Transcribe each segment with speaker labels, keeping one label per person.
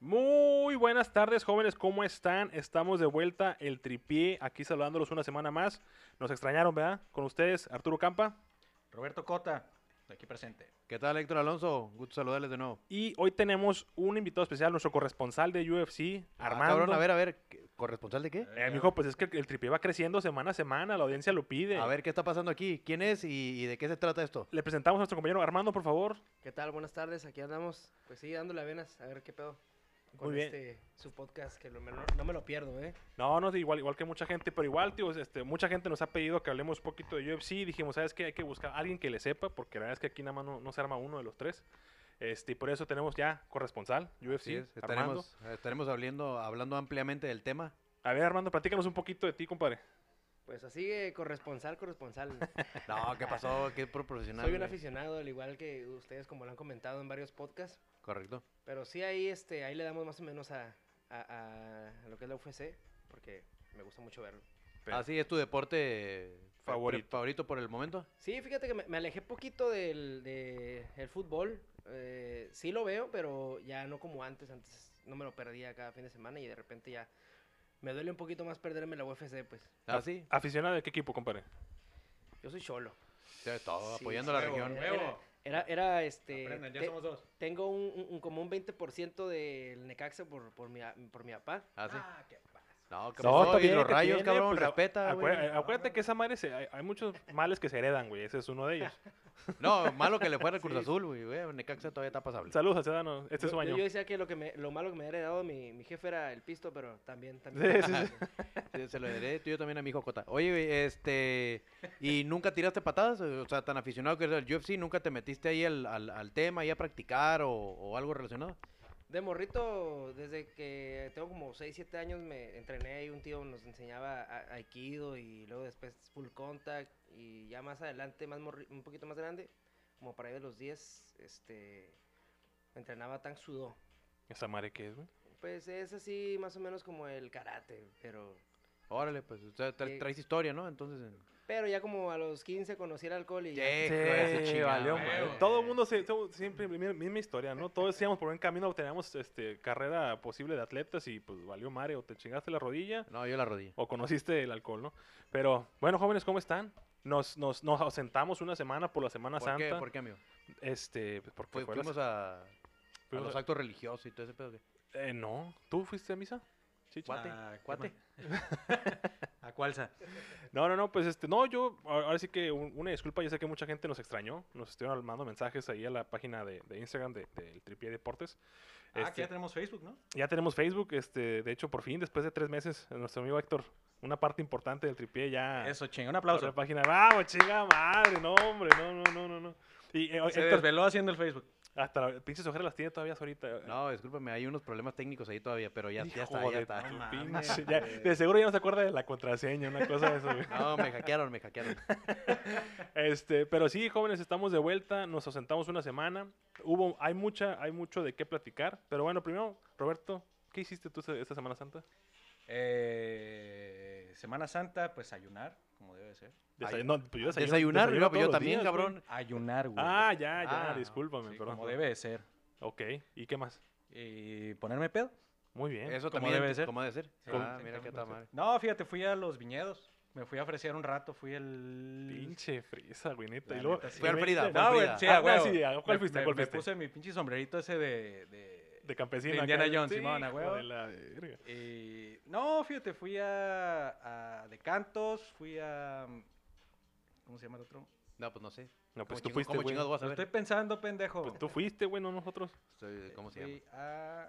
Speaker 1: Muy buenas tardes, jóvenes, ¿cómo están? Estamos de vuelta, el tripié, aquí saludándolos una semana más. Nos extrañaron, ¿verdad? Con ustedes, Arturo Campa.
Speaker 2: Roberto Cota, aquí presente.
Speaker 3: ¿Qué tal, Héctor Alonso? Gusto saludarles de nuevo.
Speaker 1: Y hoy tenemos un invitado especial, nuestro corresponsal de UFC,
Speaker 3: Ah,
Speaker 1: Armando.
Speaker 3: cabrón, a ver, a ver, ¿qué- ¿corresponsal de qué?
Speaker 1: Eh, mijo, pues es que el tripié va creciendo semana a semana, la audiencia lo pide.
Speaker 3: A ver, ¿qué está pasando aquí? ¿Quién es y, y de qué se trata esto?
Speaker 1: Le presentamos a nuestro compañero Armando, por favor.
Speaker 4: ¿Qué tal? Buenas tardes, aquí andamos, pues sí, dándole a venas, a ver qué pedo con
Speaker 1: Muy bien.
Speaker 4: este, su podcast, que lo- me lo- no me lo pierdo, ¿eh?
Speaker 1: No, no, igual, igual que mucha gente, pero igual, tío, este, mucha gente nos ha pedido que hablemos un poquito de UFC. Dijimos, ¿sabes qué? Hay que buscar a alguien que le sepa, porque la verdad es que aquí nada más no, no se arma uno de los tres. Este, y por eso tenemos ya corresponsal, UFC,
Speaker 3: Así es,
Speaker 1: Armando.
Speaker 3: estaremos, estaremos hablando, hablando ampliamente del tema.
Speaker 1: A ver, Armando, platícanos un poquito de ti, compadre.
Speaker 4: Pues así, eh, corresponsal, corresponsal.
Speaker 3: No, ¿qué pasó? ¿Qué Eh, pro- profesional?
Speaker 4: Soy un
Speaker 3: güey.
Speaker 4: aficionado, al igual que ustedes, como lo han comentado en varios podcasts,
Speaker 3: Correcto.
Speaker 4: pero sí ahí, este, ahí le damos más o menos a, a- a lo que es la UFC, porque me gusta mucho verlo.
Speaker 1: Pero-
Speaker 3: Así Ah, es tu deporte fa- pre-
Speaker 1: Favorito.
Speaker 3: favorito por el momento.
Speaker 4: Sí, fíjate que me, me alejé poquito del de el fútbol. eh, sí lo veo, pero ya no como antes. Antes no me lo perdía cada fin de semana y de repente ya me duele un poquito más perderme la UFC, pues.
Speaker 3: Ah, sí,
Speaker 1: Aficionado de qué equipo, compadre.
Speaker 4: Yo soy cholo.
Speaker 3: sí, todo,
Speaker 4: Sí,
Speaker 3: Oh, apoyando a la
Speaker 2: huevo,
Speaker 3: región.
Speaker 4: Era, era, era- era, este.
Speaker 2: Aprendan, ya
Speaker 4: te-
Speaker 2: somos dos.
Speaker 4: Tengo un, un- un- como un 20% del Necaxa por, por, mi, a- por mi papá.
Speaker 3: Ah, sí.
Speaker 2: Ah, qué pasa.
Speaker 3: No, ¿qué
Speaker 1: No,
Speaker 3: pasó?
Speaker 1: está
Speaker 3: Y
Speaker 1: bien
Speaker 3: los
Speaker 1: que
Speaker 3: rayos,
Speaker 1: tiene,
Speaker 3: cabrón,
Speaker 1: pues, a-
Speaker 3: respeta,
Speaker 1: acué-
Speaker 3: güey.
Speaker 1: Acuérdate que esa madre, se- hay, hay muchos males que se heredan, güey. Ese es uno de ellos.
Speaker 3: No, malo que le fuera el Cruz
Speaker 1: Sí.
Speaker 3: Azul, güey, güey. Necaxa todavía está pasable.
Speaker 1: Saludos al ciudadano. Este es su
Speaker 4: Yo- yo-
Speaker 1: año.
Speaker 4: Yo, decía que lo, que me, lo malo que me había heredado mi, mi jefe era el pisto, pero también.
Speaker 1: Sí,
Speaker 4: también
Speaker 1: sí, sí.
Speaker 3: Sí, Se lo heredé tú y yo también a mi hijo Cota. Oye, güey, este. ¿Y nunca tiraste patadas? O sea, tan aficionado que eres al UFC, ¿nunca te metiste ahí al, al- al tema, ahí a practicar o, o algo relacionado?
Speaker 4: De morrito, desde que tengo como 6, 7 años me entrené y un tío nos enseñaba a- aikido y luego después full contact y ya más adelante, más morri- un poquito más grande, como para ahí de los 10, este, entrenaba tan sudo.
Speaker 1: Esa madre que es, güey.
Speaker 4: Pues es así más o menos como el karate, pero,
Speaker 3: Órale, pues, o sea, tra-
Speaker 4: Sí.
Speaker 3: traes historia, ¿no? Entonces.
Speaker 4: pero ya como a los 15 conocí el alcohol y ya.
Speaker 3: Sí.
Speaker 1: Sí,
Speaker 3: Hijo de su chingada
Speaker 1: valió
Speaker 3: madre.
Speaker 1: madre. Todo el mundo se, todo- siempre mi- misma historia, ¿no? Todos íbamos por buen camino, teníamos este, carrera posible de atletas y pues valió madre, o te chingaste la rodilla
Speaker 3: No, yo la rodilla.
Speaker 1: o conociste el alcohol, ¿no? Pero bueno, jóvenes, ¿cómo están? Nos, nos, nos ausentamos una semana por la Semana
Speaker 3: ¿Por qué,
Speaker 1: Santa.
Speaker 3: ¿Por qué, amigo?
Speaker 1: Este, pues, porque
Speaker 3: Fue-
Speaker 1: fue la-
Speaker 3: fuimos a, a
Speaker 1: fuimos
Speaker 3: los
Speaker 1: a-
Speaker 3: actos religiosos y todo ese pedo. ¿qué?
Speaker 1: eh, no, ¿tú fuiste a misa? Sí, chico.
Speaker 3: Cuate,
Speaker 2: Ah, qué
Speaker 3: cuate.
Speaker 2: mal. ¿A cualza?
Speaker 1: No, no, no, pues este, no, yo, a- ahora sí que un- una disculpa, yo sé que mucha gente nos extrañó, nos estuvieron mandando mensajes ahí a la página de, de Instagram del de, del Tripié Deportes.
Speaker 2: Ah, que
Speaker 1: Este,
Speaker 2: ya tenemos Facebook, ¿no?
Speaker 1: Ya tenemos Facebook, este, de hecho, por fin, después de tres meses, nuestro amigo Héctor, una parte importante del tripié ya.
Speaker 2: Ah. Eso, chinga, un
Speaker 1: aplauso. La
Speaker 2: aplauso.
Speaker 1: página, vamos, chinga madre, no, hombre, no, no, no, no. no. Y eh,
Speaker 2: Se
Speaker 1: Héctor,
Speaker 2: desveló haciendo el Facebook.
Speaker 1: hasta las pinches ojeras las tiene todavía ahorita.
Speaker 3: No, discúlpame, hay unos problemas técnicos ahí todavía, pero ya, ya está,
Speaker 1: Hijo
Speaker 3: ya
Speaker 1: de
Speaker 3: está.
Speaker 1: tu
Speaker 2: No
Speaker 1: pinche-
Speaker 2: mames,
Speaker 1: ya-
Speaker 2: güey.
Speaker 1: de seguro ya no se acuerda de la contraseña, una cosa de eso, güey.
Speaker 3: No, me hackearon, me hackearon.
Speaker 1: Este, pero sí, jóvenes, estamos de vuelta, nos ausentamos una semana. Hubo, hay mucha, hay mucho de qué platicar. Pero bueno, primero, Roberto, ¿qué hiciste tú esta esta Semana Santa?
Speaker 2: Eh, Semana Santa, pues ayunar, como debe de ser.
Speaker 1: Desay-
Speaker 3: Ay,
Speaker 1: no, pues yo desayuno-
Speaker 3: Desayunar,
Speaker 1: desayuno
Speaker 3: no, pues
Speaker 1: todos
Speaker 3: yo
Speaker 1: los
Speaker 3: también,
Speaker 1: días, güey.
Speaker 3: cabrón.
Speaker 2: Ayunar, güey.
Speaker 1: Ah, ya, ya,
Speaker 3: Ah,
Speaker 1: discúlpame,
Speaker 2: Sí,
Speaker 1: perdón.
Speaker 2: como debe de ser.
Speaker 1: Ok, ¿y qué más?
Speaker 2: Y ponerme pedo.
Speaker 1: Muy bien.
Speaker 3: Eso
Speaker 2: ¿Cómo
Speaker 3: también
Speaker 2: debe de ser?
Speaker 3: ¿Cómo debe ser?
Speaker 2: Sí,
Speaker 3: ah,
Speaker 2: sí,
Speaker 3: mira qué tal madre.
Speaker 2: No, fíjate, fui a los viñedos. Me fui a ofrecer un rato, fui el...
Speaker 1: Pinche frisa, güey, neta.
Speaker 2: La
Speaker 1: Y luego,
Speaker 2: neta, sí.
Speaker 3: Fue Alfrida,
Speaker 1: No,
Speaker 2: No, güey,
Speaker 3: Frida.
Speaker 2: sí,
Speaker 1: Ah,
Speaker 2: a huevo.
Speaker 1: sí, ¿a cuál
Speaker 2: Me-
Speaker 1: fuiste, a
Speaker 2: me-
Speaker 1: cuál
Speaker 2: me
Speaker 1: fuiste?
Speaker 2: puse mi pinche sombrerito ese de... de-
Speaker 1: de campesino.
Speaker 2: De
Speaker 1: acá,
Speaker 2: Indiana
Speaker 1: güey.
Speaker 2: Jones, Simón, a
Speaker 1: hijo
Speaker 2: huevo.
Speaker 1: de la verga.
Speaker 2: Y- Eh, no, fíjate, fui a, a Decantos, fui a... ¿Cómo se llama el otro?
Speaker 3: No, pues no sé.
Speaker 1: No, pues tú
Speaker 3: ¿Cómo chingo-
Speaker 1: fuiste,
Speaker 3: ¿Cómo
Speaker 1: güey.
Speaker 3: chingados vas a
Speaker 2: Lo estoy
Speaker 3: ver?
Speaker 2: pensando, pendejo.
Speaker 1: Pues tú fuiste, güey, no nosotros.
Speaker 3: Estoy- ¿Cómo se llama?
Speaker 2: Fui a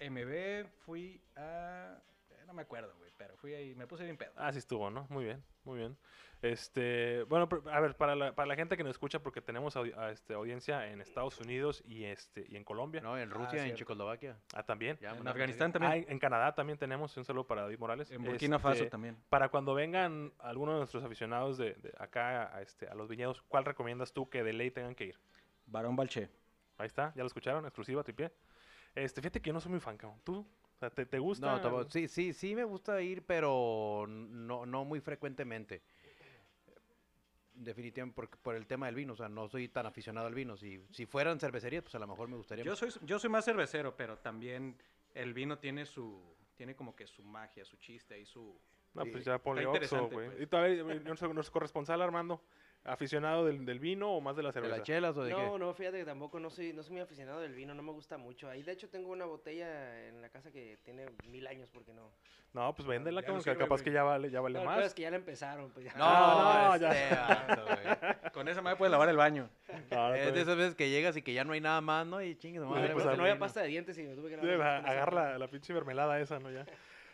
Speaker 2: MB, fui a... eh, No me acuerdo, güey, pero fui ahí, me puse bien pedo.
Speaker 1: Ah, sí estuvo, ¿no? Muy bien, muy bien. Este, bueno, pero, a ver, para la, para la gente que nos escucha, porque tenemos audi- a este, audiencia en Estados Unidos y este y en Colombia.
Speaker 3: No, en Rusia, en
Speaker 2: cierto.
Speaker 3: Checoslovaquia.
Speaker 1: Ah, también.
Speaker 3: Ya,
Speaker 2: En
Speaker 3: mandaron-
Speaker 2: Afganistán
Speaker 1: Ah,
Speaker 2: también.
Speaker 1: en, en Canadá también tenemos. Un saludo para David Morales.
Speaker 2: en Burkina
Speaker 1: Este,
Speaker 2: Faso también.
Speaker 1: Para cuando vengan algunos de nuestros aficionados de, de acá a, este, a los viñedos, ¿cuál recomiendas tú que de ley tengan que ir?
Speaker 2: Barón Balché.
Speaker 1: Ahí está, ya lo escucharon, exclusiva, tripié. Este, fíjate que yo no soy muy fan, cabrón. ¿Tú? O sea, ¿te, te gusta?
Speaker 3: No, tampoco- sí, sí, sí me gusta ir, pero no, no muy frecuentemente. Definitivamente por, por el tema del vino, o sea, no soy tan aficionado al vino. Si, si fueran cervecerías, pues a lo mejor me gustaría.
Speaker 2: Yo
Speaker 3: más.
Speaker 2: soy, yo soy más cervecero, pero también el vino tiene su, tiene como que su magia, su chiste y su...
Speaker 1: No, pues ya ponle
Speaker 2: Está
Speaker 1: Oxxo,
Speaker 2: interesante,
Speaker 1: güey.
Speaker 2: pues.
Speaker 1: Y todavía, güey, nuestro, nuestro corresponsal Armando, aficionado del, del vino o más de la
Speaker 3: ¿De
Speaker 1: cerveza.
Speaker 3: las chelas o de
Speaker 4: No,
Speaker 3: qué?
Speaker 4: no, fíjate que tampoco, no soy, no soy muy aficionado del vino, no me gusta mucho. Ahí de hecho tengo una botella en la casa que tiene mil años porque no.
Speaker 1: No, pues véndela,
Speaker 2: Ya
Speaker 1: cabrón,
Speaker 2: no
Speaker 1: que
Speaker 2: sirve,
Speaker 1: capaz
Speaker 2: güey.
Speaker 1: que ya vale, ya vale
Speaker 4: Pero el pedo
Speaker 1: más.
Speaker 4: es que ya la empezaron, pues ya.
Speaker 3: No,
Speaker 1: Ah, no,
Speaker 3: este vato, güey.
Speaker 2: Con esa madre puedes lavar el baño.
Speaker 1: Ah,
Speaker 3: Es de
Speaker 1: todavía-
Speaker 3: esas veces que llegas y que ya no hay nada más, ¿no? Y chingue, su
Speaker 1: Pues,
Speaker 3: madre,
Speaker 1: pues,
Speaker 3: bro.
Speaker 4: que no había
Speaker 1: vino.
Speaker 4: pasta de dientes y me tuve que
Speaker 1: Sí, va,
Speaker 4: lavar. los dientes con esa
Speaker 1: agarra
Speaker 4: madre.
Speaker 1: la, la pinche mermelada esa, ¿no? Ya.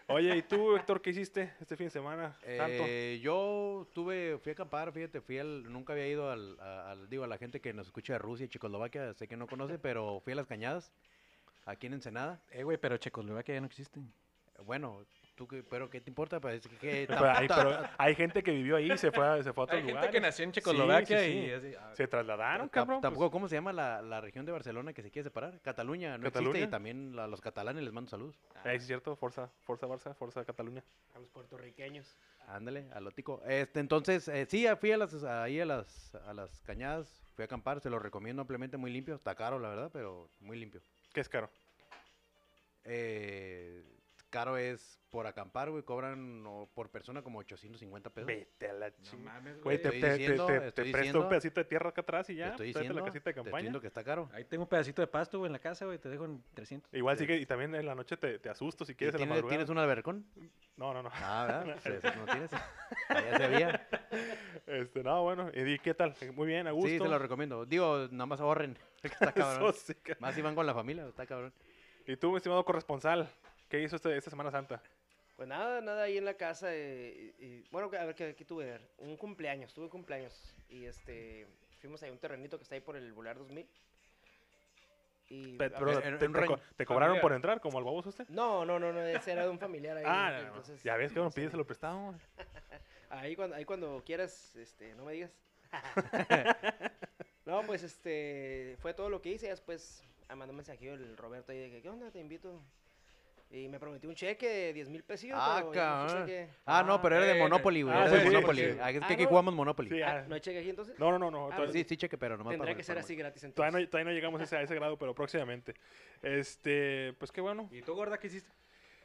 Speaker 1: Oye, ¿y tú, Héctor, qué hiciste este fin de semana? Tanto.
Speaker 3: Eh, yo tuve, fui a acampar, fíjate, fui al, nunca había ido al, a- al- digo, a la gente que nos escucha de Rusia y Checoslovaquia, sé que no conoce, pero fui a Las Cañadas, aquí en Ensenada.
Speaker 2: Eh, güey, pero Checoslovaquia ya no existe.
Speaker 3: Bueno, tú qué- pero qué te importa, parece que, que
Speaker 1: Pero
Speaker 3: tam-
Speaker 1: hay,
Speaker 3: ta-
Speaker 1: pero hay gente que vivió ahí, se fue, a- se fue a otro
Speaker 2: Hay
Speaker 1: lugar.
Speaker 2: gente que nació en Checoslovaquia
Speaker 1: Sí, sí, sí.
Speaker 2: y así, ah,
Speaker 1: Se trasladaron,
Speaker 3: ta-
Speaker 1: cabrón.
Speaker 3: tampoco,
Speaker 1: pues.
Speaker 3: ¿cómo se llama la, la región de Barcelona que se quiere separar? Cataluña, no existe
Speaker 1: ¿Cataluña?
Speaker 3: y también a los catalanes les mando saludos.
Speaker 1: Ahí sí es cierto, Forza, Forza Barça, Forza Cataluña.
Speaker 4: A los puertorriqueños.
Speaker 3: Ándale, al ótico. Este, entonces, eh, sí, ah, fui a las, ahí a las, a las cañadas, fui a acampar, se los recomiendo ampliamente, muy limpio, está caro la verdad, pero muy limpio.
Speaker 1: ¿Qué es caro?
Speaker 3: Eh, caro es por acampar, güey, cobran no, por persona como 850 pesos.
Speaker 1: Vete a la
Speaker 2: No
Speaker 1: chingada.
Speaker 2: mames,
Speaker 1: Güey,
Speaker 2: güey.
Speaker 1: te,
Speaker 3: Estoy
Speaker 1: te- te-
Speaker 3: diciendo-
Speaker 1: te- te
Speaker 3: estoy
Speaker 1: presto
Speaker 3: diciendo-
Speaker 1: un pedacito de tierra acá atrás y
Speaker 3: Te
Speaker 1: ya.
Speaker 3: estoy
Speaker 1: tráete
Speaker 3: diciendo,
Speaker 1: la casita de
Speaker 3: te estoy
Speaker 1: campaña.
Speaker 3: diciendo que está caro.
Speaker 2: Ahí tengo un pedacito de pasto, güey, en la casa, güey. Te dejo en 300.
Speaker 1: Igual sí que y también en la noche te, te asusto si
Speaker 3: ¿Y
Speaker 1: quieres en la
Speaker 3: ¿Tienes,
Speaker 1: madrugada.
Speaker 3: ¿Tienes un albercón?
Speaker 1: No, no, no.
Speaker 3: Ah, ¿verdad? Pues, no tienes. Ya se veía.
Speaker 1: Este, no, bueno. ¿Y di- qué tal? Muy bien, a gusto.
Speaker 3: Sí, se lo recomiendo. Digo, nada más ahorren. que Está
Speaker 1: Eso
Speaker 3: cabrón.
Speaker 1: sí, ca-
Speaker 3: Más si van con la familia, está cabrón.
Speaker 1: Y tú, mi estimado corresponsal, ¿qué hizo este- esta Semana Santa?
Speaker 4: Pues nada, nada ahí en la casa. eh, y- y- bueno, a ver, ¿qué, qué tuve? Un cumpleaños, tuve cumpleaños. Y este, fuimos ahí a un terrenito que está ahí por el Bular 2000. Y,
Speaker 1: Pe-
Speaker 4: a
Speaker 1: Pero
Speaker 3: ver,
Speaker 1: te,
Speaker 3: en-
Speaker 1: te
Speaker 3: en
Speaker 1: co-
Speaker 3: ren-
Speaker 1: te cobraron
Speaker 2: Amiga.
Speaker 1: por entrar, como al baboso este.
Speaker 4: No, no, no, no, ese era de un familiar ahí.
Speaker 1: Ah, no, no, no.
Speaker 4: entonces,
Speaker 1: ya ves que uno
Speaker 4: no sé.
Speaker 1: pide, se lo prestamos.
Speaker 4: Ahí cuando, ahí cuando quieras, este, no me digas. no, pues este, fue todo lo que hice. ya Después ah, mandó un mensajillo el Roberto ahí de que, ¿qué onda? Te invito. Y me prometió un cheque de 10 mil pesillos.
Speaker 3: Ah,
Speaker 4: pero yo no sé
Speaker 3: cabrón.
Speaker 4: qué.
Speaker 3: Ah, no, pero era de
Speaker 2: bueno.
Speaker 3: Monopoly, güey.
Speaker 1: Ah,
Speaker 3: Era de
Speaker 1: sí, sí,
Speaker 3: Monopoly.
Speaker 1: porque-
Speaker 3: Ah, Es que
Speaker 4: Ah,
Speaker 3: aquí
Speaker 4: no.
Speaker 3: jugamos Monopoly.
Speaker 1: Sí,
Speaker 4: Ah,
Speaker 1: ah.
Speaker 4: ¿No hay cheque aquí entonces?
Speaker 1: No, no, no. no.
Speaker 4: Ah,
Speaker 1: todavía-
Speaker 3: Sí, sí, cheque, pero nomás
Speaker 4: Tendrá
Speaker 3: para-
Speaker 4: que ser
Speaker 3: para-
Speaker 4: así gratis entonces.
Speaker 1: Todavía no, todavía no llegamos a ese, a ese grado, pero próximamente. Este, pues qué bueno.
Speaker 2: ¿Y tú, gorda, qué hiciste?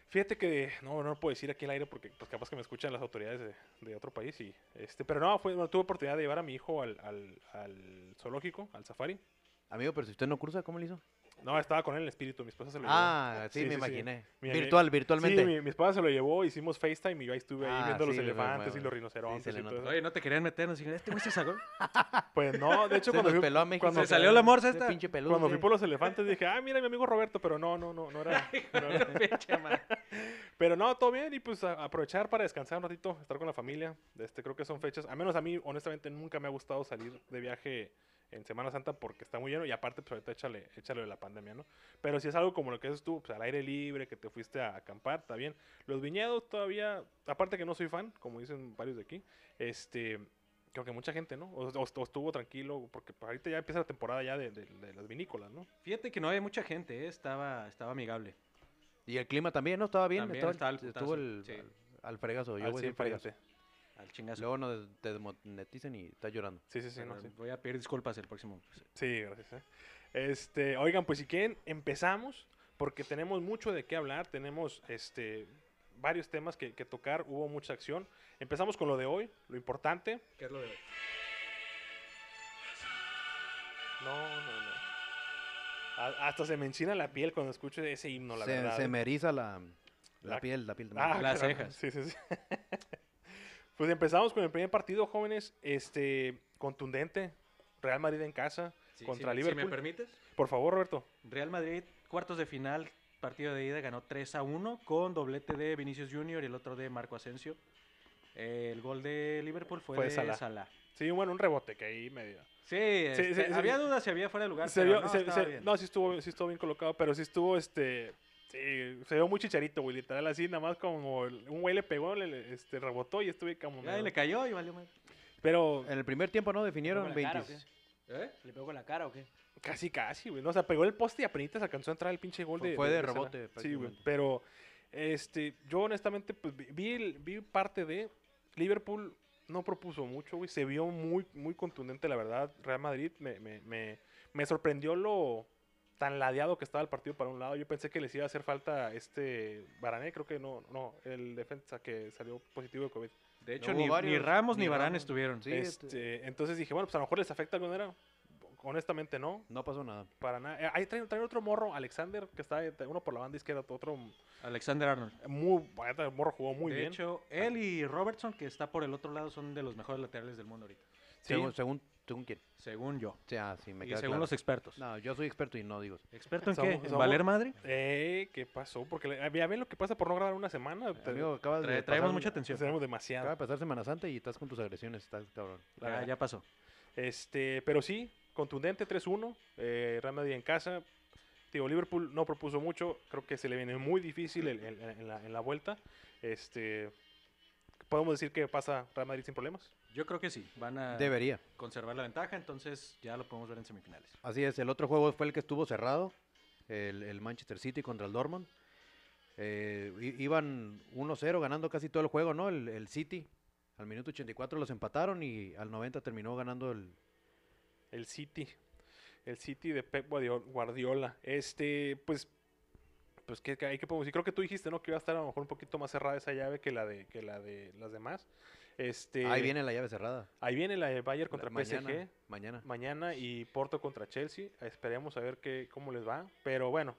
Speaker 1: Fíjate que no, no lo puedo decir aquí al aire porque pues, capaz que me escuchan las autoridades de, de otro país y este, pero no, fue, bueno, tuve oportunidad de llevar a mi hijo al, al, al zoológico, al safari.
Speaker 3: Amigo, pero si usted no cursa, ¿cómo le hizo?
Speaker 1: No, estaba con él en el espíritu, mi esposa se lo llevó.
Speaker 3: Ah, sí,
Speaker 1: Sí, sí,
Speaker 3: me
Speaker 1: sí.
Speaker 3: imaginé.
Speaker 1: Mi-
Speaker 3: Virtual,
Speaker 1: Sí,
Speaker 3: virtualmente.
Speaker 1: mi, mi esposa se lo llevó, hicimos FaceTime y yo ahí estuve ahí
Speaker 3: Ah,
Speaker 1: viendo los
Speaker 3: sí, me- me-
Speaker 1: elefantes
Speaker 3: me-
Speaker 1: y los
Speaker 3: sí, se
Speaker 1: rinocerontes
Speaker 3: le
Speaker 1: y todo
Speaker 3: nota.
Speaker 1: eso.
Speaker 2: Oye, no te querían meter, nos dijeron, este güey se sacó.
Speaker 1: Pues no, de hecho
Speaker 3: Se
Speaker 1: cuando,
Speaker 3: nos
Speaker 1: fui,
Speaker 3: peló a México.
Speaker 1: cuando-
Speaker 2: Se salió la morsa
Speaker 3: Ese
Speaker 2: esta.
Speaker 3: pinche peludo.
Speaker 1: cuando fui
Speaker 3: sí.
Speaker 1: por los elefantes dije, ah, mira mi amigo Roberto, pero no, no, no, no era. no era-
Speaker 2: Pinche madre.
Speaker 1: Pero no, todo bien y pues a- aprovechar para descansar un ratito, estar con la familia. Este, creo que son fechas, a menos a mí honestamente nunca me ha gustado salir de viaje en Semana Santa porque está muy lleno y aparte pues ahorita échale, échale de la pandemia, ¿no? Pero si es algo como lo que haces tú, pues al aire libre, que te fuiste a acampar, está bien. Los viñedos todavía, aparte que no soy fan, como dicen varios de aquí, este, creo que mucha gente, ¿no? O, o- o estuvo tranquilo porque pues, ahorita ya empieza la temporada ya de, de- de las vinícolas, ¿no?
Speaker 2: Fíjate que no había mucha gente, eh, estaba, estaba amigable.
Speaker 3: Y el clima también, ¿no? Estaba bien.
Speaker 2: También
Speaker 3: estaba-
Speaker 2: estaba al
Speaker 3: estuvo
Speaker 2: putazo,
Speaker 3: el,
Speaker 2: sí.
Speaker 3: al, al fregazo. Yo
Speaker 1: Al
Speaker 3: voy a decir
Speaker 1: 100,
Speaker 3: fregazo.
Speaker 1: fíjate.
Speaker 2: Al chingazo.
Speaker 3: Luego nos te desmonetizan y estás llorando.
Speaker 1: Sí, sí, sí, no,
Speaker 2: Pero
Speaker 1: sí.
Speaker 2: Voy a pedir disculpas el próximo. pues,
Speaker 1: Sí, gracias. ¿eh? Este, oigan, pues si quieren, empezamos porque tenemos mucho de qué hablar, tenemos este varios temas que, que tocar, hubo mucha acción. Empezamos con lo de hoy, lo importante.
Speaker 2: ¿Qué es lo de hoy?
Speaker 1: No, no, no. A- hasta se me enchina la piel cuando escucho ese himno, la
Speaker 3: se,
Speaker 1: verdad.
Speaker 3: se
Speaker 1: ¿eh?
Speaker 3: me eriza la, la
Speaker 1: La-
Speaker 3: piel, la piel.
Speaker 1: Ah,
Speaker 3: también.
Speaker 2: Las
Speaker 1: caray.
Speaker 2: cejas.
Speaker 1: Sí, sí, sí. pues empezamos con el primer partido, jóvenes, este contundente, Real Madrid en casa contra Liverpool.
Speaker 2: Si me permites.
Speaker 1: Por favor, Roberto.
Speaker 2: Real Madrid, cuartos de final, partido de ida, ganó 3 a 1 con doblete de Vinicius Junior y el otro de Marco Asensio. Eh, el gol de Liverpool fue,
Speaker 1: Fue
Speaker 2: de
Speaker 1: Salah.
Speaker 2: Salah.
Speaker 1: Sí, bueno, un rebote que ahí medio.
Speaker 2: Sí, este,
Speaker 1: sí, sí.
Speaker 2: había dudas si había fuera de lugar.
Speaker 1: se
Speaker 2: pero
Speaker 1: vio,
Speaker 2: no,
Speaker 1: se-
Speaker 2: estaba
Speaker 1: se-
Speaker 2: bien.
Speaker 1: no, sí estuvo, sí estuvo bien colocado, pero sí estuvo, este, sí, se vio muy chicharito, güey, literal, así, nada más como el- un güey le pegó, le- le, este, rebotó y estuve como...
Speaker 2: Ahí
Speaker 1: medio-
Speaker 2: le cayó y valió mal.
Speaker 1: Pero,
Speaker 3: En el primer tiempo no definieron
Speaker 4: Con la cara,
Speaker 3: 20.
Speaker 4: ¿o qué?
Speaker 2: ¿Eh? ¿Le pegó con la cara o qué?
Speaker 1: Casi, casi, güey. No, o sea, pegó el poste y apenas alcanzó a entrar el pinche gol
Speaker 3: Fue-
Speaker 1: de.
Speaker 3: fue de
Speaker 1: Salah.
Speaker 3: rebote,
Speaker 1: Sí, güey.
Speaker 3: prácticamente.
Speaker 1: Pero, este, yo honestamente, pues vi- vi, el- vi parte de. Liverpool no propuso mucho, güey. Se vio muy, muy contundente, la verdad. Real Madrid me, me, me, me sorprendió lo tan ladeado que estaba el partido para un lado. Yo pensé que les iba a hacer falta este Barané, creo que no, no, el defensa que salió positivo de COVID.
Speaker 2: De hecho,
Speaker 3: hubo
Speaker 2: ni, ni
Speaker 3: varios,
Speaker 2: Ramos
Speaker 3: ni
Speaker 2: ni Barán
Speaker 3: Ramos.
Speaker 2: estuvieron.
Speaker 3: Sí, este-
Speaker 1: Este, entonces dije, bueno, pues a lo mejor les afecta de alguna manera. Honestamente no,
Speaker 3: No pasó nada.
Speaker 1: para nada. Eh, Ahí traen, traen otro morro, Alexander, que está eh, uno por la banda izquierda, otro
Speaker 2: Alexander Arnold.
Speaker 1: muy la neta, el morro jugó muy
Speaker 2: de
Speaker 1: bien.
Speaker 2: hecho, él y Robertson, que está por el otro lado, son de los mejores laterales del mundo ahorita.
Speaker 1: Sí,
Speaker 3: Según, según, según quién.
Speaker 2: Según yo.
Speaker 3: Sí, ah, sí, me
Speaker 2: y
Speaker 3: queda
Speaker 2: según
Speaker 3: claro.
Speaker 2: los expertos.
Speaker 3: No, yo soy experto y no digo. eso.
Speaker 2: ¿Experto en
Speaker 1: Somos-
Speaker 2: qué? ¿En
Speaker 1: somos-
Speaker 2: valer madre?
Speaker 1: Eh, ¿qué pasó? Porque le- ya ven lo que pasa por no grabar una semana. Te-
Speaker 3: Amigo, acabas
Speaker 2: Trae-
Speaker 3: de
Speaker 2: traemos
Speaker 3: pasar-
Speaker 2: mucha atención.
Speaker 1: tenemos
Speaker 3: Acaba
Speaker 1: demasiado.
Speaker 3: de pasar Semana Santa y estás con tus agresiones, estás cabrón.
Speaker 1: la
Speaker 2: Ya,
Speaker 1: verdad.
Speaker 2: ya pasó.
Speaker 1: Este, pero sí, contundente 3-1. Eh, Real Madrid en casa. Tío, Liverpool no propuso mucho. Creo que se le viene muy difícil el- el- en, la, en la vuelta. Este, podemos decir que pasa Real Madrid sin problemas.
Speaker 2: Yo creo que sí. Van a
Speaker 3: Debería.
Speaker 2: conservar la ventaja, entonces ya lo podemos ver en semifinales.
Speaker 3: Así es, el otro juego fue el que estuvo cerrado, el, el Manchester City contra el Dortmund. Eh, i- iban 1-0 ganando casi todo el juego, ¿no? El, el City. Al minuto 84 los empataron y al 90 terminó ganando el...
Speaker 1: El City. El City de Pep Guardio- Guardiola. Este, pues. Pues que hay que podemos decir. Creo que tú dijiste, ¿no? Que iba a estar a lo mejor un poquito más cerrada esa llave que la de, que la de las demás. Este.
Speaker 3: Ahí viene la llave cerrada.
Speaker 1: Ahí viene la de Bayern contra
Speaker 3: La-
Speaker 1: PSG.
Speaker 3: mañana, Mañana.
Speaker 1: mañana y Porto contra Chelsea. Esperemos a ver qué, cómo les va. Pero bueno,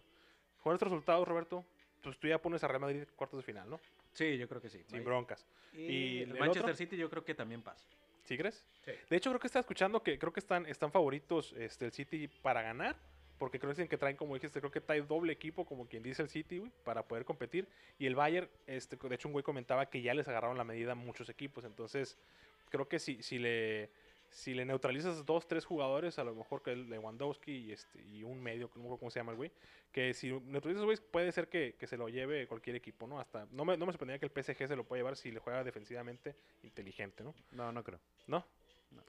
Speaker 1: con estos resultados, Roberto, pues tú ya pones a Real Madrid en cuartos de final, ¿no?
Speaker 2: Sí, yo creo que sí.
Speaker 1: Sin
Speaker 2: Ahí-
Speaker 1: broncas.
Speaker 2: Y,
Speaker 1: ¿Y
Speaker 2: el
Speaker 1: el
Speaker 2: Manchester
Speaker 1: otro?
Speaker 2: City yo creo que también pasa.
Speaker 1: ¿Sí crees?
Speaker 2: Sí.
Speaker 1: De hecho, creo que está escuchando que creo que están, están favoritos este, el City para ganar. Porque creo que dicen que traen, como dijiste, creo que trae doble equipo, como quien dice el City, güey, para poder competir. Y el Bayern, este, de hecho, un güey comentaba que ya les agarraron la medida a muchos equipos. Entonces, creo que si, si le si le neutralizas dos, tres jugadores, a lo mejor que el Lewandowski y, este, y un medio, que no me acuerdo cómo se llama el güey, que si neutralizas, güey, puede ser que, que se lo lleve cualquier equipo, ¿no? Hasta, no me, no me sorprendería que el PSG se lo pueda llevar si le juega defensivamente inteligente, ¿no?
Speaker 3: No, no creo.
Speaker 1: ¿No?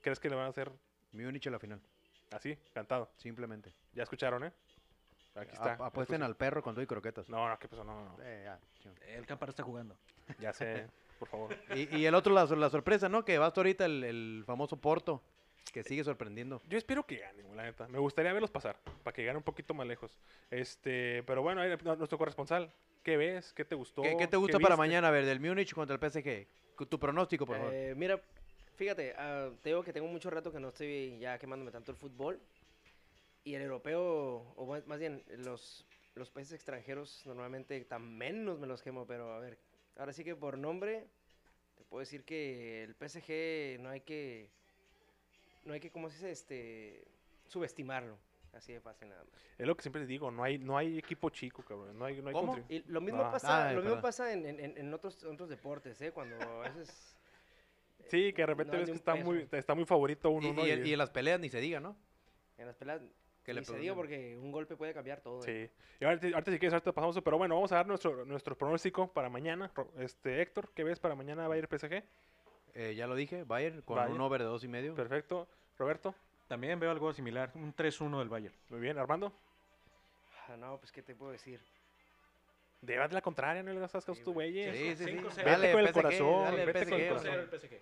Speaker 1: ¿Crees que le van a hacer
Speaker 3: Múnich a la final,
Speaker 1: así, cantado?
Speaker 3: simplemente.
Speaker 1: Ya escucharon, ¿eh? Aquí
Speaker 3: A-
Speaker 1: está. Pues
Speaker 3: apuesten al perro con todo y croquetas.
Speaker 1: No, no, ¿qué pasó? No, no, no.
Speaker 3: Eh, ya, chingón.
Speaker 2: El Campar está jugando.
Speaker 1: Ya sé, por favor.
Speaker 3: Y, y el otro, la, sor- la sorpresa, ¿no? Que va hasta ahorita el, el famoso Porto, que sigue sorprendiendo.
Speaker 1: Yo espero que ganen, güey, la neta. Me gustaría verlos pasar, para que ganen un poquito más lejos. Este, pero bueno, ahí, no, nuestro corresponsal, ¿qué ves? ¿Qué te gustó?
Speaker 3: ¿Qué, qué te gusta para
Speaker 1: viste?
Speaker 3: mañana? A ver, del Múnich contra el PSG. Cu- Tu pronóstico, por favor.
Speaker 4: Eh, mira, fíjate, ah, te digo que tengo mucho rato que no estoy ya quemándome tanto el fútbol. Y el europeo, o bu- más bien, los, los países extranjeros normalmente tan menos me los quemo, pero a ver, ahora sí que por nombre, te puedo decir que el PSG no hay que, no hay que, ¿cómo se dice? Este, subestimarlo. Así de fácil nada más.
Speaker 1: Es lo que siempre les digo, no hay, no hay equipo chico, cabrón. No hay, no hay
Speaker 3: ¿Cómo?
Speaker 1: contri-
Speaker 4: Y lo mismo
Speaker 1: Ah,
Speaker 3: No,
Speaker 4: pasa,
Speaker 3: ay,
Speaker 4: lo mismo
Speaker 3: perdón.
Speaker 4: pasa en, en- en- en otros, otros deportes, ¿eh? Cuando a veces... eh,
Speaker 1: Sí, que de repente
Speaker 4: no hay
Speaker 1: ves que
Speaker 4: de un
Speaker 1: está
Speaker 4: peso.
Speaker 1: muy, está muy favorito
Speaker 3: Y,
Speaker 1: uno, ¿no?
Speaker 3: y en- y en las peleas ni se diga, ¿no?
Speaker 4: En las pelas.
Speaker 3: Que
Speaker 4: Que
Speaker 3: le
Speaker 4: le
Speaker 3: pregunten.
Speaker 4: digo porque un golpe puede cambiar todo. ¿eh?
Speaker 1: Sí. Y ahorita, ahorita si quieres, ahorita pasamos. Pero bueno, vamos a dar nuestro, nuestro pronóstico para mañana. Ro- Este, Héctor, ¿qué ves para mañana? ¿Va a ir PSG?
Speaker 3: Eh, ya lo dije, Bayern con
Speaker 1: Bayern.
Speaker 3: un over de dos y medio.
Speaker 1: Perfecto. Roberto,
Speaker 2: También veo algo similar, un 3-1 del Bayern.
Speaker 1: muy bien. Armando,
Speaker 4: Ah, no, pues qué te puedo decir.
Speaker 1: debate la contraria, no le gastas casos
Speaker 4: Sí,
Speaker 1: tú,
Speaker 4: güey.
Speaker 1: güeyes.
Speaker 3: sí, sí, sí.
Speaker 2: 5-0.
Speaker 1: Vete con el
Speaker 3: PSG,
Speaker 1: corazón,
Speaker 3: dale,
Speaker 1: vete con el
Speaker 3: PSG,
Speaker 1: corazón.
Speaker 3: vale.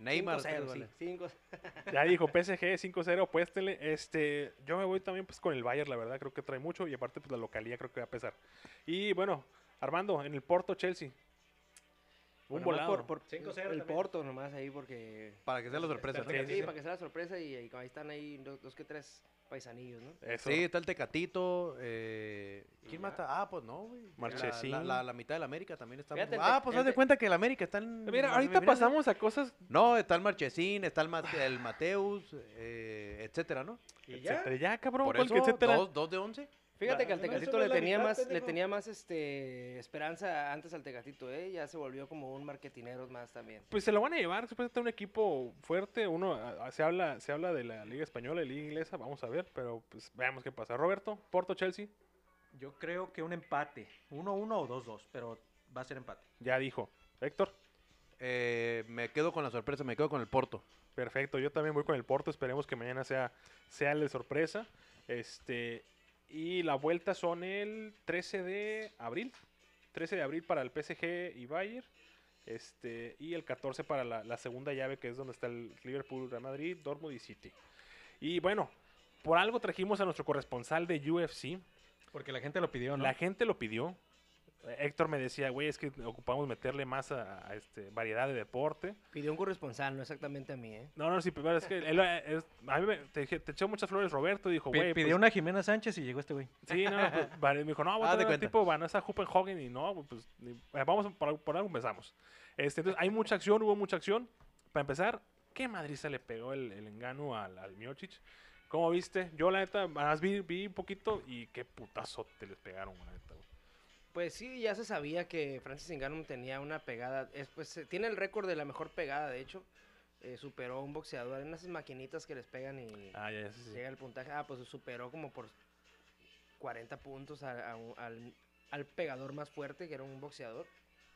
Speaker 3: Neymar.
Speaker 4: 5-0,
Speaker 3: vale.
Speaker 4: sí, cinco-
Speaker 1: Ya dijo PSG 5-0, apuéstenle. Este, yo me voy también pues con el Bayern, la verdad, creo que trae mucho y aparte pues la localía creo que va a pesar. Y bueno, Armando, en el Porto Chelsea. Un
Speaker 4: Bueno, nomás
Speaker 1: volado.
Speaker 4: Por, por
Speaker 2: 5-0
Speaker 4: el
Speaker 2: también.
Speaker 4: Porto nomás ahí porque...
Speaker 3: Para que sea la sorpresa.
Speaker 1: Sí,
Speaker 4: Sí,
Speaker 1: sí, sí.
Speaker 4: para que sea la sorpresa y, y ahí están ahí dos, dos que tres paisanillos, ¿no?
Speaker 1: Eso.
Speaker 3: Sí, está el Tecatito. eh, ¿Quién
Speaker 4: Ya.
Speaker 3: más está? Ah, pues no, güey.
Speaker 1: Marchesín.
Speaker 3: La, la- la mitad del América también está.
Speaker 4: Fíjate, el
Speaker 3: ah,
Speaker 4: Tec-
Speaker 3: pues
Speaker 4: el
Speaker 3: haz de
Speaker 4: Tec-
Speaker 3: cuenta que el América está en.
Speaker 1: Mira,
Speaker 3: en
Speaker 1: ahorita
Speaker 3: semifinales.
Speaker 1: pasamos a cosas
Speaker 3: No, está el Marchesín, está el, Mate- el Mateus, eh, etcétera, ¿no?
Speaker 2: ¿Y ya?
Speaker 1: etcétera. Ya, cabrón,
Speaker 3: Por
Speaker 1: ¿cuál
Speaker 3: eso,
Speaker 1: que etcétera?
Speaker 3: dos, dos de once.
Speaker 4: Fíjate que al
Speaker 2: no, eso
Speaker 4: Tecatito
Speaker 2: no es
Speaker 4: le
Speaker 2: la
Speaker 4: tenía
Speaker 2: mitad,
Speaker 4: más, le
Speaker 2: pendejo.
Speaker 4: tenía más este esperanza antes al Tecatito, eh. Ya se volvió como un marketinero más también.
Speaker 1: Pues se lo van a llevar, supuestamente un equipo fuerte, uno a- a- se habla, se habla de la Liga Española y Liga Inglesa, vamos a ver, pero pues veamos qué pasa. Roberto, Porto Chelsea,
Speaker 2: Yo creo que un empate, 1-1 o 2-2, pero va a ser empate.
Speaker 1: ya dijo. Héctor,
Speaker 3: eh, me quedo con la sorpresa, me quedo con el Porto.
Speaker 1: Perfecto, yo también voy con el Porto, esperemos que mañana sea, sea el de sorpresa. Este, y la vuelta son el 13 de abril. 13 de abril para el PSG y Bayern. Este, y el 14 para la, la segunda llave, que es donde está el Liverpool, Real Madrid, Dortmund y City. Y bueno, por algo trajimos a nuestro corresponsal de UFC.
Speaker 2: Porque la gente lo pidió, ¿no?
Speaker 1: La gente lo pidió. Eh, Héctor me decía, güey, es que ocupamos meterle más a, a este, variedad de deporte.
Speaker 4: Pidió un corresponsal, no exactamente a mí, ¿eh?
Speaker 1: No, no, sí, pero es que él, eh, es- a mí me, te, dije- te echó muchas flores Roberto y dijo,
Speaker 2: Pi-
Speaker 1: güey,
Speaker 2: pidió
Speaker 1: pues,
Speaker 2: una Jimena Sánchez y llegó este güey.
Speaker 1: Sí, no, pues, vale, me dijo, no, voy a
Speaker 3: Haz
Speaker 1: traer
Speaker 3: de
Speaker 1: a un
Speaker 3: cuenta.
Speaker 1: tipo Vanessa Huppenhagen y no, güey, pues ni- eh, vamos, a- por, por algo empezamos. Este, entonces, hay mucha acción, hubo mucha acción. Para empezar, ¿qué Madrid se le pegó el, el engano al, al Miocic? ¿Cómo viste? Yo, la neta, más vi, vi un poquito y qué putazo te les pegaron, la neta, güey.
Speaker 4: Pues sí, ya se sabía que Francis Ngannou tenía una pegada. Es, pues, eh, tiene el récord de la mejor pegada, de hecho. Eh, superó a un boxeador en esas maquinitas que les pegan y
Speaker 1: Ah, ya, ya, sí, sí.
Speaker 4: llega el puntaje. Ah, pues superó como por 40 puntos a- a un- al, al pegador más fuerte, que era un boxeador.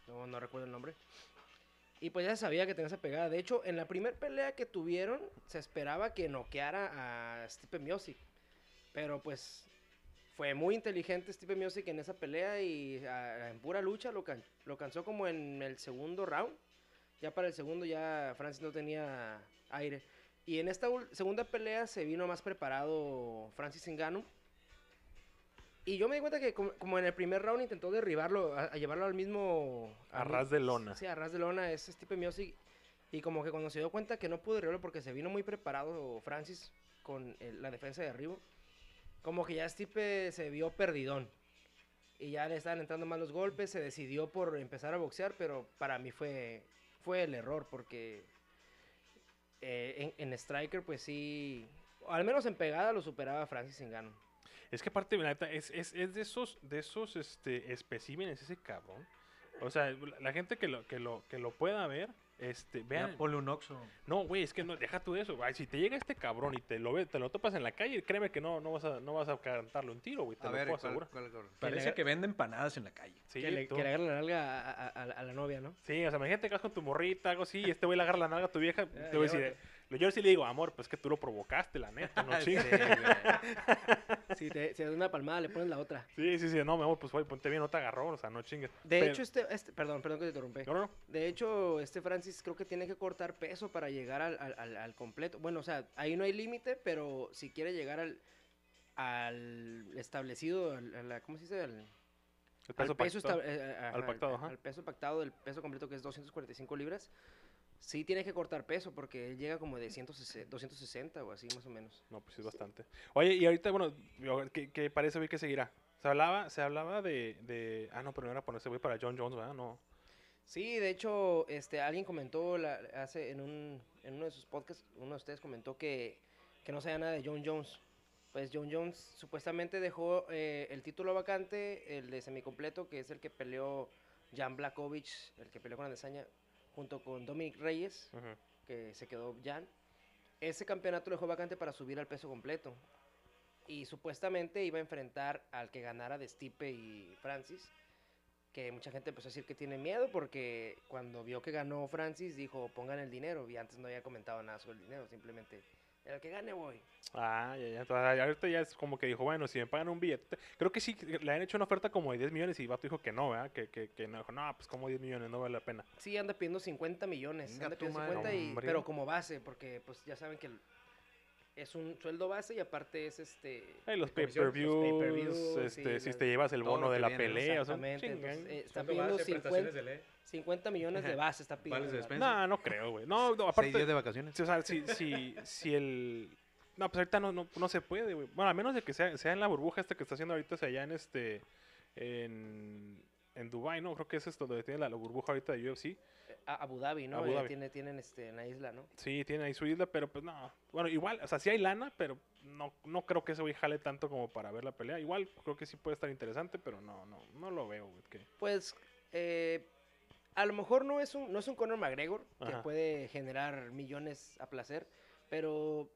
Speaker 4: No, no recuerdo el nombre. Y pues ya se sabía que tenía esa pegada. De hecho, en la primera pelea que tuvieron, se esperaba que noqueara a Stipe Miocic. Pero pues fue muy inteligente Stipe Miocic en esa pelea y ah, en pura lucha lo, can- lo cansó como en el segundo round. Ya para el segundo ya Francis no tenía aire. Y en esta ul- segunda pelea se vino más preparado Francis Ngannou. Y yo me di cuenta que como, como en el primer round intentó derribarlo, a, a llevarlo al mismo...
Speaker 1: A
Speaker 4: al mi-
Speaker 1: ras de lona.
Speaker 4: Sí, a ras de lona, ese tipo de music. Y como que cuando se dio cuenta que no pudo derribarlo porque se vino muy preparado Francis con el- la defensa de arribo, como que ya Stipe se vio perdidón. Y ya le estaban entrando mal los golpes, se decidió por empezar a boxear, pero para mí fue, fue el error porque eh, en, en Striker pues sí, al menos en pegada lo superaba Francis Ngannou.
Speaker 1: Es que aparte, la neta, es, es, es de esos, de esos este, especímenes ese cabrón. O sea, la- la gente que lo, que lo, que lo pueda ver, este, vean...
Speaker 2: Ya, ponle un Oxxo.
Speaker 1: No, güey, es que no, deja tú de eso. güey. si te llega este cabrón y te lo ve, te lo topas en la calle, créeme que no, no vas a, no vas a cantarle un tiro, güey. Te
Speaker 3: A
Speaker 1: lo
Speaker 3: ver,
Speaker 1: puedo
Speaker 3: ¿cuál-
Speaker 1: asegurar.
Speaker 3: cuál- cuál-
Speaker 2: Parece
Speaker 4: le-
Speaker 2: que vende empanadas en la calle.
Speaker 1: Sí,
Speaker 4: que, le,
Speaker 1: tú.
Speaker 4: que le agarra la nalga a, a- a- a la novia, ¿no?
Speaker 1: Sí, o sea, imagínate que vas con tu morrita, algo así, y este güey le agarra la nalga a tu vieja,
Speaker 4: Ya,
Speaker 1: te voy a decir,
Speaker 4: llévate.
Speaker 1: eh, yo sí le digo, amor, pues que tú lo provocaste, la neta, no
Speaker 3: Sí,
Speaker 1: chingues.
Speaker 2: Este,
Speaker 3: güey.
Speaker 4: Si te, si te da una palmada le pones la otra.
Speaker 1: Sí, sí, sí, no, mi amor, pues güey, ponte bien, no te agarró, o sea, no chingues.
Speaker 4: De
Speaker 1: Pero-
Speaker 4: hecho, este, este, perdón, perdón que te interrumpí.
Speaker 1: no, no, no.
Speaker 4: De hecho, este Francis creo que tiene que cortar peso para llegar al, al- al- al completo. Bueno, o sea, ahí no hay límite, pero si quiere llegar al, al establecido, al, a la- ¿cómo se dice? Al,
Speaker 1: El
Speaker 4: al
Speaker 1: peso
Speaker 4: peso
Speaker 1: pactado.
Speaker 4: esta- eh, ajá,
Speaker 1: Al pactado, ajá.
Speaker 4: al peso pactado del peso completo que es 245 libras. Sí tiene que cortar peso porque él llega como de 160, 260 o así más o menos.
Speaker 1: No, pues sí, es bastante. Oye, y ahorita, bueno, yo- que, que parece hoy que seguirá. Se hablaba, se hablaba de, de. Ah, no, pero no era ponerse güey para John Jones, ¿verdad? No.
Speaker 4: Sí, de hecho, este, alguien comentó la- hace en, un, en uno de sus podcasts, uno de ustedes comentó que, que no sabía nada de John Jones. Pues John Jones supuestamente dejó eh, el título vacante, el de semicompleto, que es el que peleó Jan Blakovic, el que peleó con Adesanya, junto con Dominic Reyes,
Speaker 1: Ujú.
Speaker 4: que se quedó Jan. Ese campeonato lo dejó vacante para subir al peso completo. Y supuestamente iba a enfrentar al que ganara de Stipe y Francis. Que mucha gente empezó a decir que tiene miedo porque cuando vio que ganó Francis dijo pongan el dinero. Y antes no había comentado nada sobre el dinero, simplemente el que gane voy.
Speaker 1: Ah, ya, ya. Entonces, ahorita ya es como que dijo, bueno, si me pagan un billete. Creo que sí, que le han hecho una oferta como de 10 millones y Vato dijo que no, ¿verdad? Que, que, que no, dijo, no, pues como 10 millones, no vale la pena.
Speaker 4: Sí, anda pidiendo 50 millones.
Speaker 3: Venga
Speaker 4: anda
Speaker 3: tu
Speaker 4: pidiendo
Speaker 3: madre.
Speaker 4: 50 y-
Speaker 1: Hombre.
Speaker 4: pero como base, porque pues ya saben que el- es un sueldo base y aparte es este...
Speaker 1: Ay, los
Speaker 4: comisión,
Speaker 1: pay-per-views,
Speaker 4: pay-per-views,
Speaker 1: este,
Speaker 4: sí,
Speaker 1: si
Speaker 4: los-
Speaker 1: te llevas el
Speaker 3: todo
Speaker 1: bono
Speaker 3: lo
Speaker 1: de
Speaker 3: que
Speaker 1: la
Speaker 3: viene,
Speaker 1: pelea, o sea,
Speaker 4: Exactamente,
Speaker 1: chingan.
Speaker 4: entonces, eh, están pidiendo 50, 50 millones de base, está pidiendo.
Speaker 2: Vales de
Speaker 4: el vato.
Speaker 2: despensa.
Speaker 1: No, no creo, güey. No, no,
Speaker 3: Seis días
Speaker 1: aparte,
Speaker 3: de vacaciones.
Speaker 1: o sea, si, si, si el... No, pues ahorita no, no, no se puede, güey. Bueno, a menos de que sea, sea en la burbuja esta que está haciendo ahorita, o sea, allá en este... En, en Dubai, ¿no? Creo que es esto donde tiene la, la burbuja ahorita de UFC.
Speaker 4: A Abu Dhabi, ¿no?
Speaker 1: Abu
Speaker 4: Eh,
Speaker 1: Dhabi.
Speaker 4: Tiene, tienen este, en la isla, ¿no?
Speaker 1: Sí, tiene ahí su isla, pero pues no. Bueno, igual, o sea, sí hay lana, pero no, no creo que ese güey jale tanto como para ver la pelea. Igual creo que sí puede estar interesante, pero no, no, no lo veo, güey. que-
Speaker 4: Pues eh, a lo mejor no es un, no es un Conor McGregor
Speaker 1: Ajá.
Speaker 4: que puede generar millones a placer, pero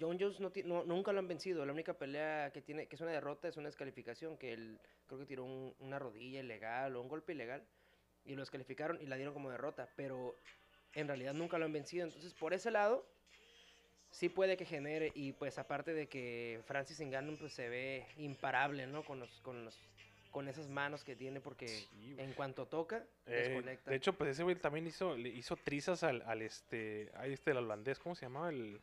Speaker 4: John Jones no, ti- no- nunca lo han vencido. La única pelea que tiene que es una derrota es una descalificación, que él creo que tiró un- una rodilla ilegal o un golpe ilegal. y los calificaron y la dieron como derrota, pero en realidad nunca lo han vencido. Entonces, por ese lado, sí puede que genere. Y pues aparte de que Francis Ngannou pues, se ve imparable, ¿no? Con, los, con, los, con esas manos que tiene porque
Speaker 1: Sí, güey.
Speaker 4: en cuanto toca,
Speaker 1: Eh,
Speaker 4: desconecta.
Speaker 1: de hecho, pues ese güey también hizo, le hizo trizas al, al este, ahí este, el holandés, ¿cómo se llamaba? El...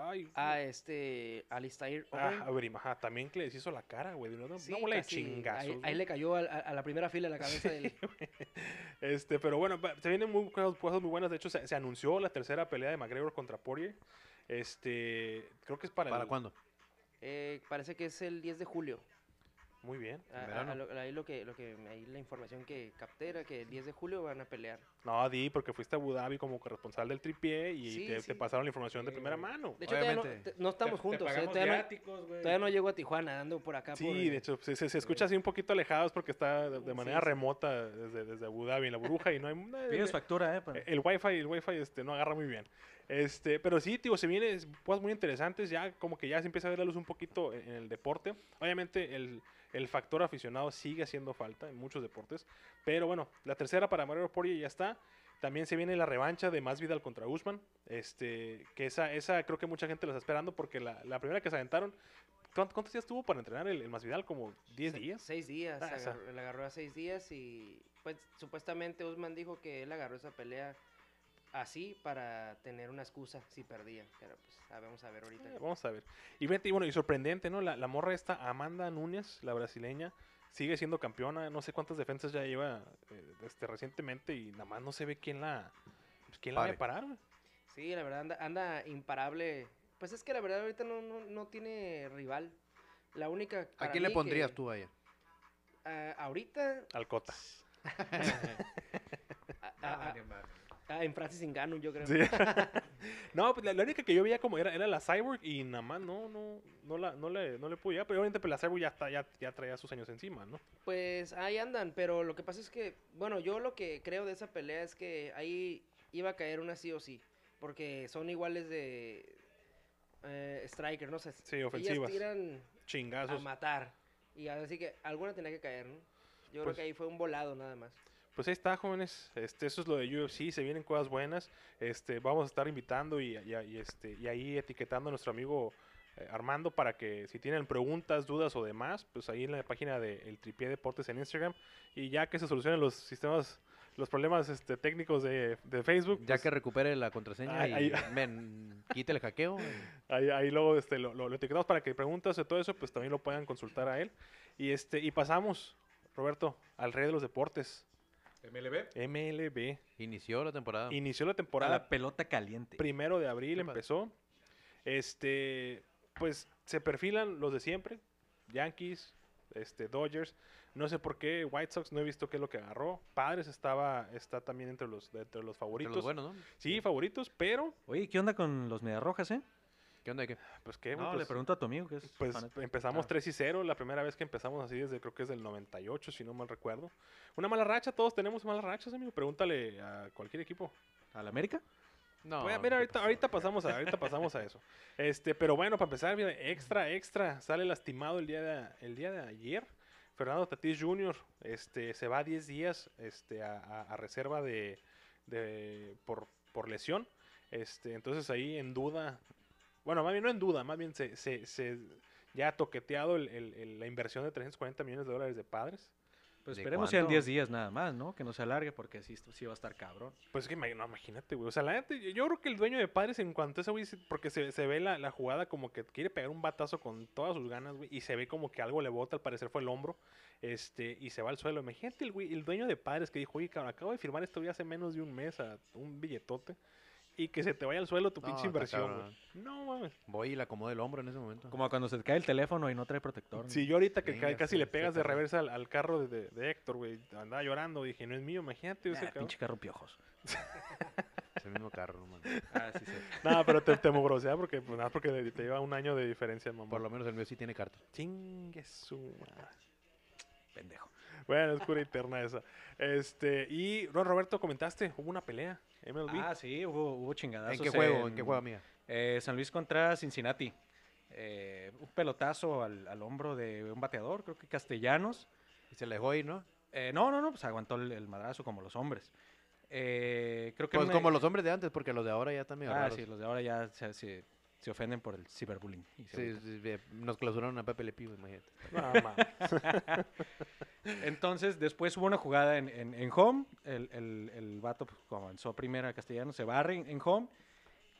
Speaker 1: Ay, güey.
Speaker 4: a este Alistair
Speaker 1: Ah,
Speaker 4: Overeem.
Speaker 1: a ver, ajá, también que les hizo la cara, güey, de una, una
Speaker 4: Sí,
Speaker 1: bola de
Speaker 4: casi,
Speaker 1: chingazos.
Speaker 4: Ahí,
Speaker 1: güey.
Speaker 4: ahí le cayó al- a, a la primera fila de la cabeza del-
Speaker 1: Este, pero bueno, va- se vienen muy, cosas cosas muy buenas. De hecho, se, se anunció la tercera pelea de McGregor contra Poirier. Este, creo que es para,
Speaker 3: ¿Para
Speaker 1: el-
Speaker 3: cuándo?
Speaker 4: eh, parece que es el 10 de julio.
Speaker 1: Muy bien.
Speaker 4: A- a-
Speaker 3: verano.
Speaker 4: a lo- ahí lo que, lo que ahí la información que capté era que el 10 de julio van a pelear.
Speaker 1: No, di, porque fuiste a Abu Dhabi como corresponsal del tripié y
Speaker 4: Sí,
Speaker 1: te,
Speaker 4: sí.
Speaker 1: te pasaron la información de
Speaker 2: Sí,
Speaker 1: primera
Speaker 2: güey.
Speaker 1: mano.
Speaker 4: De hecho, todavía no,
Speaker 3: Obviamente.
Speaker 4: te- no estamos
Speaker 2: Te-
Speaker 4: juntos.
Speaker 2: Te
Speaker 4: ¿eh?
Speaker 2: pagamos
Speaker 4: todavía, no,
Speaker 2: viáticos, güey.
Speaker 4: todavía no llego a Tijuana, ando por acá. por
Speaker 1: Sí,
Speaker 4: el-
Speaker 1: de hecho, se, se- se escucha así un poquito alejado es porque está de, de
Speaker 4: Sí,
Speaker 1: manera
Speaker 4: sí.
Speaker 1: remota desde, desde Abu Dhabi en la burbuja y no hay... no hay-
Speaker 2: Pides factura, ¿eh? para-
Speaker 1: El wifi, el wifi este, no agarra muy bien. Este, pero sí, tío, se vienen cosas muy interesantes. Ya como que ya se empieza a ver la luz un poquito en, en el deporte. Obviamente el, el factor aficionado sigue haciendo falta en muchos deportes. Pero bueno, la tercera para Mario Poirier ya está. También se viene la revancha de Masvidal contra Usman. Este, que esa, esa creo que mucha gente la está esperando porque la, la primera que se aventaron... ¿cuánt- ¿Cuántos días tuvo para entrenar el, el Masvidal? ¿Como 10
Speaker 4: se-
Speaker 1: días?
Speaker 4: Seis días.
Speaker 1: Ah, esa.
Speaker 4: agarró- la agarró a seis días y pues supuestamente Usman dijo que él agarró esa pelea así para tener una excusa si perdía. Pero pues ah, vamos a ver ahorita.
Speaker 1: Eh, Vamos a ver. Y vete, y bueno, y sorprendente, ¿no? La, la morra esta, Amanda Núñez, la brasileña, sigue siendo campeona. No sé cuántas defensas ya lleva eh, este, recientemente y nada más no se ve quién la. pues, ¿Quién la va a
Speaker 3: Pare.
Speaker 1: parar, güey.
Speaker 4: Sí, la verdad anda, anda imparable. Pues es que la verdad ahorita no, no, no tiene rival. La única.
Speaker 3: ¿A
Speaker 4: para
Speaker 3: quién le
Speaker 4: mí
Speaker 3: pondrías
Speaker 4: que,
Speaker 3: tú a ella?
Speaker 4: ah, ahorita
Speaker 1: Al Cota.
Speaker 4: a-
Speaker 2: Ah,
Speaker 1: Ah,
Speaker 4: a- a- en Francis Ngannou, yo creo.
Speaker 1: Sí. no, pues la, la única que yo veía como era, era la Cyborg y nada más no, no, no, la, no, le, no le pude llegar. Pero obviamente pues, la Cyborg ya, está, ya, ya traía sus años encima, ¿no?
Speaker 4: Pues ahí andan, pero lo que pasa es que, bueno, yo lo que creo de esa pelea es que ahí iba a caer una sí o sí, porque son iguales de eh, striker, no sé.
Speaker 1: Sí, ofensivas.
Speaker 4: Ellas tiran a
Speaker 1: Chingazos.
Speaker 4: matar, y así que alguna tenía que caer, ¿no? Yo creo
Speaker 1: Pues-
Speaker 4: que ahí fue un volado nada más.
Speaker 1: Pues ahí está, jóvenes. Este, eso es lo de UFC. Se vienen cosas buenas. Este, vamos a estar invitando y, y- y, este, y ahí etiquetando a nuestro amigo eh, Armando para que si tienen preguntas, dudas o demás, pues ahí en la página de El Tripié Deportes en Instagram. Y ya que se solucionen los sistemas, los problemas este, técnicos de, de Facebook,
Speaker 3: Ya
Speaker 1: pues,
Speaker 3: que recupere la contraseña
Speaker 1: Ay,
Speaker 3: y
Speaker 1: ay.
Speaker 3: men, quite el hackeo. eh.
Speaker 1: ahí, ahí luego este, lo, lo- lo etiquetamos para que preguntas de todo eso, pues también lo puedan consultar a él. Y, este, y pasamos, Roberto, al rey de los deportes,
Speaker 2: MLB.
Speaker 1: MLB.
Speaker 3: Inició la temporada.
Speaker 1: Inició la
Speaker 2: Para
Speaker 1: temporada.
Speaker 2: la pelota caliente.
Speaker 1: Primero de abril
Speaker 3: Qué padre.
Speaker 1: empezó. Este, pues se perfilan los de siempre. Yankees, este, Dodgers. No sé por qué White Sox no he visto qué es lo que agarró. Padres estaba está también entre los entre los
Speaker 3: Entre
Speaker 1: favoritos.
Speaker 3: los buenos, ¿no?
Speaker 1: Sí, favoritos, pero
Speaker 2: Oye, ¿qué onda con los mediarrojas, eh?
Speaker 3: ¿Qué onda? de ¿Qué?
Speaker 1: pues qué, güey,
Speaker 2: No, le
Speaker 1: pues,
Speaker 2: pregunto a tu amigo que es
Speaker 1: pues,
Speaker 2: fan-
Speaker 1: empezamos
Speaker 2: Ah.
Speaker 1: 3 y 0, la primera vez que empezamos así desde creo que es del 98, si no mal recuerdo. Una mala racha, todos tenemos malas rachas, amigo. Pregúntale a cualquier equipo.
Speaker 2: ¿Al América?
Speaker 3: No.
Speaker 1: Bueno,
Speaker 3: ¿qué
Speaker 1: mira, ahorita,
Speaker 3: pasó?
Speaker 1: ahorita pasamos a, ahorita pasamos a eso. Este, pero bueno, para empezar, mira, extra, extra. Sale lastimado el día de, el día de ayer. Fernando Tatís Jr. Este, se va 10 días este, a, a- a reserva de, de- por, por lesión. Este, entonces ahí en duda. Bueno, más bien no en duda, más bien se, se- se- ya ha toqueteado el- el- el- la inversión de 340 millones de dólares de padres.
Speaker 2: Pues
Speaker 3: ¿De
Speaker 2: esperemos sean
Speaker 3: cuánto?
Speaker 2: 10 días nada más, ¿no? Que no se alargue porque sí, esto sí va a estar cabrón.
Speaker 1: Pues que imag- no, imagínate, güey. O sea, la neta, yo- yo creo que el dueño de padres, en cuanto a ese güey, se- porque se, se ve la, la jugada como que quiere pegar un batazo con todas sus ganas, güey, y se ve como que algo le bota, al parecer fue el hombro, este, y se va al suelo. Imagínate el, güey, el dueño de padres que dijo, oye, cabrón, acabo de firmar esto ya hace menos de un mes a un billetote, y que se te vaya al suelo tu
Speaker 3: No,
Speaker 1: pinche
Speaker 3: está
Speaker 1: inversión,
Speaker 3: cabrón.
Speaker 1: güey. No mames.
Speaker 3: Voy y le acomodo el hombro en ese momento.
Speaker 2: Como cuando se te cae el teléfono y no trae protector. ¿no?
Speaker 1: Si yo ahorita que ca-
Speaker 3: Venga,
Speaker 1: casi
Speaker 3: sí,
Speaker 1: le
Speaker 3: sí,
Speaker 1: pegas de
Speaker 3: cabrón.
Speaker 1: reversa al, al carro de, de- de Héctor, güey, andaba llorando, dije, no es mío, imagínate, ese
Speaker 2: Ah,
Speaker 1: cabrón.
Speaker 2: pinche carro piojos.
Speaker 3: Es el mismo carro, man.
Speaker 2: Ah, sí, sí.
Speaker 1: Nada, pero te, te mugrosea porque, pues, nada, porque te lleva un año de diferencia, mamá.
Speaker 3: Por lo menos el mío sí tiene cartas.
Speaker 1: Chingue su madre.
Speaker 2: Pendejo.
Speaker 1: Bueno, es pura interna esa. Este, y Ro- Roberto, comentaste, hubo una pelea, MLB.
Speaker 2: Ah, sí, hubo, hubo chingadazos.
Speaker 3: ¿En qué juego? ¿En qué juego, amiga?
Speaker 2: eh, San Luis contra Cincinnati. Eh, un pelotazo al, al hombro de un bateador, creo que Castellanos.
Speaker 3: Y se le dejó ir, ¿no?
Speaker 2: Eh, no, no, no, pues aguantó el, el madrazo como los hombres. Eh, creo que
Speaker 3: Pues
Speaker 2: una-
Speaker 3: como los hombres de antes, porque los de ahora ya están medio
Speaker 2: Ah,
Speaker 3: raros.
Speaker 2: sí, los de ahora ya se, se- se ofenden por el ciberbullying. y se
Speaker 3: Sí,
Speaker 2: agüitan.
Speaker 3: sí, sí, nos clausuraron a Pepe Le Pew, imagínate.
Speaker 1: No, mames.
Speaker 2: Entonces, después hubo una jugada en, en- en home. El, el, el vato pues, como avanzó primero a castellano, se barre en, en home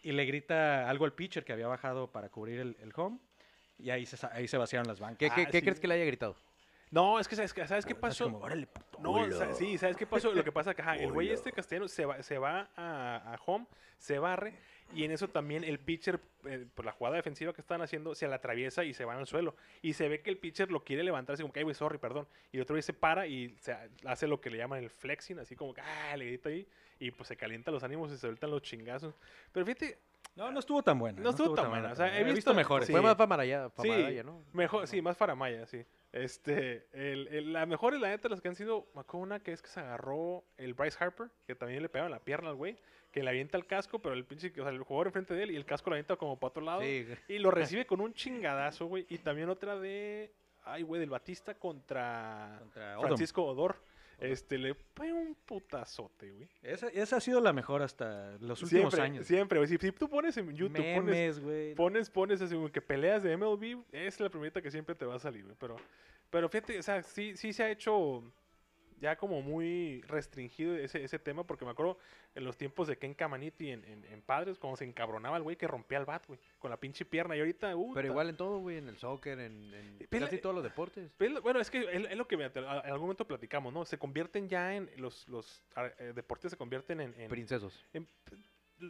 Speaker 2: y le grita algo al pitcher que había bajado para cubrir el, el home. Y ahí se, sa- ahí se vaciaron las bancas.
Speaker 3: ¿Qué, qué-
Speaker 1: Ah,
Speaker 3: qué
Speaker 1: sí.
Speaker 3: crees que le haya gritado?
Speaker 1: No, es que ¿sabes, qué- ¿sabes qué
Speaker 2: Así como,
Speaker 1: pasó?
Speaker 2: "Órale, puto".
Speaker 1: No, o sea, sí, ¿sabes qué pasó? Lo que pasa que ajá, el güey este castellano se va, se va a, a home, se barre, y en eso también el pitcher, eh, por la jugada defensiva que están haciendo, se la atraviesa y se van al suelo. Y se ve que el pitcher lo quiere levantar, así como que, ay, güey, sorry, perdón. Y el otro güey se para y se hace lo que le llaman el flexing, así como que, ah, le grita ahí, y pues se calientan los ánimos y se sueltan los chingazos. Pero fíjate,
Speaker 2: No, no estuvo tan buena.
Speaker 1: No estuvo tan buena, o sea, he visto-
Speaker 2: mejores.
Speaker 1: Sí.
Speaker 3: Fue más famaraya,
Speaker 1: Sí,
Speaker 3: famaraya, ¿no?
Speaker 1: Mejor, sí, más Faramaya, sí. Este, el, el- la mejor y la neta, las que han sido, me acuerdo una que es que se agarró el Bryce Harper, que también le pegaron la pierna al güey, que le avienta el casco, pero el pinche, o sea, el jugador enfrente de él y el casco lo avienta como para otro lado.
Speaker 3: Sí,
Speaker 1: Y lo recibe con un chingadazo, güey. Y también otra de, ay, güey, del Batista contra
Speaker 2: Contra Odom.
Speaker 1: Francisco Odor. Este, le pega un putazote, güey.
Speaker 2: Esa, esa ha sido la mejor hasta los últimos
Speaker 1: siempre,
Speaker 2: años.
Speaker 1: Siempre, güey. Si, si tú pones en YouTube, pones
Speaker 2: Memes, güey.
Speaker 1: pones, pones así como que peleas de MLB, es la primerita que siempre te va a salir, güey. Pero, pero fíjate, o sea, sí, sí se ha hecho ya como muy restringido ese, ese tema, porque me acuerdo en los tiempos de Ken Camaniti en, en, en Padres, cuando se encabronaba el güey que rompía el bat, güey, con la pinche pierna. Y ahorita, uh,
Speaker 3: Pero igual en todo, güey, en el soccer, en, en
Speaker 1: Pela-
Speaker 3: casi todos los deportes.
Speaker 1: Pero, pues, Bueno, es que es, es lo que me- en algún momento platicamos, ¿no? Se convierten ya en los, los ah, eh, deportes, se convierten en, en-
Speaker 3: Princesos.
Speaker 1: en- em,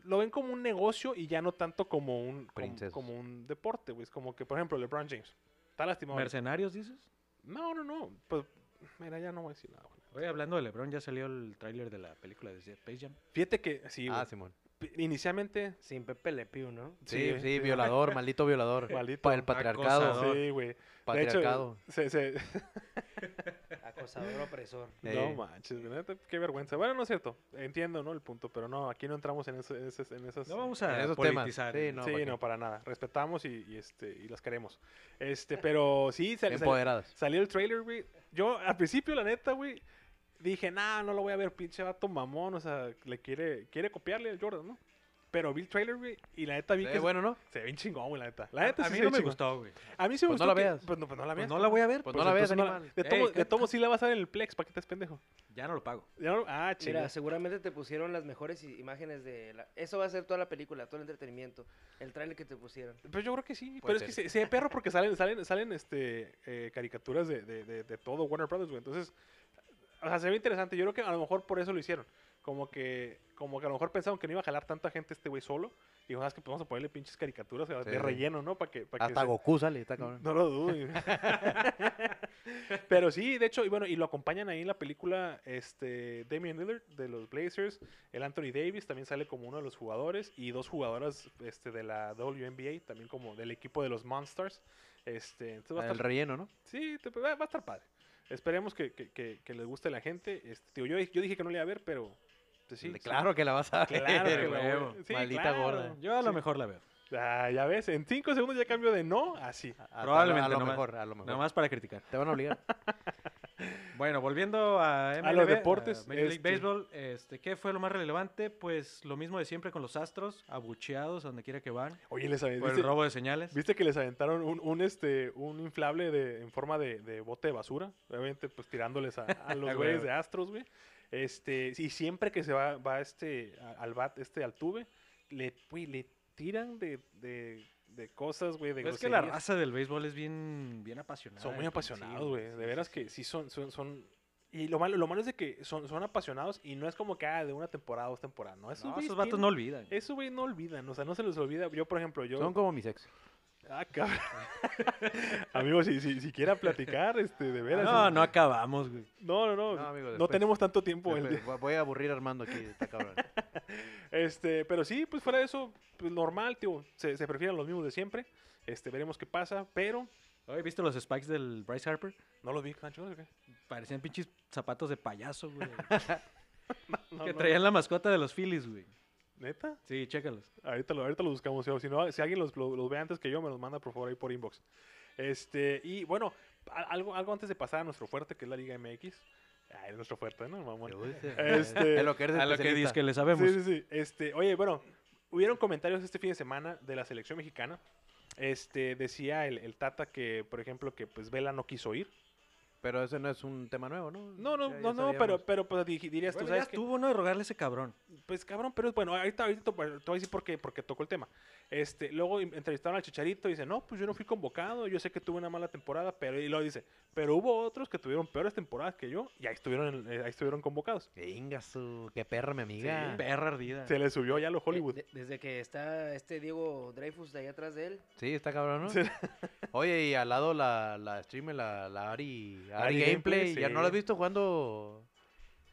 Speaker 1: lo ven como un negocio y ya no tanto como un, como,
Speaker 3: Princesos.
Speaker 1: como un deporte, güey. Es como que, por ejemplo, LeBron James. Está lastimado. ahorita.
Speaker 2: ¿Mercenarios dices?
Speaker 1: No, no, no. Pues, mira, ya no voy a decir nada, güey.
Speaker 2: Oye, hablando de LeBron, ya salió el tráiler de la película de Space Jam.
Speaker 1: Fíjate que, sí, güey.
Speaker 3: Ah, Simón.
Speaker 1: P- Inicialmente,
Speaker 4: Sin Pepe Le Pew, ¿no?
Speaker 3: Sí, sí,
Speaker 1: sí, sí.
Speaker 3: violador, maldito violador.
Speaker 1: Maldito
Speaker 3: Pa- el patriarcado.
Speaker 2: acosador.
Speaker 1: sí, güey. De hecho,
Speaker 3: Patriarcado.
Speaker 1: se- se-
Speaker 4: Acosador, opresor.
Speaker 1: No
Speaker 3: Eh.
Speaker 1: manches, güey, neta, qué vergüenza. Bueno, no es cierto. Entiendo, ¿no? El punto, pero no, aquí no entramos en, eso- en esas- en esas...
Speaker 2: No vamos
Speaker 3: En
Speaker 2: a
Speaker 3: esos temas.
Speaker 2: politizar. ¿eh?
Speaker 3: Sí, no,
Speaker 1: sí,
Speaker 3: ¿para qué?
Speaker 1: no, para nada. Respetamos y, y, este, y las queremos. Este,
Speaker 3: Eh,
Speaker 1: pero sí, sal- sal-
Speaker 3: Empoderadas.
Speaker 1: Salió el trailer, güey. Yo al principio, la neta, güey, dije, nah, no lo voy a ver, pinche vato mamón. O sea, le quiere, quiere copiarle al Jordan, ¿no? Pero vi el trailer, güey, y la neta vi
Speaker 3: Eh,
Speaker 1: que
Speaker 3: bueno, ¿no?
Speaker 1: se ve bien chingón, güey, la neta. La
Speaker 2: A,
Speaker 1: neta
Speaker 2: a
Speaker 1: sí
Speaker 2: mí
Speaker 1: se ve
Speaker 2: no me
Speaker 1: chingón.
Speaker 2: gustó, güey.
Speaker 1: A mí sí me
Speaker 3: Pues
Speaker 1: gustó.
Speaker 3: no la
Speaker 1: que-
Speaker 3: veas.
Speaker 1: Pues no, pues no la
Speaker 2: Pues
Speaker 1: veas.
Speaker 2: no la voy a ver.
Speaker 3: Pues
Speaker 1: Pues
Speaker 3: no la veas,
Speaker 1: entonces no la-
Speaker 3: animal.
Speaker 1: De tomo,
Speaker 2: Ey,
Speaker 1: de tomo sí la vas a ver en el Plex, ¿para qué te es pendejo?
Speaker 2: Ya no lo pago.
Speaker 1: Ya no- ah,
Speaker 4: Mira,
Speaker 1: chingas.
Speaker 4: seguramente te pusieron las mejores i- imágenes de la... Eso va a ser toda la película, todo el entretenimiento, el trailer que te pusieron.
Speaker 1: Pues yo creo que sí,
Speaker 3: Puede
Speaker 1: pero es que se, se ve perro porque salen, salen, salen este eh, caricaturas de, de, de, de todo Warner Brothers, güey. Entonces, o sea, se ve interesante. Yo creo que a lo mejor por eso lo hicieron. Como que, como que a lo mejor pensaron que no iba a jalar tanta gente este güey solo. Y dijo, "Ah, es que pues, vamos a ponerle pinches caricaturas de
Speaker 3: Sí, sí.
Speaker 1: relleno, ¿no? Para que, para que
Speaker 3: Hasta
Speaker 1: se-
Speaker 3: Goku sale, está cabrón.
Speaker 1: No lo dudo. Pero sí, de hecho, y bueno, y lo acompañan ahí en la película este Damian Lillard de los Blazers, el Anthony Davis también sale como uno de los jugadores y dos jugadoras este de la WNBA también como del equipo de los Monsters. Este, entonces va a
Speaker 3: Ah, El
Speaker 1: estar,
Speaker 3: relleno, ¿no?
Speaker 1: sí, te- va va a estar padre. Esperemos que, que, que- que les guste a la gente. Este, tío, yo, yo dije que no le iba a ver, pero pues, sí, sí.
Speaker 3: claro que la vas a ver.
Speaker 1: Claro que
Speaker 2: de
Speaker 1: la voy a-
Speaker 2: huevo.
Speaker 1: sí,
Speaker 3: Maldita
Speaker 1: claro.
Speaker 3: gorda.
Speaker 2: Yo a lo
Speaker 1: Sí.
Speaker 2: mejor la veo.
Speaker 1: Ah, ya ves, en cinco segundos ya cambio de no así.
Speaker 3: Hasta-
Speaker 2: Probablemente,
Speaker 3: A lo
Speaker 2: nomás.
Speaker 3: mejor, a lo
Speaker 2: Nada
Speaker 3: mejor.
Speaker 2: más para criticar.
Speaker 3: Te van a obligar.
Speaker 2: Bueno, volviendo a MLB,
Speaker 1: los deportes,
Speaker 2: a Major League
Speaker 1: este-
Speaker 2: Baseball, este, ¿qué fue lo más relevante? Pues lo mismo de siempre con los astros, abucheados a donde quiera que van,
Speaker 1: Oye, les
Speaker 2: por el
Speaker 1: ¿viste?
Speaker 2: robo de señales.
Speaker 1: ¿Viste que les aventaron un, un, este, un inflable de, en forma de, de bote de basura? Obviamente, pues tirándoles a, a los
Speaker 2: Ah,
Speaker 1: güeyes
Speaker 2: huevo.
Speaker 1: de Astros, güey. Este, y siempre que se va, va este, a- al bat, este, al tube, le, güey, le tiran de, de, de cosas, güey, de
Speaker 2: Pues es que la
Speaker 1: groserías.
Speaker 2: raza del béisbol es bien, bien apasionada.
Speaker 1: Son muy
Speaker 2: sí,
Speaker 1: apasionados, güey.
Speaker 2: sí,
Speaker 1: De veras
Speaker 2: sí,
Speaker 1: que sí son, son, son- Y lo malo, lo malo es de que son, son apasionados y no es como que ah, de una temporada, dos temporadas. No,
Speaker 2: sí.
Speaker 1: esos,
Speaker 2: No,
Speaker 1: güeyes
Speaker 2: esos vatos
Speaker 1: tienen-
Speaker 2: no olvidan.
Speaker 1: Esos güey no olvidan, o sea, no se les olvida. Yo, por ejemplo, yo...
Speaker 3: Son como mis ex.
Speaker 1: Ah, cabrón. Amigos, si, si, si quiera platicar, este, de veras.
Speaker 2: No,
Speaker 1: eh,
Speaker 2: no acabamos, güey.
Speaker 1: no, no, no.
Speaker 3: No, amigo,
Speaker 1: no
Speaker 3: después.
Speaker 1: tenemos tanto tiempo. el
Speaker 3: Después, Voy a aburrir a Armando aquí, está cabrón.
Speaker 1: día. este, pero sí, pues fuera de eso, pues, normal, tío. Se, se prefieren los mismos de siempre. Este, veremos qué pasa, pero
Speaker 2: Oye, ¿viste los spikes del Bryce Harper?
Speaker 1: no los vi, Nacho, ¿o qué?
Speaker 2: Parecían pinches zapatos de payaso, güey.
Speaker 1: No,
Speaker 2: que
Speaker 1: no.
Speaker 2: traían la mascota de los Phillies, güey.
Speaker 1: ¿Neta?
Speaker 2: Sí, chécalos.
Speaker 1: Ahorita lo, ahorita lo buscamos. yo. Si, no, si alguien los, lo- los ve antes que yo, me los manda por favor ahí por inbox. Este, y bueno, a- algo, algo antes de pasar a nuestro fuerte, que es la Liga MX. Ah, es nuestra oferta, ¿no, mamón? Este,
Speaker 3: Este, lo que eres
Speaker 2: A lo que dice
Speaker 3: especialista.
Speaker 2: que le sabemos.
Speaker 1: Sí, sí, sí. Este, oye, bueno, hubieron comentarios este fin de semana de la selección mexicana. Este, decía el, el Tata que, por ejemplo, que pues Vela no quiso ir.
Speaker 3: Pero ese no es un tema nuevo, ¿no?
Speaker 1: No, no,
Speaker 3: Ya- ya
Speaker 1: no, no, pero,
Speaker 3: sabíamos.
Speaker 1: pero pues di- dirías
Speaker 2: Bueno,
Speaker 1: tú, ¿sabes
Speaker 2: ya
Speaker 1: qué?
Speaker 2: estuvo, ¿no? De rogarle a ese cabrón.
Speaker 1: Pues cabrón, pero es bueno, ahorita, ahorita te, te voy a decir por qué, porque tocó el tema. Este, luego en- entrevistaron al Chicharito y dice, no, pues yo no fui convocado, yo sé que tuve una mala temporada, pero y luego dice, pero hubo otros que tuvieron peores temporadas que yo y ahí estuvieron, en- eh, ahí estuvieron convocados.
Speaker 3: Venga, su... Qué perra, mi amiga. Sí,
Speaker 2: Perra ardida.
Speaker 1: Se le subió ya a los Hollywood.
Speaker 4: De- desde que está este Diego Dreyfus de ahí atrás de él.
Speaker 3: está cabrón, ¿no?
Speaker 1: Sí.
Speaker 3: Oye, y al lado la, la streamer, la, la Ari, Ari,
Speaker 1: Ari
Speaker 3: Gameplay.
Speaker 1: Gameplay,
Speaker 3: ¿Ya
Speaker 1: sí.
Speaker 3: no la has visto jugando?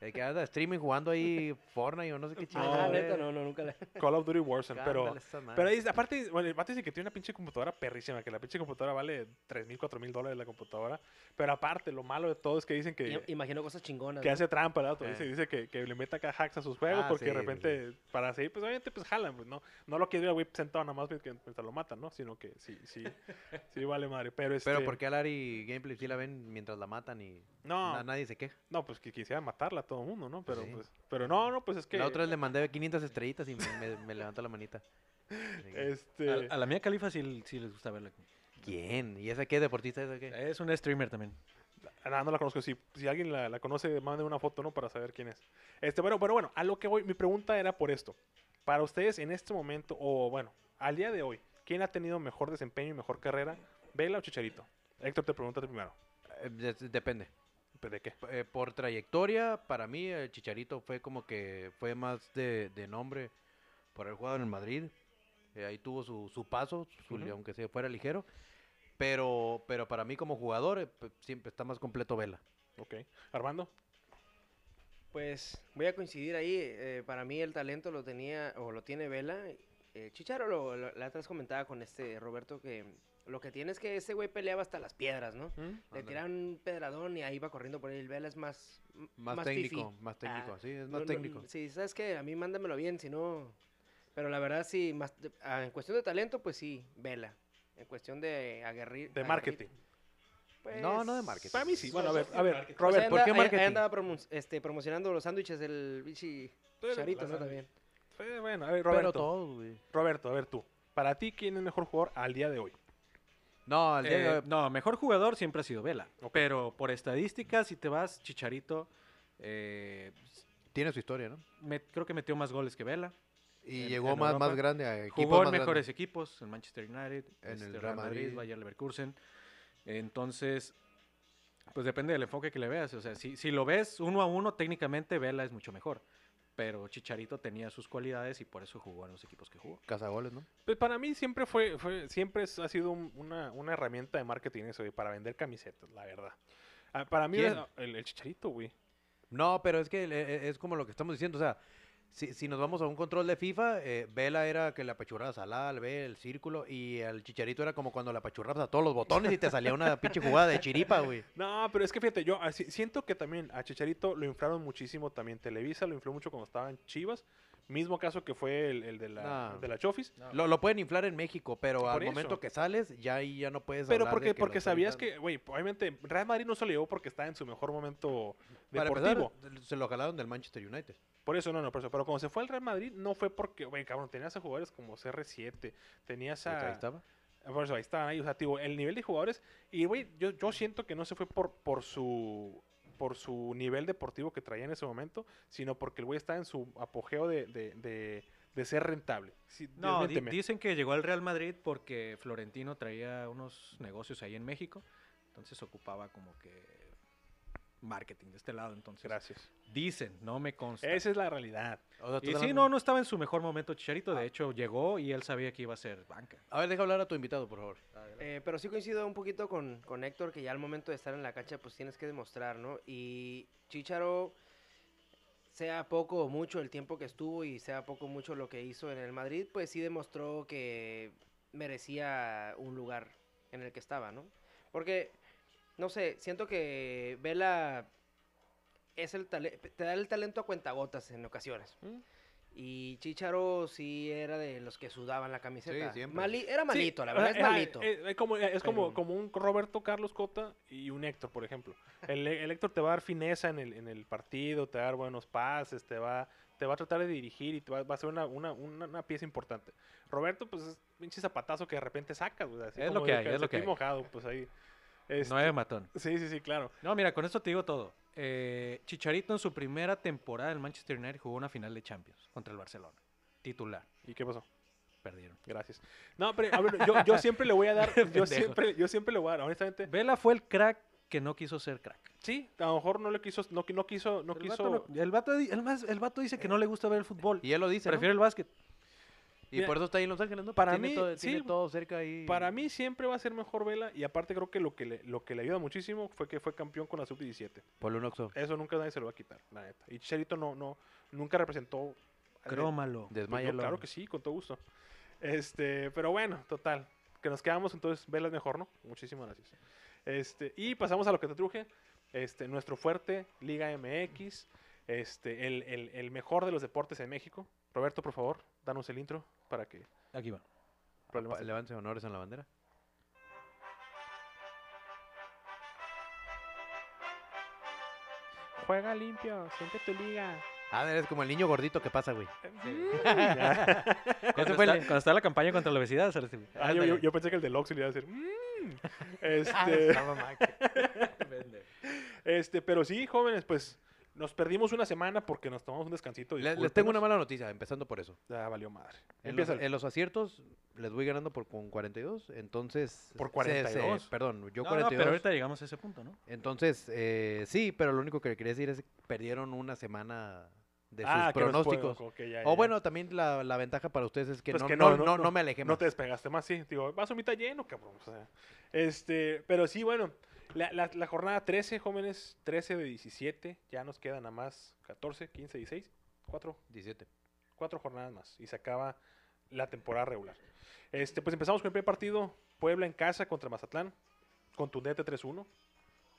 Speaker 3: Eh, que anda streaming jugando ahí Fortnite o no eh. sé qué
Speaker 1: No,
Speaker 3: chingada,
Speaker 1: Ah,
Speaker 3: güey.
Speaker 4: neta, no, no, nunca la...
Speaker 1: Call of Duty Warzone, pero
Speaker 3: Ándale, esa madre.
Speaker 1: Pero ahí, aparte, bueno, el vato dice que tiene una pinche computadora perrísima, que la pinche computadora vale 3 mil, 4 mil dólares la computadora. Pero aparte, lo malo de todo es que dicen que,
Speaker 4: I- Imagino cosas chingonas.
Speaker 1: que
Speaker 4: ¿no?
Speaker 1: hace trampa, el vato.
Speaker 3: Eh.
Speaker 1: Dice, dice que, que le mete acá hacks a sus juegos
Speaker 3: Ah,
Speaker 1: porque de
Speaker 3: sí, sí,
Speaker 1: repente, para seguir, pues obviamente, pues jalan, pues no. No lo quiere el güey sentado nada más porque mientras lo matan, ¿no? Sino que sí, sí, sí vale madre. Pero, este,
Speaker 3: Pero ¿por qué a Lari Gameplay sí la ven mientras la matan y
Speaker 1: No,
Speaker 3: na- nadie se queja?
Speaker 1: no, pues que quisiera matarla a todo el mundo, ¿no? Pero,
Speaker 3: sí.
Speaker 1: pues, pero no, no, pues es que.
Speaker 3: La otra vez le mandé 500 estrellitas y me, me- me levantó la manita. Así que,
Speaker 1: Este,
Speaker 2: A, a la mía califa sí, sí les gusta verla.
Speaker 3: ¿Quién? ¿Y esa qué? ¿Deportista esa qué?
Speaker 2: Es una streamer también.
Speaker 1: Ah, No, no la conozco. Si, si alguien la, la conoce, mande una foto, ¿no? Para saber quién es. Este, bueno, pero bueno, a lo que voy, mi pregunta era por esto. Para ustedes en este momento, o bueno, al día de hoy, ¿quién ha tenido mejor desempeño y mejor carrera? ¿Vela o Chicharito? Héctor, te pregunto a ti primero.
Speaker 3: Eh, de- depende.
Speaker 1: ¿Pero ¿De qué?
Speaker 3: P- eh, por trayectoria, para mí el Chicharito fue como que fue más de, de nombre por haber jugado en el Madrid. Eh, ahí tuvo su, su paso, su-
Speaker 1: Ujú.
Speaker 3: aunque se fuera ligero. Pero, pero para mí como jugador eh, p- siempre está más completo Vela.
Speaker 1: Ok. Armando.
Speaker 4: Pues voy a coincidir ahí. eh, para mí el talento lo tenía o lo tiene Vela. Eh, Chicharo lo, lo- la otra vez comentaba con este Roberto que lo que tiene es que ese güey peleaba hasta las piedras, ¿no? Le
Speaker 3: Ándale.
Speaker 4: tiraban un pedradón y ahí va corriendo por ahí. El Vela es más... m-
Speaker 3: Más,
Speaker 4: fifí.
Speaker 3: técnico, más técnico,
Speaker 4: Ah,
Speaker 3: sí, es
Speaker 4: No,
Speaker 3: más
Speaker 4: no,
Speaker 3: técnico.
Speaker 4: sí, ¿sabes qué? A mí mándamelo bien, si no... Pero la verdad sí, más de- ah, en cuestión de talento, pues sí, Vela. En cuestión de pues, aguerrir...
Speaker 1: De marketing.
Speaker 3: No, no de marketing.
Speaker 1: Para mí sí. Bueno, a
Speaker 2: Soy-
Speaker 1: ver,
Speaker 2: soy
Speaker 1: a ver.
Speaker 2: marketing.
Speaker 1: Robert,
Speaker 4: Robert,
Speaker 1: ¿por qué marketing?
Speaker 4: andaba promo- este, promocionando los sándwiches del bichi
Speaker 1: Pero,
Speaker 4: Charito,
Speaker 1: la
Speaker 4: ¿no?
Speaker 1: sal-
Speaker 4: También.
Speaker 1: Eh, bueno, a ver,
Speaker 3: Pero
Speaker 1: Roberto.
Speaker 3: todo, güey.
Speaker 1: Roberto, a ver tú. Para ti, ¿quién es mejor jugador al día de hoy?
Speaker 3: No, al día de
Speaker 2: Eh,
Speaker 3: hoy-
Speaker 2: no, mejor jugador siempre ha sido Vela.
Speaker 1: Ok.
Speaker 2: Pero por estadísticas, si te vas, Chicharito, eh,
Speaker 3: tiene su historia, ¿no?
Speaker 2: me- creo que metió más goles que Vela.
Speaker 3: Y
Speaker 2: En-
Speaker 3: llegó
Speaker 2: en
Speaker 3: más, más
Speaker 2: Europa.
Speaker 3: grande a equipos
Speaker 2: Jugó en
Speaker 3: más grandes.
Speaker 2: mejores equipos, en Manchester United,
Speaker 3: En
Speaker 2: este,
Speaker 3: el
Speaker 2: Real,
Speaker 3: Real
Speaker 2: Madrid,
Speaker 3: Madrid.
Speaker 2: Bayer Leverkusen. Entonces, pues depende del enfoque que le veas. O sea, si, si lo ves uno a uno, técnicamente Vela es mucho mejor. Pero Chicharito tenía sus cualidades y por eso jugó en los equipos que jugó.
Speaker 3: Cazagoles, ¿no?
Speaker 1: Pues para mí siempre fue, fue siempre es- ha sido un- una, una herramienta de marketing eso, güey, para vender camisetas, la verdad. Ah, para mí,
Speaker 3: ¿Quién?
Speaker 1: era- el, el chicharito, güey.
Speaker 3: No, pero es que le- e- es como lo que estamos diciendo, o sea, si, si nos vamos a un control de FIFA, eh, Vela era que le apachurrabas al A, al B, el círculo, y al Chicharito era como cuando le apachurrabas a todos los botones y te salía una pinche jugada de chiripa, güey.
Speaker 1: No, pero es que fíjate, yo así- siento que también a Chicharito lo inflaron muchísimo también. Televisa lo infló mucho cuando estaba en Chivas. Mismo caso que fue el, el de, la,
Speaker 3: No.
Speaker 1: el de la Chofis.
Speaker 3: Lo, lo pueden inflar en México, pero
Speaker 1: Por
Speaker 3: al
Speaker 1: eso.
Speaker 3: momento que sales, ya ahí ya no puedes
Speaker 1: Pero
Speaker 3: hablar de
Speaker 1: porque,
Speaker 3: que lo
Speaker 1: porque
Speaker 3: están
Speaker 1: sabías
Speaker 3: inflando.
Speaker 1: que, güey, obviamente Real Madrid no se lo llevó porque estaba en su mejor momento
Speaker 3: Para
Speaker 1: deportivo.
Speaker 3: empezar, se lo jalaron del Manchester United.
Speaker 1: Por eso, no, no, por eso. Pero cuando se fue al Real Madrid, no fue porque, güey, cabrón, tenías a jugadores como CR7, tenías
Speaker 3: Ahí
Speaker 1: a,
Speaker 3: estaba.
Speaker 1: Ah, Por eso, ahí estaban ahí. O sea, digo, el nivel de jugadores. Y, güey, yo, yo siento que no se fue por, por su por su nivel deportivo que traía en ese momento, sino porque el güey está en su apogeo de, de, de- de ser rentable. Sí,
Speaker 2: No, di-
Speaker 1: desmiénteme.
Speaker 2: dicen que llegó al Real Madrid porque Florentino traía unos negocios ahí en México, entonces ocupaba como que marketing de este lado, entonces
Speaker 1: Gracias.
Speaker 2: dicen, no me consta.
Speaker 1: Esa es la realidad.
Speaker 3: O sea, tú
Speaker 2: Y sí,
Speaker 3: hablando-
Speaker 2: no, no estaba en su mejor momento Chicharito,
Speaker 1: Ah.
Speaker 2: de hecho llegó y él sabía que iba a ser banca.
Speaker 3: A ver, deja hablar a tu invitado, por favor.
Speaker 4: Eh, pero sí coincido un poquito con, con Héctor que ya al momento de estar en la cancha pues tienes que demostrar, ¿no? Y Chicharo, sea poco o mucho el tiempo que estuvo y sea poco o mucho lo que hizo en el Madrid, pues sí demostró que merecía un lugar en el que estaba, ¿no? Porque, no sé, siento que
Speaker 1: Mm.
Speaker 4: Vela es el tale- te da el talento a cuentagotas en ocasiones. Y Chicharo sí era de los que sudaban la camiseta.
Speaker 3: Sí, siempre.
Speaker 4: Mali- era malito, la
Speaker 1: o sea,
Speaker 4: verdad es
Speaker 1: era-
Speaker 4: malito.
Speaker 1: eh, eh, como- eh, es como,
Speaker 4: Pero-
Speaker 1: como un Roberto Carlos Cota y un Héctor, por ejemplo. El, el Héctor te va a dar fineza en el, en el partido, te va a dar buenos pases, te va, te va a tratar de dirigir y te va, va a ser una, una, una, una pieza importante. Roberto, pues es pinche zapatazo que de repente sacas. o sea, así
Speaker 2: Es lo
Speaker 1: como
Speaker 2: que
Speaker 1: de
Speaker 2: hay, es lo que
Speaker 1: calcetín
Speaker 2: hay.
Speaker 1: mojado, pues ahí. Este,
Speaker 2: Nueve matón.
Speaker 1: Sí, sí, sí, claro.
Speaker 2: No, mira, con esto te digo todo. Eh, Chicharito en su primera temporada en Manchester United jugó una final de Champions contra el Barcelona. Titular.
Speaker 1: ¿Y qué pasó?
Speaker 2: Perdieron.
Speaker 1: Gracias. No, pero a ver, yo, yo siempre le voy a dar, yo
Speaker 2: Pendejo.
Speaker 1: siempre, yo siempre le voy a dar, honestamente.
Speaker 2: Vela fue el crack que no quiso ser crack.
Speaker 1: Sí, a lo mejor no le quiso, no, qui- no quiso, no
Speaker 2: El
Speaker 1: quiso.
Speaker 2: vato, no- el, vato di- el más- el vato dice que no le gusta ver el fútbol.
Speaker 3: Y él lo dice, ¿no?
Speaker 2: Prefiere el básquet.
Speaker 3: Y
Speaker 1: Mira,
Speaker 3: por eso está ahí en Los Ángeles, ¿no?
Speaker 1: para
Speaker 3: Tiene
Speaker 1: mí,
Speaker 3: todo,
Speaker 1: sí,
Speaker 3: tiene todo cerca ahí.
Speaker 1: Para mí siempre va a ser mejor Vela y aparte creo que lo que le, lo que le ayuda muchísimo fue que fue campeón con la sub-17.
Speaker 3: Por un Oxxo.
Speaker 1: Eso nunca nadie se lo va a quitar, la neta. Y Chicharito no, no, nunca representó... al-
Speaker 2: Crómalo.
Speaker 1: pues, no,
Speaker 3: Desmayalo.
Speaker 1: claro que sí, con todo gusto. Este, pero bueno, total. Que nos quedamos, entonces Vela es mejor, ¿no? Muchísimas gracias. Este, y pasamos a lo que te truje. Este, nuestro fuerte, Liga MX, este, el, el- el mejor de los deportes en México. Roberto, por favor, danos el intro para que...
Speaker 2: Aquí va.
Speaker 1: problemas-
Speaker 3: Pa- Levante honores en la bandera.
Speaker 1: Juega limpio, siente tu liga.
Speaker 3: Ah, eres como el niño gordito que pasa, güey.
Speaker 2: Cuando
Speaker 3: fue
Speaker 2: está,
Speaker 3: el-
Speaker 2: cuando está la campaña contra la obesidad, se recibe.
Speaker 1: Ah, yo, yo- yo pensé que el del Oxxo le iba a decir. "Mm".
Speaker 3: Ah,
Speaker 1: Este, este, pero sí, jóvenes, pues nos perdimos una semana porque nos tomamos un descansito.
Speaker 3: Le- Les,
Speaker 1: discúlpenos.
Speaker 3: tengo una mala noticia, empezando por eso.
Speaker 1: Ya valió madre.
Speaker 3: En los,
Speaker 1: Empieza.
Speaker 3: en los aciertos les voy ganando por con 42, entonces...
Speaker 1: Por
Speaker 3: se- se-
Speaker 1: 42.
Speaker 3: perdón, yo
Speaker 2: No, no,
Speaker 3: 42.
Speaker 2: pero ahorita llegamos a ese punto, ¿no?
Speaker 3: Entonces, eh, sí, pero lo único que quería decir es que perdieron una semana de sus
Speaker 1: Ah, que nos pueden-
Speaker 3: pronósticos.
Speaker 1: ok, ya, ya,
Speaker 3: O
Speaker 1: ya.
Speaker 3: bueno, también la, la ventaja para ustedes es que,
Speaker 1: Pues
Speaker 3: no,
Speaker 1: que
Speaker 3: no,
Speaker 1: no,
Speaker 3: no,
Speaker 1: no,
Speaker 3: no me alejé
Speaker 1: No
Speaker 3: más.
Speaker 1: te despegaste más, sí. Digo, vas a mitad lleno, cabrón. o sea. este, pero sí, bueno, la, la- la jornada 13, jóvenes, 13 de 17. Ya nos quedan a más 14, 15, 16, 4,
Speaker 3: 17.
Speaker 1: cuatro jornadas más y se acaba la temporada regular. Este, pues empezamos con el primer partido, Puebla en casa contra Mazatlán, contundente 3-1.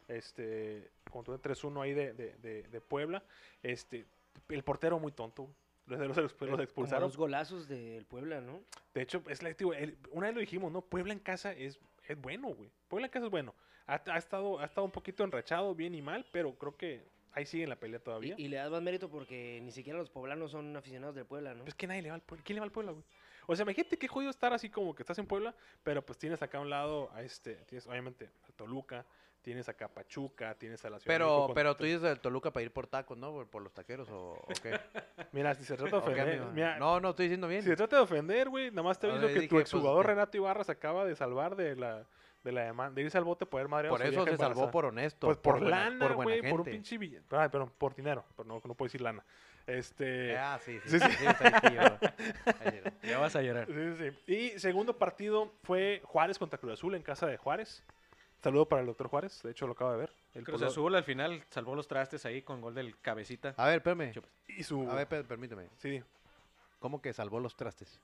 Speaker 1: Este, contundente 3-1 ahí de, de- de- de Puebla. Este, el portero muy tonto. Los, los- los- los expulsaron.
Speaker 4: Eh, los golazos del Puebla, ¿no?
Speaker 1: De hecho, es la- digo, el- una vez lo dijimos, ¿no? Puebla en casa es, es bueno, güey. Puebla en casa es bueno. Ha, ha estado, ha estado un poquito enrachado, bien y mal, pero creo que ahí sigue en la pelea todavía.
Speaker 4: Y, y le das más mérito porque ni siquiera los poblanos son aficionados del Puebla, ¿no?
Speaker 1: Pues que nadie le va al Puebla. ¿Quién le va al Puebla, güey? O sea, imagínate qué jodido estar así como que estás en Puebla, pero pues tienes acá a un lado a este, tienes obviamente a Toluca, tienes acá a Pachuca, tienes a la ciudad. de México
Speaker 3: Pero,
Speaker 1: con-
Speaker 3: pero tú dices del Toluca para ir por tacos, ¿no? Por, por los taqueros o, o qué.
Speaker 1: Mira, si se trata de
Speaker 3: ¿O qué,
Speaker 1: ofender.
Speaker 3: amigo?
Speaker 1: mira,
Speaker 3: no, no, estoy diciendo bien.
Speaker 1: Si se trata de ofender, güey, nada más te
Speaker 3: A
Speaker 1: aviso
Speaker 3: ver,
Speaker 1: que
Speaker 3: dije,
Speaker 1: tu
Speaker 3: pues,
Speaker 1: exjugador
Speaker 3: que-
Speaker 1: Renato Ibarra se acaba de salvar de la, de la demanda, de irse al bote por haber madreado a
Speaker 3: por
Speaker 1: su
Speaker 3: eso
Speaker 1: vieja
Speaker 3: se salvó
Speaker 1: embarazada.
Speaker 3: por honesto.
Speaker 1: Pues por,
Speaker 3: buena-
Speaker 1: lana,
Speaker 3: buena
Speaker 1: güey, por un
Speaker 3: gente.
Speaker 1: pinche billete. Ah, perdón, por dinero. Pero no, no puedo decir lana. Este.
Speaker 3: Ah, sí,
Speaker 1: Sí,
Speaker 3: sí.
Speaker 1: sí.
Speaker 3: sí, sí, sí, yo- ayer.
Speaker 2: Ya vas a llorar.
Speaker 1: Sí, sí, sí. Y segundo partido fue Juárez contra Cruz Azul en casa de Juárez. Saludo para el doctor Juárez, de hecho lo acabo de ver. El
Speaker 2: Cruz
Speaker 1: polo-
Speaker 2: Azul al final salvó los trastes ahí con gol del cabecita.
Speaker 3: A ver, espérame.
Speaker 2: Chup.
Speaker 1: Y su...
Speaker 3: A ver, per- permíteme.
Speaker 1: Sí,
Speaker 3: ¿Cómo que salvó los trastes?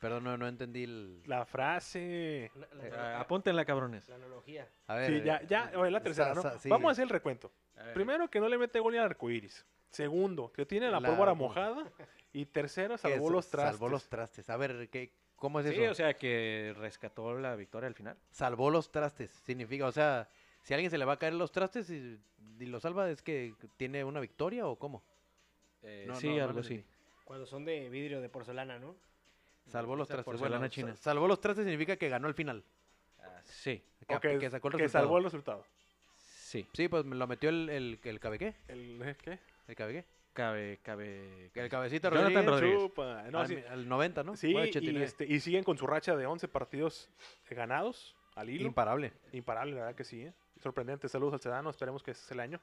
Speaker 3: Perdón, no, no entendí el...
Speaker 1: la frase...
Speaker 4: La,
Speaker 3: Eh,
Speaker 4: la-
Speaker 2: Ah, apóntenla, cabrones.
Speaker 4: la analogía.
Speaker 3: A ver. eh,
Speaker 1: Sí, ya, ya, oye, la
Speaker 3: sa-
Speaker 1: tercera, ¿no?
Speaker 3: sa- sí.
Speaker 1: Vamos a hacer el recuento.
Speaker 2: A ver.
Speaker 1: Primero, que no le mete gol al arcoíris. Segundo, que tiene la,
Speaker 3: La-
Speaker 1: pólvora mojada. Y tercero,
Speaker 3: Que
Speaker 1: salvó
Speaker 3: sa-
Speaker 1: los trastes.
Speaker 3: Salvó los trastes. A ver, ¿qué, ¿cómo es
Speaker 2: Sí,
Speaker 3: eso?
Speaker 2: o sea, que rescató la victoria al final.
Speaker 3: Salvó los trastes. Significa, o sea, si a alguien se le va a caer los trastes y, y lo salva, ¿es que tiene una victoria o cómo?
Speaker 2: Eh,
Speaker 3: No,
Speaker 2: sí,
Speaker 3: no, no
Speaker 2: algo
Speaker 3: lo
Speaker 2: así.
Speaker 3: entendí.
Speaker 4: Cuando son de vidrio, de porcelana, ¿no?
Speaker 3: Salvó los
Speaker 2: Esa
Speaker 3: trastes.
Speaker 2: porcelana
Speaker 3: Bueno,
Speaker 2: china.
Speaker 3: sa- salvó los trastes significa que ganó el final.
Speaker 2: Ah, sí,
Speaker 3: Que,
Speaker 1: O que,
Speaker 3: que sacó el
Speaker 1: que
Speaker 3: resultado.
Speaker 1: salvó el resultado.
Speaker 2: sí.
Speaker 3: Sí, pues me lo metió el, el, el cabequé.
Speaker 1: El, ¿eh? ¿Qué?
Speaker 3: El cabequé.
Speaker 2: Cabe, cabe.
Speaker 3: El cabecita
Speaker 2: Jonathan
Speaker 3: Rodríguez.
Speaker 2: Rodríguez.
Speaker 1: Chupa. No,
Speaker 3: al,
Speaker 1: sí.
Speaker 3: Ah, al 90, ¿no?
Speaker 1: Sí,
Speaker 3: Fue
Speaker 1: y,
Speaker 3: 89.
Speaker 1: este, y siguen con su racha de 11 partidos ganados al hilo.
Speaker 3: Imparable.
Speaker 1: Imparable, la verdad que sí. ¿eh? Sorprendente. Saludos al Sedano. Esperemos que ese es el año.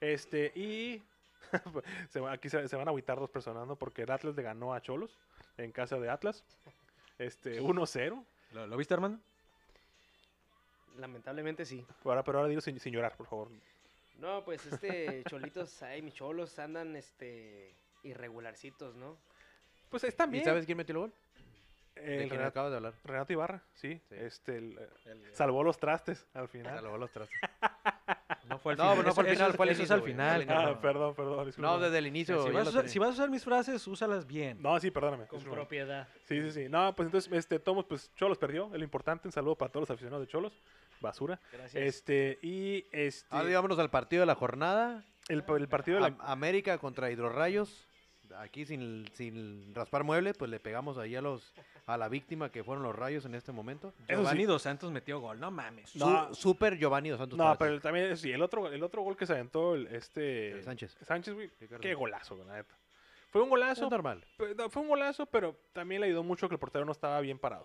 Speaker 1: Este, y se va- aquí se, se van a agüitar dos personas, ¿no? Porque el Atlas le ganó a Cholos en casa de Atlas. Este, 1-0.
Speaker 2: ¿Lo, lo viste, Armando?
Speaker 4: Lamentablemente sí.
Speaker 1: Ahora, pero ahora digo sin, sin llorar, por favor.
Speaker 4: No, pues este Cholitos, ay, mis cholos andan este irregularcitos, ¿no?
Speaker 1: Pues están
Speaker 3: ¿Y
Speaker 1: bien.
Speaker 3: sabes quién metió el gol? De
Speaker 1: El
Speaker 3: quien
Speaker 1: Renato,
Speaker 3: acabas de hablar.
Speaker 1: Renato Ibarra, sí.
Speaker 3: Sí.
Speaker 1: Este, el- salvó los trastes al final.
Speaker 3: Salvó los trastes.
Speaker 2: No, fue al
Speaker 3: No,
Speaker 2: final.
Speaker 3: no fue al
Speaker 2: Eso-
Speaker 3: final,
Speaker 2: eso-
Speaker 3: fue al
Speaker 2: Eso es
Speaker 3: inicio,
Speaker 2: al
Speaker 3: güey,
Speaker 2: final.
Speaker 3: al
Speaker 1: Ah,
Speaker 3: no.
Speaker 1: perdón, perdón.
Speaker 3: No,
Speaker 1: disculpa.
Speaker 3: desde
Speaker 2: Ah,
Speaker 3: el
Speaker 2: Si
Speaker 3: inicio. güey, ya
Speaker 2: vas, a
Speaker 3: lo
Speaker 2: usar,
Speaker 3: tenía.
Speaker 2: si vas a usar mis frases, úsalas bien.
Speaker 1: No, sí, perdóname.
Speaker 5: Con
Speaker 1: discúlpame.
Speaker 5: propiedad.
Speaker 1: Sí, sí, sí. No, pues entonces, este, Tomos, pues Cholos perdió. Es lo importante. Un saludo para todos los aficionados de Cholos. Basura.
Speaker 5: Gracias.
Speaker 1: Este, y este.
Speaker 3: Ahora sí, vámonos Ah, al partido de la jornada.
Speaker 1: el, el partido de la.
Speaker 3: Am- América contra Hidrorrayos. Aquí sin, sin raspar mueble, pues le pegamos ahí a los a la víctima que fueron los rayos en este momento.
Speaker 1: Eso
Speaker 2: Giovanni
Speaker 1: sí.
Speaker 2: Dos Santos metió gol, no mames.
Speaker 1: Eh, No.
Speaker 3: Su- super Giovanni dos Santos.
Speaker 1: No,
Speaker 3: Párate.
Speaker 1: pero el- también, sí, el otro, el otro gol que se aventó el, este.
Speaker 3: El Sánchez.
Speaker 1: Sánchez, güey.
Speaker 3: Ricardo
Speaker 1: Qué
Speaker 3: Sánchez.
Speaker 1: golazo, güey, la neta. Fue un golazo,
Speaker 3: Es normal.
Speaker 1: Pues, no, Fue un golazo, pero también le ayudó mucho que el portero no estaba bien parado.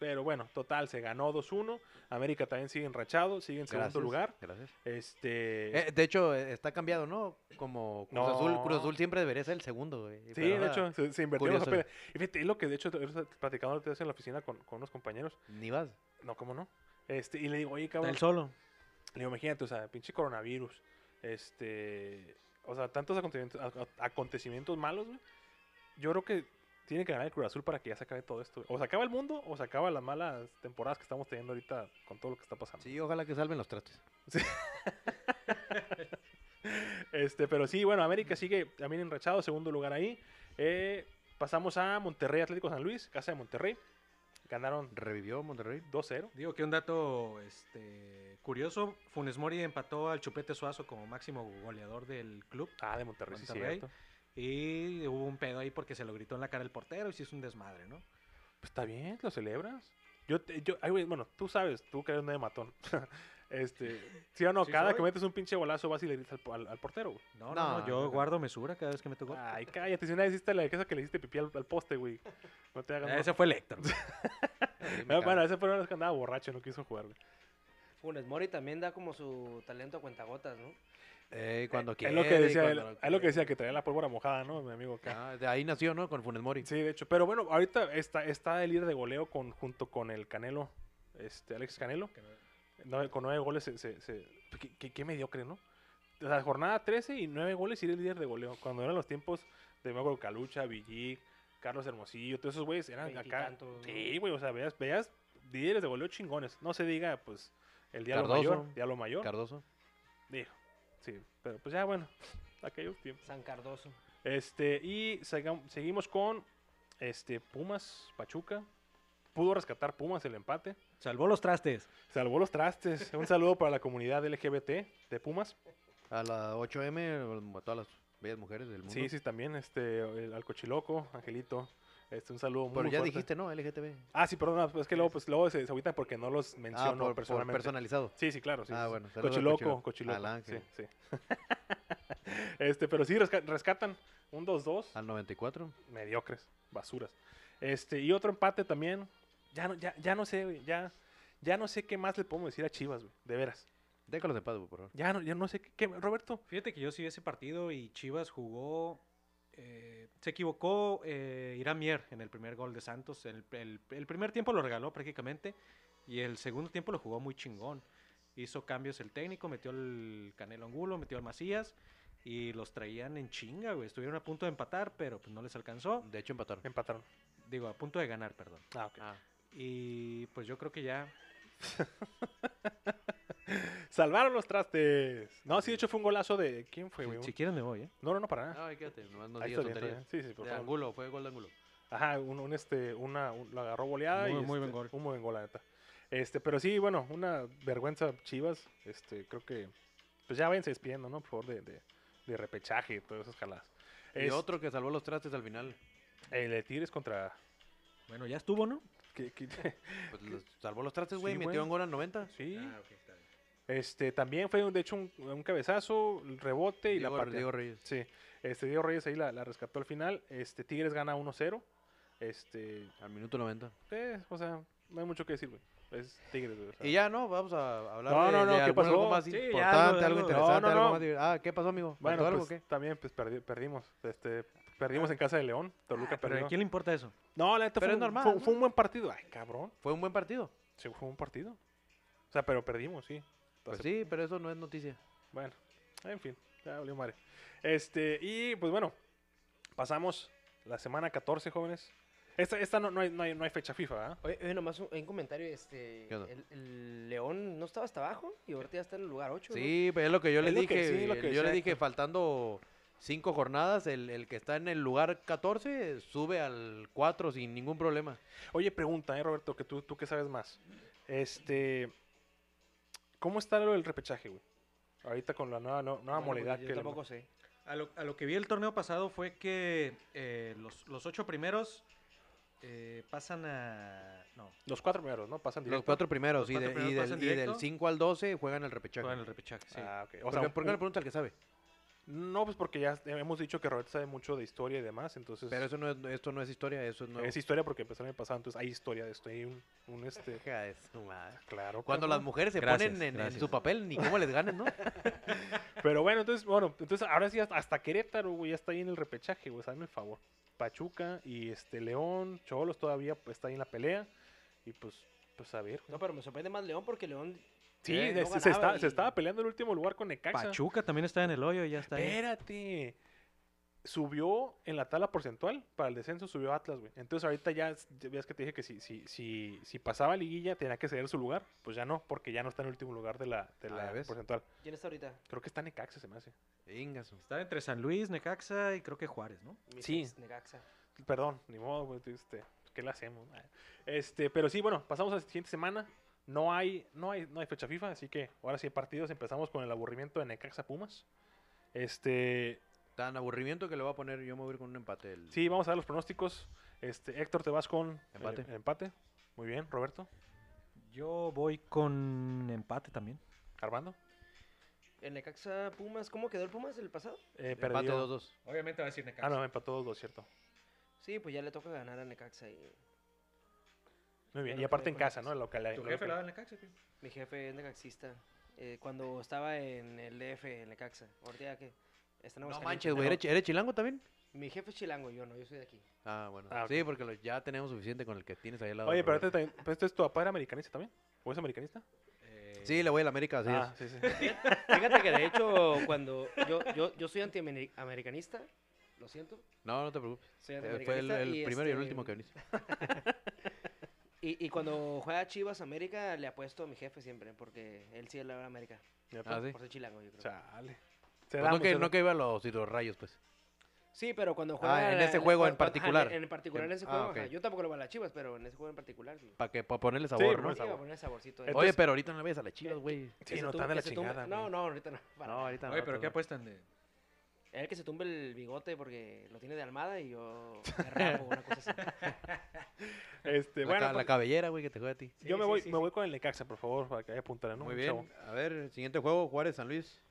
Speaker 1: Pero bueno, total, se ganó 2-1. América también sigue enrachado, sigue en segundo
Speaker 3: Gracias,
Speaker 1: lugar.
Speaker 3: Gracias.
Speaker 1: Este.
Speaker 3: Eh, de hecho, eh, está cambiado, ¿no? Como Cruz
Speaker 1: No.
Speaker 3: Azul, Cruz Azul siempre debería ser el segundo, güey.
Speaker 1: Sí,
Speaker 3: Pero
Speaker 1: de
Speaker 3: ahora
Speaker 1: hecho, se, se invirtieron los
Speaker 3: curioso.
Speaker 1: papeles. Y fíjate, es lo que de hecho platicamos en la oficina con, con unos compañeros.
Speaker 3: Ni vas.
Speaker 1: No, ¿cómo no? Este, y le digo, oye,
Speaker 2: Está
Speaker 1: cabrón,
Speaker 2: él solo.
Speaker 1: Le digo, imagínate, o sea, pinche coronavirus. Este. O sea, tantos acontecimientos, ac- acontecimientos malos, güey. Yo creo que tiene que ganar el Cruz Azul para que ya se acabe todo esto. güey. O se acaba el mundo o se acaba las malas temporadas que estamos teniendo ahorita con todo lo que está pasando.
Speaker 3: Sí, ojalá que salven los trastes.
Speaker 1: Este, pero sí, bueno, América sigue también enrachado, segundo lugar ahí. Eh, pasamos a Monterrey Atlético San Luis, casa de Monterrey. Ganaron
Speaker 3: Revivió Monterrey.
Speaker 1: 2-0.
Speaker 2: Digo que un dato este, curioso, Funes Mori empató al Chupete Suazo como máximo goleador del club
Speaker 1: Ah, de Monterrey, sí,
Speaker 2: Monterrey.
Speaker 1: cierto.
Speaker 2: y hubo un pedo ahí porque se lo gritó en la cara el portero y se hizo un desmadre, ¿no?
Speaker 1: Pues está bien, lo celebras. Yo, te- yo, ay, güey, bueno, tú sabes, tú que eres un de matón. este, sí o no,
Speaker 2: Sí
Speaker 1: cada
Speaker 2: soy.
Speaker 1: que metes un pinche golazo vas y le gritas al, al- al portero, güey.
Speaker 2: No, no, no,
Speaker 3: No,
Speaker 2: yo
Speaker 3: no, no.
Speaker 2: guardo mesura cada vez que me tocó.
Speaker 1: Ay, cállate, si una vez hiciste la cosa que le hiciste pipí al, al poste, güey. No te hagas.
Speaker 2: Ese fue el Héctor.
Speaker 3: Sí, me
Speaker 1: Ah, bueno,
Speaker 3: cago.
Speaker 1: ese fue una vez que andaba borracho, no quiso jugar, güey.
Speaker 4: Funes Mori también da como su talento a cuentagotas, ¿no?
Speaker 3: Eh, cuando
Speaker 1: Es
Speaker 3: quiere.
Speaker 1: lo que decía,
Speaker 3: cuando
Speaker 1: él- es lo que decía, que traía la pólvora mojada, ¿no? Mi amigo acá.
Speaker 3: Ah, de ahí nació, ¿no? Con Funes Mori.
Speaker 1: Sí, de hecho. Pero bueno, ahorita está, está el líder de goleo con, junto con el Canelo, este, Alex Canelo. No, con nueve goles se... se, se- qué, qué- qué mediocre, ¿no? O sea, jornada 13 y nueve goles y era el líder de goleo. Cuando eran los tiempos de Mago Calucha, Villic, Carlos Hermosillo, todos esos güeyes eran acá...
Speaker 4: Veintitantos, ¿no?
Speaker 1: Sí, güey, o sea, veas, veas líderes de goleo chingones. No se diga, pues, el Diablo
Speaker 3: Cardoso.
Speaker 1: Mayor. Diablo Mayor.
Speaker 3: Cardoso.
Speaker 1: Dijo. Sí, pero pues ya, bueno, aquellos tiempos.
Speaker 4: San Cardoso.
Speaker 1: Este, y siga- seguimos con este Pumas, Pachuca. Pudo rescatar Pumas el empate.
Speaker 2: Salvó los trastes.
Speaker 1: Salvó los trastes. Un saludo para la comunidad LGBT de Pumas.
Speaker 3: A la 8M, a todas las bellas mujeres del mundo.
Speaker 1: Sí, sí, también este, el- al Cochiloco, Angelito. Este, un saludo muy
Speaker 3: Pero ya
Speaker 1: fuerte.
Speaker 3: dijiste, ¿no? LGTV.
Speaker 1: Ah, sí, perdón, es que luego, pues, luego se desagüitan porque no los
Speaker 3: Ah,
Speaker 1: menciono
Speaker 3: por, por
Speaker 1: personalmente.
Speaker 3: personalizado.
Speaker 1: Sí, sí, claro. sí,
Speaker 3: Ah,
Speaker 1: sí, sí.
Speaker 3: bueno, saludos al
Speaker 1: Cochiloco,
Speaker 3: Cochiloco.
Speaker 1: Cochiloco.
Speaker 3: Al Ángel.
Speaker 1: Sí, sí. este, pero sí, resca- rescatan un 2-2.
Speaker 3: Al 94.
Speaker 1: mediocres, basuras. Este, y otro empate también. Ya no, ya, ya no sé, güey. Ya, ya no sé qué más le podemos decir a Chivas, güey. De veras.
Speaker 3: Déjalos en paz, güey, por favor.
Speaker 1: Ya no, ya no sé qué, qué- Roberto.
Speaker 2: Fíjate que yo sí vi ese partido y Chivas jugó. eh, se equivocó eh, Irán Mier en el primer gol de Santos. El, el- el primer tiempo lo regaló prácticamente y el segundo tiempo lo jugó muy chingón. Hizo cambios el técnico, metió el Canelo Angulo, metió al Macías y los traían en chinga, güey. Estuvieron a punto de empatar, pero pues no les alcanzó.
Speaker 3: De hecho, empataron.
Speaker 1: Empataron.
Speaker 2: Digo, a punto de ganar, perdón.
Speaker 1: Ah, ok.
Speaker 2: Y pues yo creo que ya.
Speaker 1: Salvaron los trastes. No, sí, de hecho fue un golazo de. ¿Quién fue,
Speaker 2: si-
Speaker 1: güey?
Speaker 2: si, quieren me voy, ¿eh?
Speaker 1: No, no, no, para nada.
Speaker 3: No, quédate, nomás no
Speaker 1: Ah, Ahí
Speaker 3: digas
Speaker 1: está bien, está
Speaker 3: tonterías.
Speaker 1: bien. Sí, sí, por
Speaker 3: De
Speaker 1: favor.
Speaker 3: ángulo, fue gol de ángulo.
Speaker 1: Ajá, un, un, este, una, un- lo agarró boleada. y
Speaker 2: Muy- muy buen
Speaker 1: este,
Speaker 2: gol.
Speaker 1: Un muy buen gol, la neta. Este, pero sí, bueno, una vergüenza Chivas. Este, creo que. Pues ya váyanse despidiendo, ¿no? Por favor, de, de, de repechaje y todas esas jaladas.
Speaker 3: Y
Speaker 1: Es-
Speaker 3: otro que salvó los trastes al final.
Speaker 1: Eh, El de Tigres contra.
Speaker 2: Bueno, ya estuvo, ¿no?
Speaker 1: ¿qué- qué-
Speaker 3: Pues los- salvó los trastes, güey.
Speaker 1: Sí,
Speaker 3: metió
Speaker 1: güey.
Speaker 3: un gol al 90.
Speaker 1: Sí. Este también fue de hecho un, un cabezazo, el rebote y
Speaker 3: Diego,
Speaker 1: la patea.
Speaker 3: Diego Reyes.
Speaker 1: Sí. Este Diego Reyes ahí la, la rescató al final. Este Tigres gana 1-0. Este,
Speaker 3: Al minuto 90.
Speaker 1: eh, o sea, no hay mucho que decir, güey. Es Tigres, güey, o sea.
Speaker 3: Y ya, ¿no? Vamos a hablar
Speaker 1: No,
Speaker 3: de,
Speaker 1: no, no,
Speaker 3: de
Speaker 1: ¿qué
Speaker 3: algún-
Speaker 1: pasó?
Speaker 3: algo más
Speaker 2: Sí, ya, algo,
Speaker 3: importante, algo,
Speaker 2: algo.
Speaker 3: interesante,
Speaker 1: No, no,
Speaker 3: algo
Speaker 1: no.
Speaker 3: más diver- Ah, ¿qué pasó, amigo?
Speaker 1: Bueno,
Speaker 3: ¿Faltó algo
Speaker 1: pues,
Speaker 3: o qué?
Speaker 1: también pues perdi- perdimos. Este, perdimos en casa de León. Toluca
Speaker 2: Ah, pero
Speaker 1: perdió.
Speaker 2: ¿a quién le importa eso?
Speaker 1: No, la neta
Speaker 3: Pero
Speaker 1: fue,
Speaker 3: es
Speaker 1: un-
Speaker 3: normal,
Speaker 1: fue-
Speaker 3: ¿no?
Speaker 1: fue un buen partido. Ay, cabrón.
Speaker 3: Fue un buen partido.
Speaker 1: Sí, fue un partido. O sea, pero perdimos, sí.
Speaker 3: Pues
Speaker 1: Entonces,
Speaker 3: sí, pero eso no es noticia.
Speaker 1: Bueno, en fin, ya valió madre. Este, y pues bueno, pasamos la semana 14, jóvenes. Esta, esta no, no, hay, no, hay, no hay fecha FIFA, ¿ah? ¿verdad?
Speaker 4: Oye, oye, nomás un, un comentario, este,
Speaker 3: ¿Qué onda?
Speaker 4: el, el León no estaba hasta abajo y ahorita ya está en el lugar 8.
Speaker 3: Sí, pues es lo que yo
Speaker 1: Es
Speaker 3: le
Speaker 1: lo
Speaker 3: dije.
Speaker 1: que- sí, lo que
Speaker 3: yo
Speaker 1: decía
Speaker 3: le dije, faltando cinco jornadas, el, el que está en el lugar 14 sube al 4 sin ningún problema.
Speaker 1: Oye, pregunta, eh, Roberto, que tú, tú que sabes más. Este, ¿cómo está lo del repechaje, güey? Ahorita con la nueva, no- nueva modalidad que
Speaker 4: Yo
Speaker 1: le-
Speaker 4: tampoco sé.
Speaker 2: A lo, a lo que vi el torneo pasado fue que eh, los, los ocho primeros eh, pasan a... No,
Speaker 1: Los cuatro primeros, ¿no? Pasan
Speaker 3: Los
Speaker 1: directo.
Speaker 3: cuatro primeros, y,
Speaker 2: cuatro
Speaker 3: de- y
Speaker 2: primeros
Speaker 3: del,
Speaker 2: pasan
Speaker 3: y del
Speaker 2: directo.
Speaker 3: 5 al 12 juegan el repechaje.
Speaker 2: juegan el repechaje, sí.
Speaker 1: Ah, ok. O
Speaker 3: ¿Por,
Speaker 1: sea,
Speaker 3: qué, por qué no le
Speaker 1: un-
Speaker 3: pregunta al que sabe?
Speaker 1: no, pues porque ya hemos dicho que Roberto sabe mucho de historia y demás, entonces...
Speaker 3: Pero eso no es, esto no es historia, eso es nuevo.
Speaker 1: Pues Es historia porque empezó el año pasado, entonces hay historia de esto. Hay un, un, este.
Speaker 3: Hija de su madre.
Speaker 1: Claro,
Speaker 3: Cuando las
Speaker 1: cabrón.
Speaker 3: mujeres se
Speaker 2: Gracias,
Speaker 3: ponen en, en
Speaker 2: gracias.
Speaker 3: su papel, ni cómo les ganen, ¿no?
Speaker 1: Pero bueno, entonces, bueno, entonces ahora sí hasta- hasta Querétaro, güey, ya está ahí en el repechaje, güey, hazme el favor. Pachuca y este León, Cholos todavía pues, está ahí en la pelea. Y pues, pues a ver.
Speaker 4: No, pero me sorprende más León porque León.
Speaker 1: Sí,
Speaker 4: Eh, no
Speaker 1: es- se,
Speaker 4: ganaba
Speaker 1: está- se
Speaker 4: y-
Speaker 1: estaba peleando el último lugar con Necaxa.
Speaker 2: Pachuca también está en el hoyo, ya
Speaker 4: ¿eh?
Speaker 2: está ahí.
Speaker 1: Espérate. Subió en la tabla porcentual para el descenso, subió Atlas, güey. Entonces ahorita ya, es- ya ves que te dije que si, si, si, si pasaba liguilla tenía que ceder su lugar, pues ya no, porque ya no está en el último lugar de la, de
Speaker 3: Ah,
Speaker 1: la
Speaker 3: ya ves.
Speaker 1: porcentual.
Speaker 4: ¿Quién está ahorita?
Speaker 1: Creo que está Necaxa, se me hace.
Speaker 3: Venga, su-
Speaker 2: Está entre San Luis, Necaxa y creo que Juárez, ¿no?
Speaker 4: Mis
Speaker 1: Sí.
Speaker 4: ex Necaxa.
Speaker 1: Perdón, ni modo, güey, este, ¿qué le hacemos? Ah, Este, pero sí, bueno, pasamos a la siguiente semana. No hay, no hay, no hay fecha FIFA, así que ahora sí hay partidos. Empezamos con el aburrimiento de Necaxa Pumas. Este,
Speaker 3: Tan aburrimiento que le voy a poner, yo me voy a ir con un empate. el-
Speaker 1: sí, vamos a dar los pronósticos. Este, Héctor, te vas con el-
Speaker 3: Empate.
Speaker 1: el empate. Muy bien, Roberto,
Speaker 2: Yo voy con empate también.
Speaker 1: Armando.
Speaker 4: El Necaxa Pumas, ¿cómo quedó el Pumas el pasado?
Speaker 1: Eh,
Speaker 3: empate
Speaker 1: perdió.
Speaker 3: 2-2.
Speaker 2: Obviamente va a decir
Speaker 1: Ah, no, empató 2-2, cierto.
Speaker 4: Sí, pues ya le toca ganar a Necaxa y
Speaker 1: Muy bien,
Speaker 4: Bueno,
Speaker 1: y aparte en
Speaker 4: con
Speaker 1: casa, ¿no?
Speaker 4: Necaxa.
Speaker 1: En la localidad- la localidad.
Speaker 2: Necaxa?
Speaker 4: mi jefe es necaxista. eh, cuando estaba en el DF, en Necaxa. Ahorita ya que está en
Speaker 3: No
Speaker 4: Aguascalientes.
Speaker 3: manches, güey. ¿Eres, chi- eres chilango también?
Speaker 4: Mi jefe es chilango, yo no, yo soy de aquí.
Speaker 3: Ah, bueno.
Speaker 1: Ah,
Speaker 3: Sí,
Speaker 1: ok.
Speaker 3: porque lo- ya tenemos suficiente con el que tienes ahí al lado.
Speaker 1: Oye,
Speaker 3: de
Speaker 1: pero
Speaker 3: Roberto.
Speaker 1: este, también- pero este es tu papá era americanista también. ¿O es americanista?
Speaker 3: Sí, le voy a la América, así
Speaker 1: ah,
Speaker 3: es.
Speaker 1: sí, sí.
Speaker 4: Fíjate que de hecho, cuando yo, yo, yo soy antiamericanista, lo siento.
Speaker 3: No, no te preocupes.
Speaker 4: Soy
Speaker 3: Eh, Fue el,
Speaker 4: antiamericanista
Speaker 3: el primero y el
Speaker 4: este,
Speaker 3: último que viniste.
Speaker 4: Y, y cuando juega Chivas América, le apuesto a mi jefe siempre, porque él sí le va a América.
Speaker 1: Neta.
Speaker 3: Ah, sí.
Speaker 4: Por ser chilango, yo creo.
Speaker 1: Chale. Se
Speaker 3: Pues
Speaker 1: da
Speaker 3: no,
Speaker 1: mucho-
Speaker 3: que, no que iba a los, y los rayos, pues.
Speaker 4: Sí, pero cuando juega.
Speaker 3: Ah, en
Speaker 4: la-
Speaker 3: ese
Speaker 4: la-
Speaker 3: juego en
Speaker 4: cuan- cuan- ajá,
Speaker 3: particular.
Speaker 4: En, en particular, en ese
Speaker 3: Ah,
Speaker 4: juego.
Speaker 3: ok.
Speaker 4: ajá. Yo tampoco lo voy a las chivas, pero en ese juego en particular. Sí.
Speaker 3: Para que pa ponerle sabor,
Speaker 1: por
Speaker 3: ¿no?
Speaker 1: el
Speaker 4: Sí, va a
Speaker 1: sabor.
Speaker 4: poner saborcito. ahí.
Speaker 1: pues, Entonces-
Speaker 3: Oye, pero ahorita no le vayas a las chivas, güey.
Speaker 1: Sí,
Speaker 4: Que se
Speaker 1: no,
Speaker 4: tum-
Speaker 1: están de
Speaker 4: que
Speaker 1: la
Speaker 4: se tumbe-
Speaker 1: chingada.
Speaker 4: No,
Speaker 1: güey.
Speaker 4: no, ahorita no. para
Speaker 3: No,
Speaker 4: nada.
Speaker 3: ahorita
Speaker 2: Eh, Oye, pero
Speaker 3: no,
Speaker 2: ¿qué
Speaker 3: todavía.
Speaker 2: apuestan de...?
Speaker 4: Él que se tumbe el bigote porque lo tiene de almada y yo me rapo, una cosa así.
Speaker 1: Este,
Speaker 3: La,
Speaker 1: bueno,
Speaker 3: ca- la
Speaker 1: pues,
Speaker 3: cabellera, güey, que te juega a ti.
Speaker 1: yo
Speaker 4: Sí,
Speaker 1: me
Speaker 4: sí,
Speaker 1: voy,
Speaker 4: sí,
Speaker 1: me
Speaker 4: sí.
Speaker 1: voy con el Necaxa, por favor, para que ahí apuntarán, ¿no?
Speaker 3: Muy
Speaker 1: Un
Speaker 3: bien.
Speaker 1: chavo.
Speaker 3: A ver, siguiente juego, Juárez-San Luis.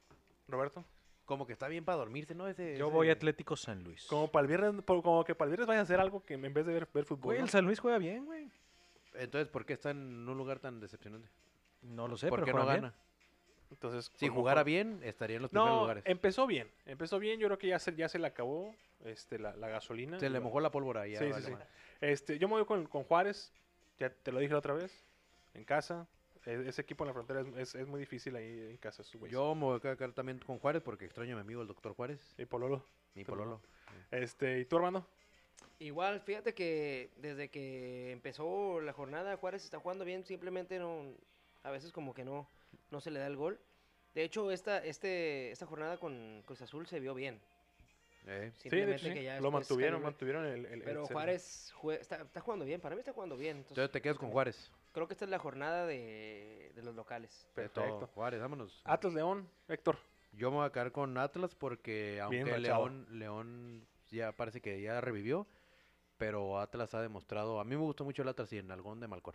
Speaker 1: Roberto.
Speaker 3: Como que está bien para dormirse, ¿no? Ese,
Speaker 2: Yo
Speaker 3: ese-
Speaker 2: voy a Atlético San Luis.
Speaker 1: Como para el viernes, por- como que para el viernes vaya a hacer algo que en vez de ver, ver fútbol.
Speaker 2: Güey,
Speaker 1: ¿no?
Speaker 2: el San Luis juega bien, güey.
Speaker 3: Entonces, ¿por qué está en un lugar tan decepcionante?
Speaker 2: No lo sé,
Speaker 3: ¿Por
Speaker 2: pero
Speaker 3: qué no
Speaker 2: juega bien.
Speaker 3: gana?
Speaker 1: Entonces,
Speaker 3: Si
Speaker 1: como-
Speaker 3: jugara bien, estaría en los primeros
Speaker 1: No, eh,
Speaker 3: lugares.
Speaker 1: empezó bien. Empezó bien, yo creo que ya se, ya se le acabó este, la, la gasolina.
Speaker 3: Se
Speaker 1: y
Speaker 3: le
Speaker 1: va-
Speaker 3: mojó la pólvora ya.
Speaker 1: Sí, sí,
Speaker 3: vale,
Speaker 1: sí.
Speaker 3: madre.
Speaker 1: Este, yo me voy con, con Juárez, ya te lo dije la otra vez, en casa. E- ese equipo en la frontera es, es- es muy difícil ahí en casa, esos güeyes.
Speaker 3: Yo me voy a quedar también con Juárez porque extraño a mi amigo el doctor Juárez,
Speaker 1: Y Pololo.
Speaker 3: mi
Speaker 1: Te
Speaker 3: pololo.
Speaker 1: Este, ¿y tú, Armando?
Speaker 4: Igual, fíjate que desde que empezó la jornada, Juárez está jugando bien, simplemente no, a veces como que no, no se le da el gol. De hecho, esta, este, esta jornada con Cruz Azul se vio bien.
Speaker 1: Sí,
Speaker 3: Eh,
Speaker 1: de
Speaker 4: Simplemente
Speaker 1: hecho, sí.
Speaker 4: que ya
Speaker 1: Lo
Speaker 4: después
Speaker 1: mantuvieron,
Speaker 4: cayó-
Speaker 1: mantuvieron el... el- el
Speaker 4: Pero
Speaker 1: cero.
Speaker 4: Juárez jue- está, está jugando bien, para mí está jugando bien. entonces,
Speaker 3: Entonces te quedas con Juárez.
Speaker 4: Creo que esta es la jornada de, de los locales.
Speaker 3: Es todo,
Speaker 1: Perfecto.
Speaker 3: Juárez, vámonos.
Speaker 1: Atlas León, Héctor.
Speaker 3: Yo me voy a quedar con Atlas porque aunque
Speaker 1: rachado.
Speaker 3: León, León ya parece que ya revivió, pero Atlas ha demostrado. A mí me gustó mucho el Atlas y el Nalgón de Malcor.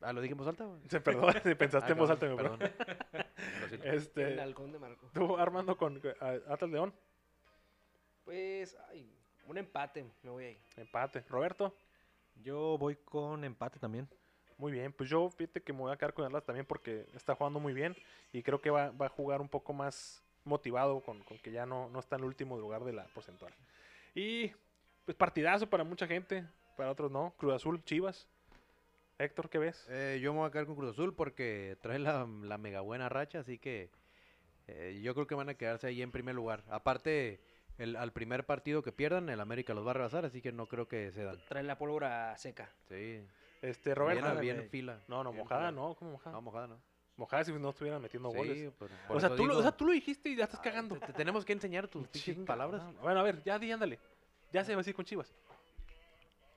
Speaker 3: Ah, lo dije en voz alta. güey?
Speaker 1: Se perdón, si pensaste
Speaker 3: Ah,
Speaker 1: en voz alta,
Speaker 3: cabrón,
Speaker 1: mi bro.
Speaker 3: perdón. Lo siento.
Speaker 4: El
Speaker 1: Este,
Speaker 4: halcón de Marco.
Speaker 1: tú, Armando, con con- a- Atlas León,
Speaker 4: Pues, ay, un empate, me voy ahí.
Speaker 1: empate. Roberto,
Speaker 2: Yo voy con empate también.
Speaker 1: muy bien. Pues yo, fíjate que me voy a quedar con Atlas también porque está jugando muy bien y creo que va, va a jugar un poco más motivado con, con que ya no, no está en el último lugar de la porcentual. Y pues partidazo para mucha gente, para otros no. Cruz Azul, Chivas. Héctor, ¿qué ves?
Speaker 3: Eh, yo me voy a quedar con Cruz Azul porque trae la, la mega buena racha, así que eh, yo creo que van a quedarse ahí en primer lugar. Aparte, el, al primer partido que pierdan, el América los va a rebasar, así que no creo que se dan.
Speaker 4: Trae la pólvora seca.
Speaker 3: Sí.
Speaker 1: Este,
Speaker 3: Bien,
Speaker 1: Roberto.
Speaker 3: a- bien
Speaker 2: güey.
Speaker 3: fila.
Speaker 1: No, no,
Speaker 3: Bien
Speaker 1: mojada,
Speaker 3: fila.
Speaker 1: no, ¿cómo mojada?
Speaker 3: No, mojada no.
Speaker 1: Mojada si no estuviera metiendo
Speaker 3: Sí,
Speaker 1: goles.
Speaker 3: por- por
Speaker 1: O sea,
Speaker 3: eso
Speaker 1: tú lo, o
Speaker 3: digo,
Speaker 1: sea, tú lo dijiste y ya estás
Speaker 3: ah,
Speaker 1: cagando.
Speaker 3: te- te tenemos que enseñar tus pinches
Speaker 1: Ah, Chinga,
Speaker 3: palabras.
Speaker 1: no. Bueno, a ver, ya di, ándale. Ya se va a decir con Chivas.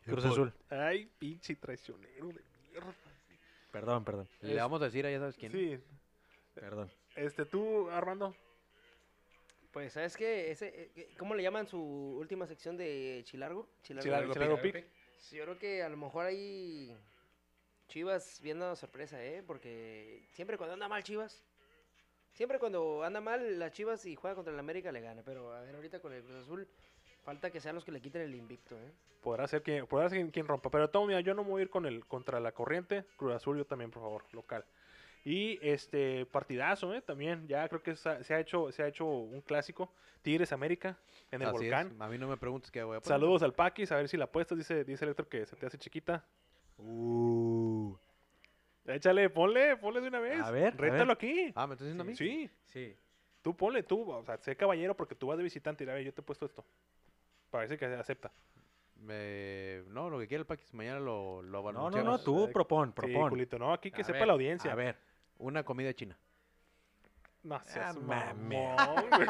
Speaker 2: Cruz Azul.
Speaker 1: Ay, pinche traicionero de mierda.
Speaker 2: Perdón, perdón,
Speaker 3: Le vamos a decir a ya sabes quién.
Speaker 1: Sí.
Speaker 2: perdón.
Speaker 1: Este, tú, Armando.
Speaker 4: Pues, ¿sabes qué? Ese, eh, eh, ¿Cómo le llaman su última sección de Chilargo?
Speaker 1: Chilargo,
Speaker 4: Pic.
Speaker 1: Chilargo Pic.
Speaker 4: Sí, Yo creo que a lo mejor ahí Chivas viendo sorpresa, ¿eh? Porque siempre cuando anda mal Chivas, siempre cuando anda mal las Chivas y juega contra el América le gana. Pero a ver, ahorita con el Cruz Azul, falta que sean los que le quiten el invicto, ¿eh?
Speaker 1: Podrá ser quien, podrá ser quien, quien rompa. Pero Tom, mira, yo no me voy a ir con el, contra la corriente. Cruz Azul, yo también, por favor, local. Y este partidazo, eh, también. Ya creo que se ha, se ha hecho, se ha hecho un clásico. Tigres América en el
Speaker 3: Así es,
Speaker 1: volcán.
Speaker 3: A mí no me preguntes qué voy a poner.
Speaker 1: Saludos al Paquis, a ver si la apuestas, dice, dice Electro que se te hace chiquita.
Speaker 3: Uh.
Speaker 1: Échale, ponle, ponle de una vez.
Speaker 2: A ver, a
Speaker 1: Rétalo
Speaker 2: ver.
Speaker 1: aquí.
Speaker 3: Ah, ¿me estás diciendo a mí?
Speaker 1: Sí,
Speaker 2: Sí.
Speaker 1: tú ponle, tú, o sea, sé caballero porque tú vas de visitante y a ver, yo te he puesto esto. Parece que acepta.
Speaker 3: Me- no, lo que quiera el Paquis, mañana lo, lo
Speaker 2: No, no,
Speaker 3: anunciamos.
Speaker 2: no, tú
Speaker 1: eh,
Speaker 2: propón,
Speaker 1: Sí,
Speaker 2: propón.
Speaker 1: culito, no, aquí que
Speaker 3: A
Speaker 1: sepa
Speaker 3: ver,
Speaker 1: la audiencia.
Speaker 2: A ver.
Speaker 3: Una comida china.
Speaker 1: No seas
Speaker 2: Ah,
Speaker 1: mamón,
Speaker 2: mame.
Speaker 1: güey.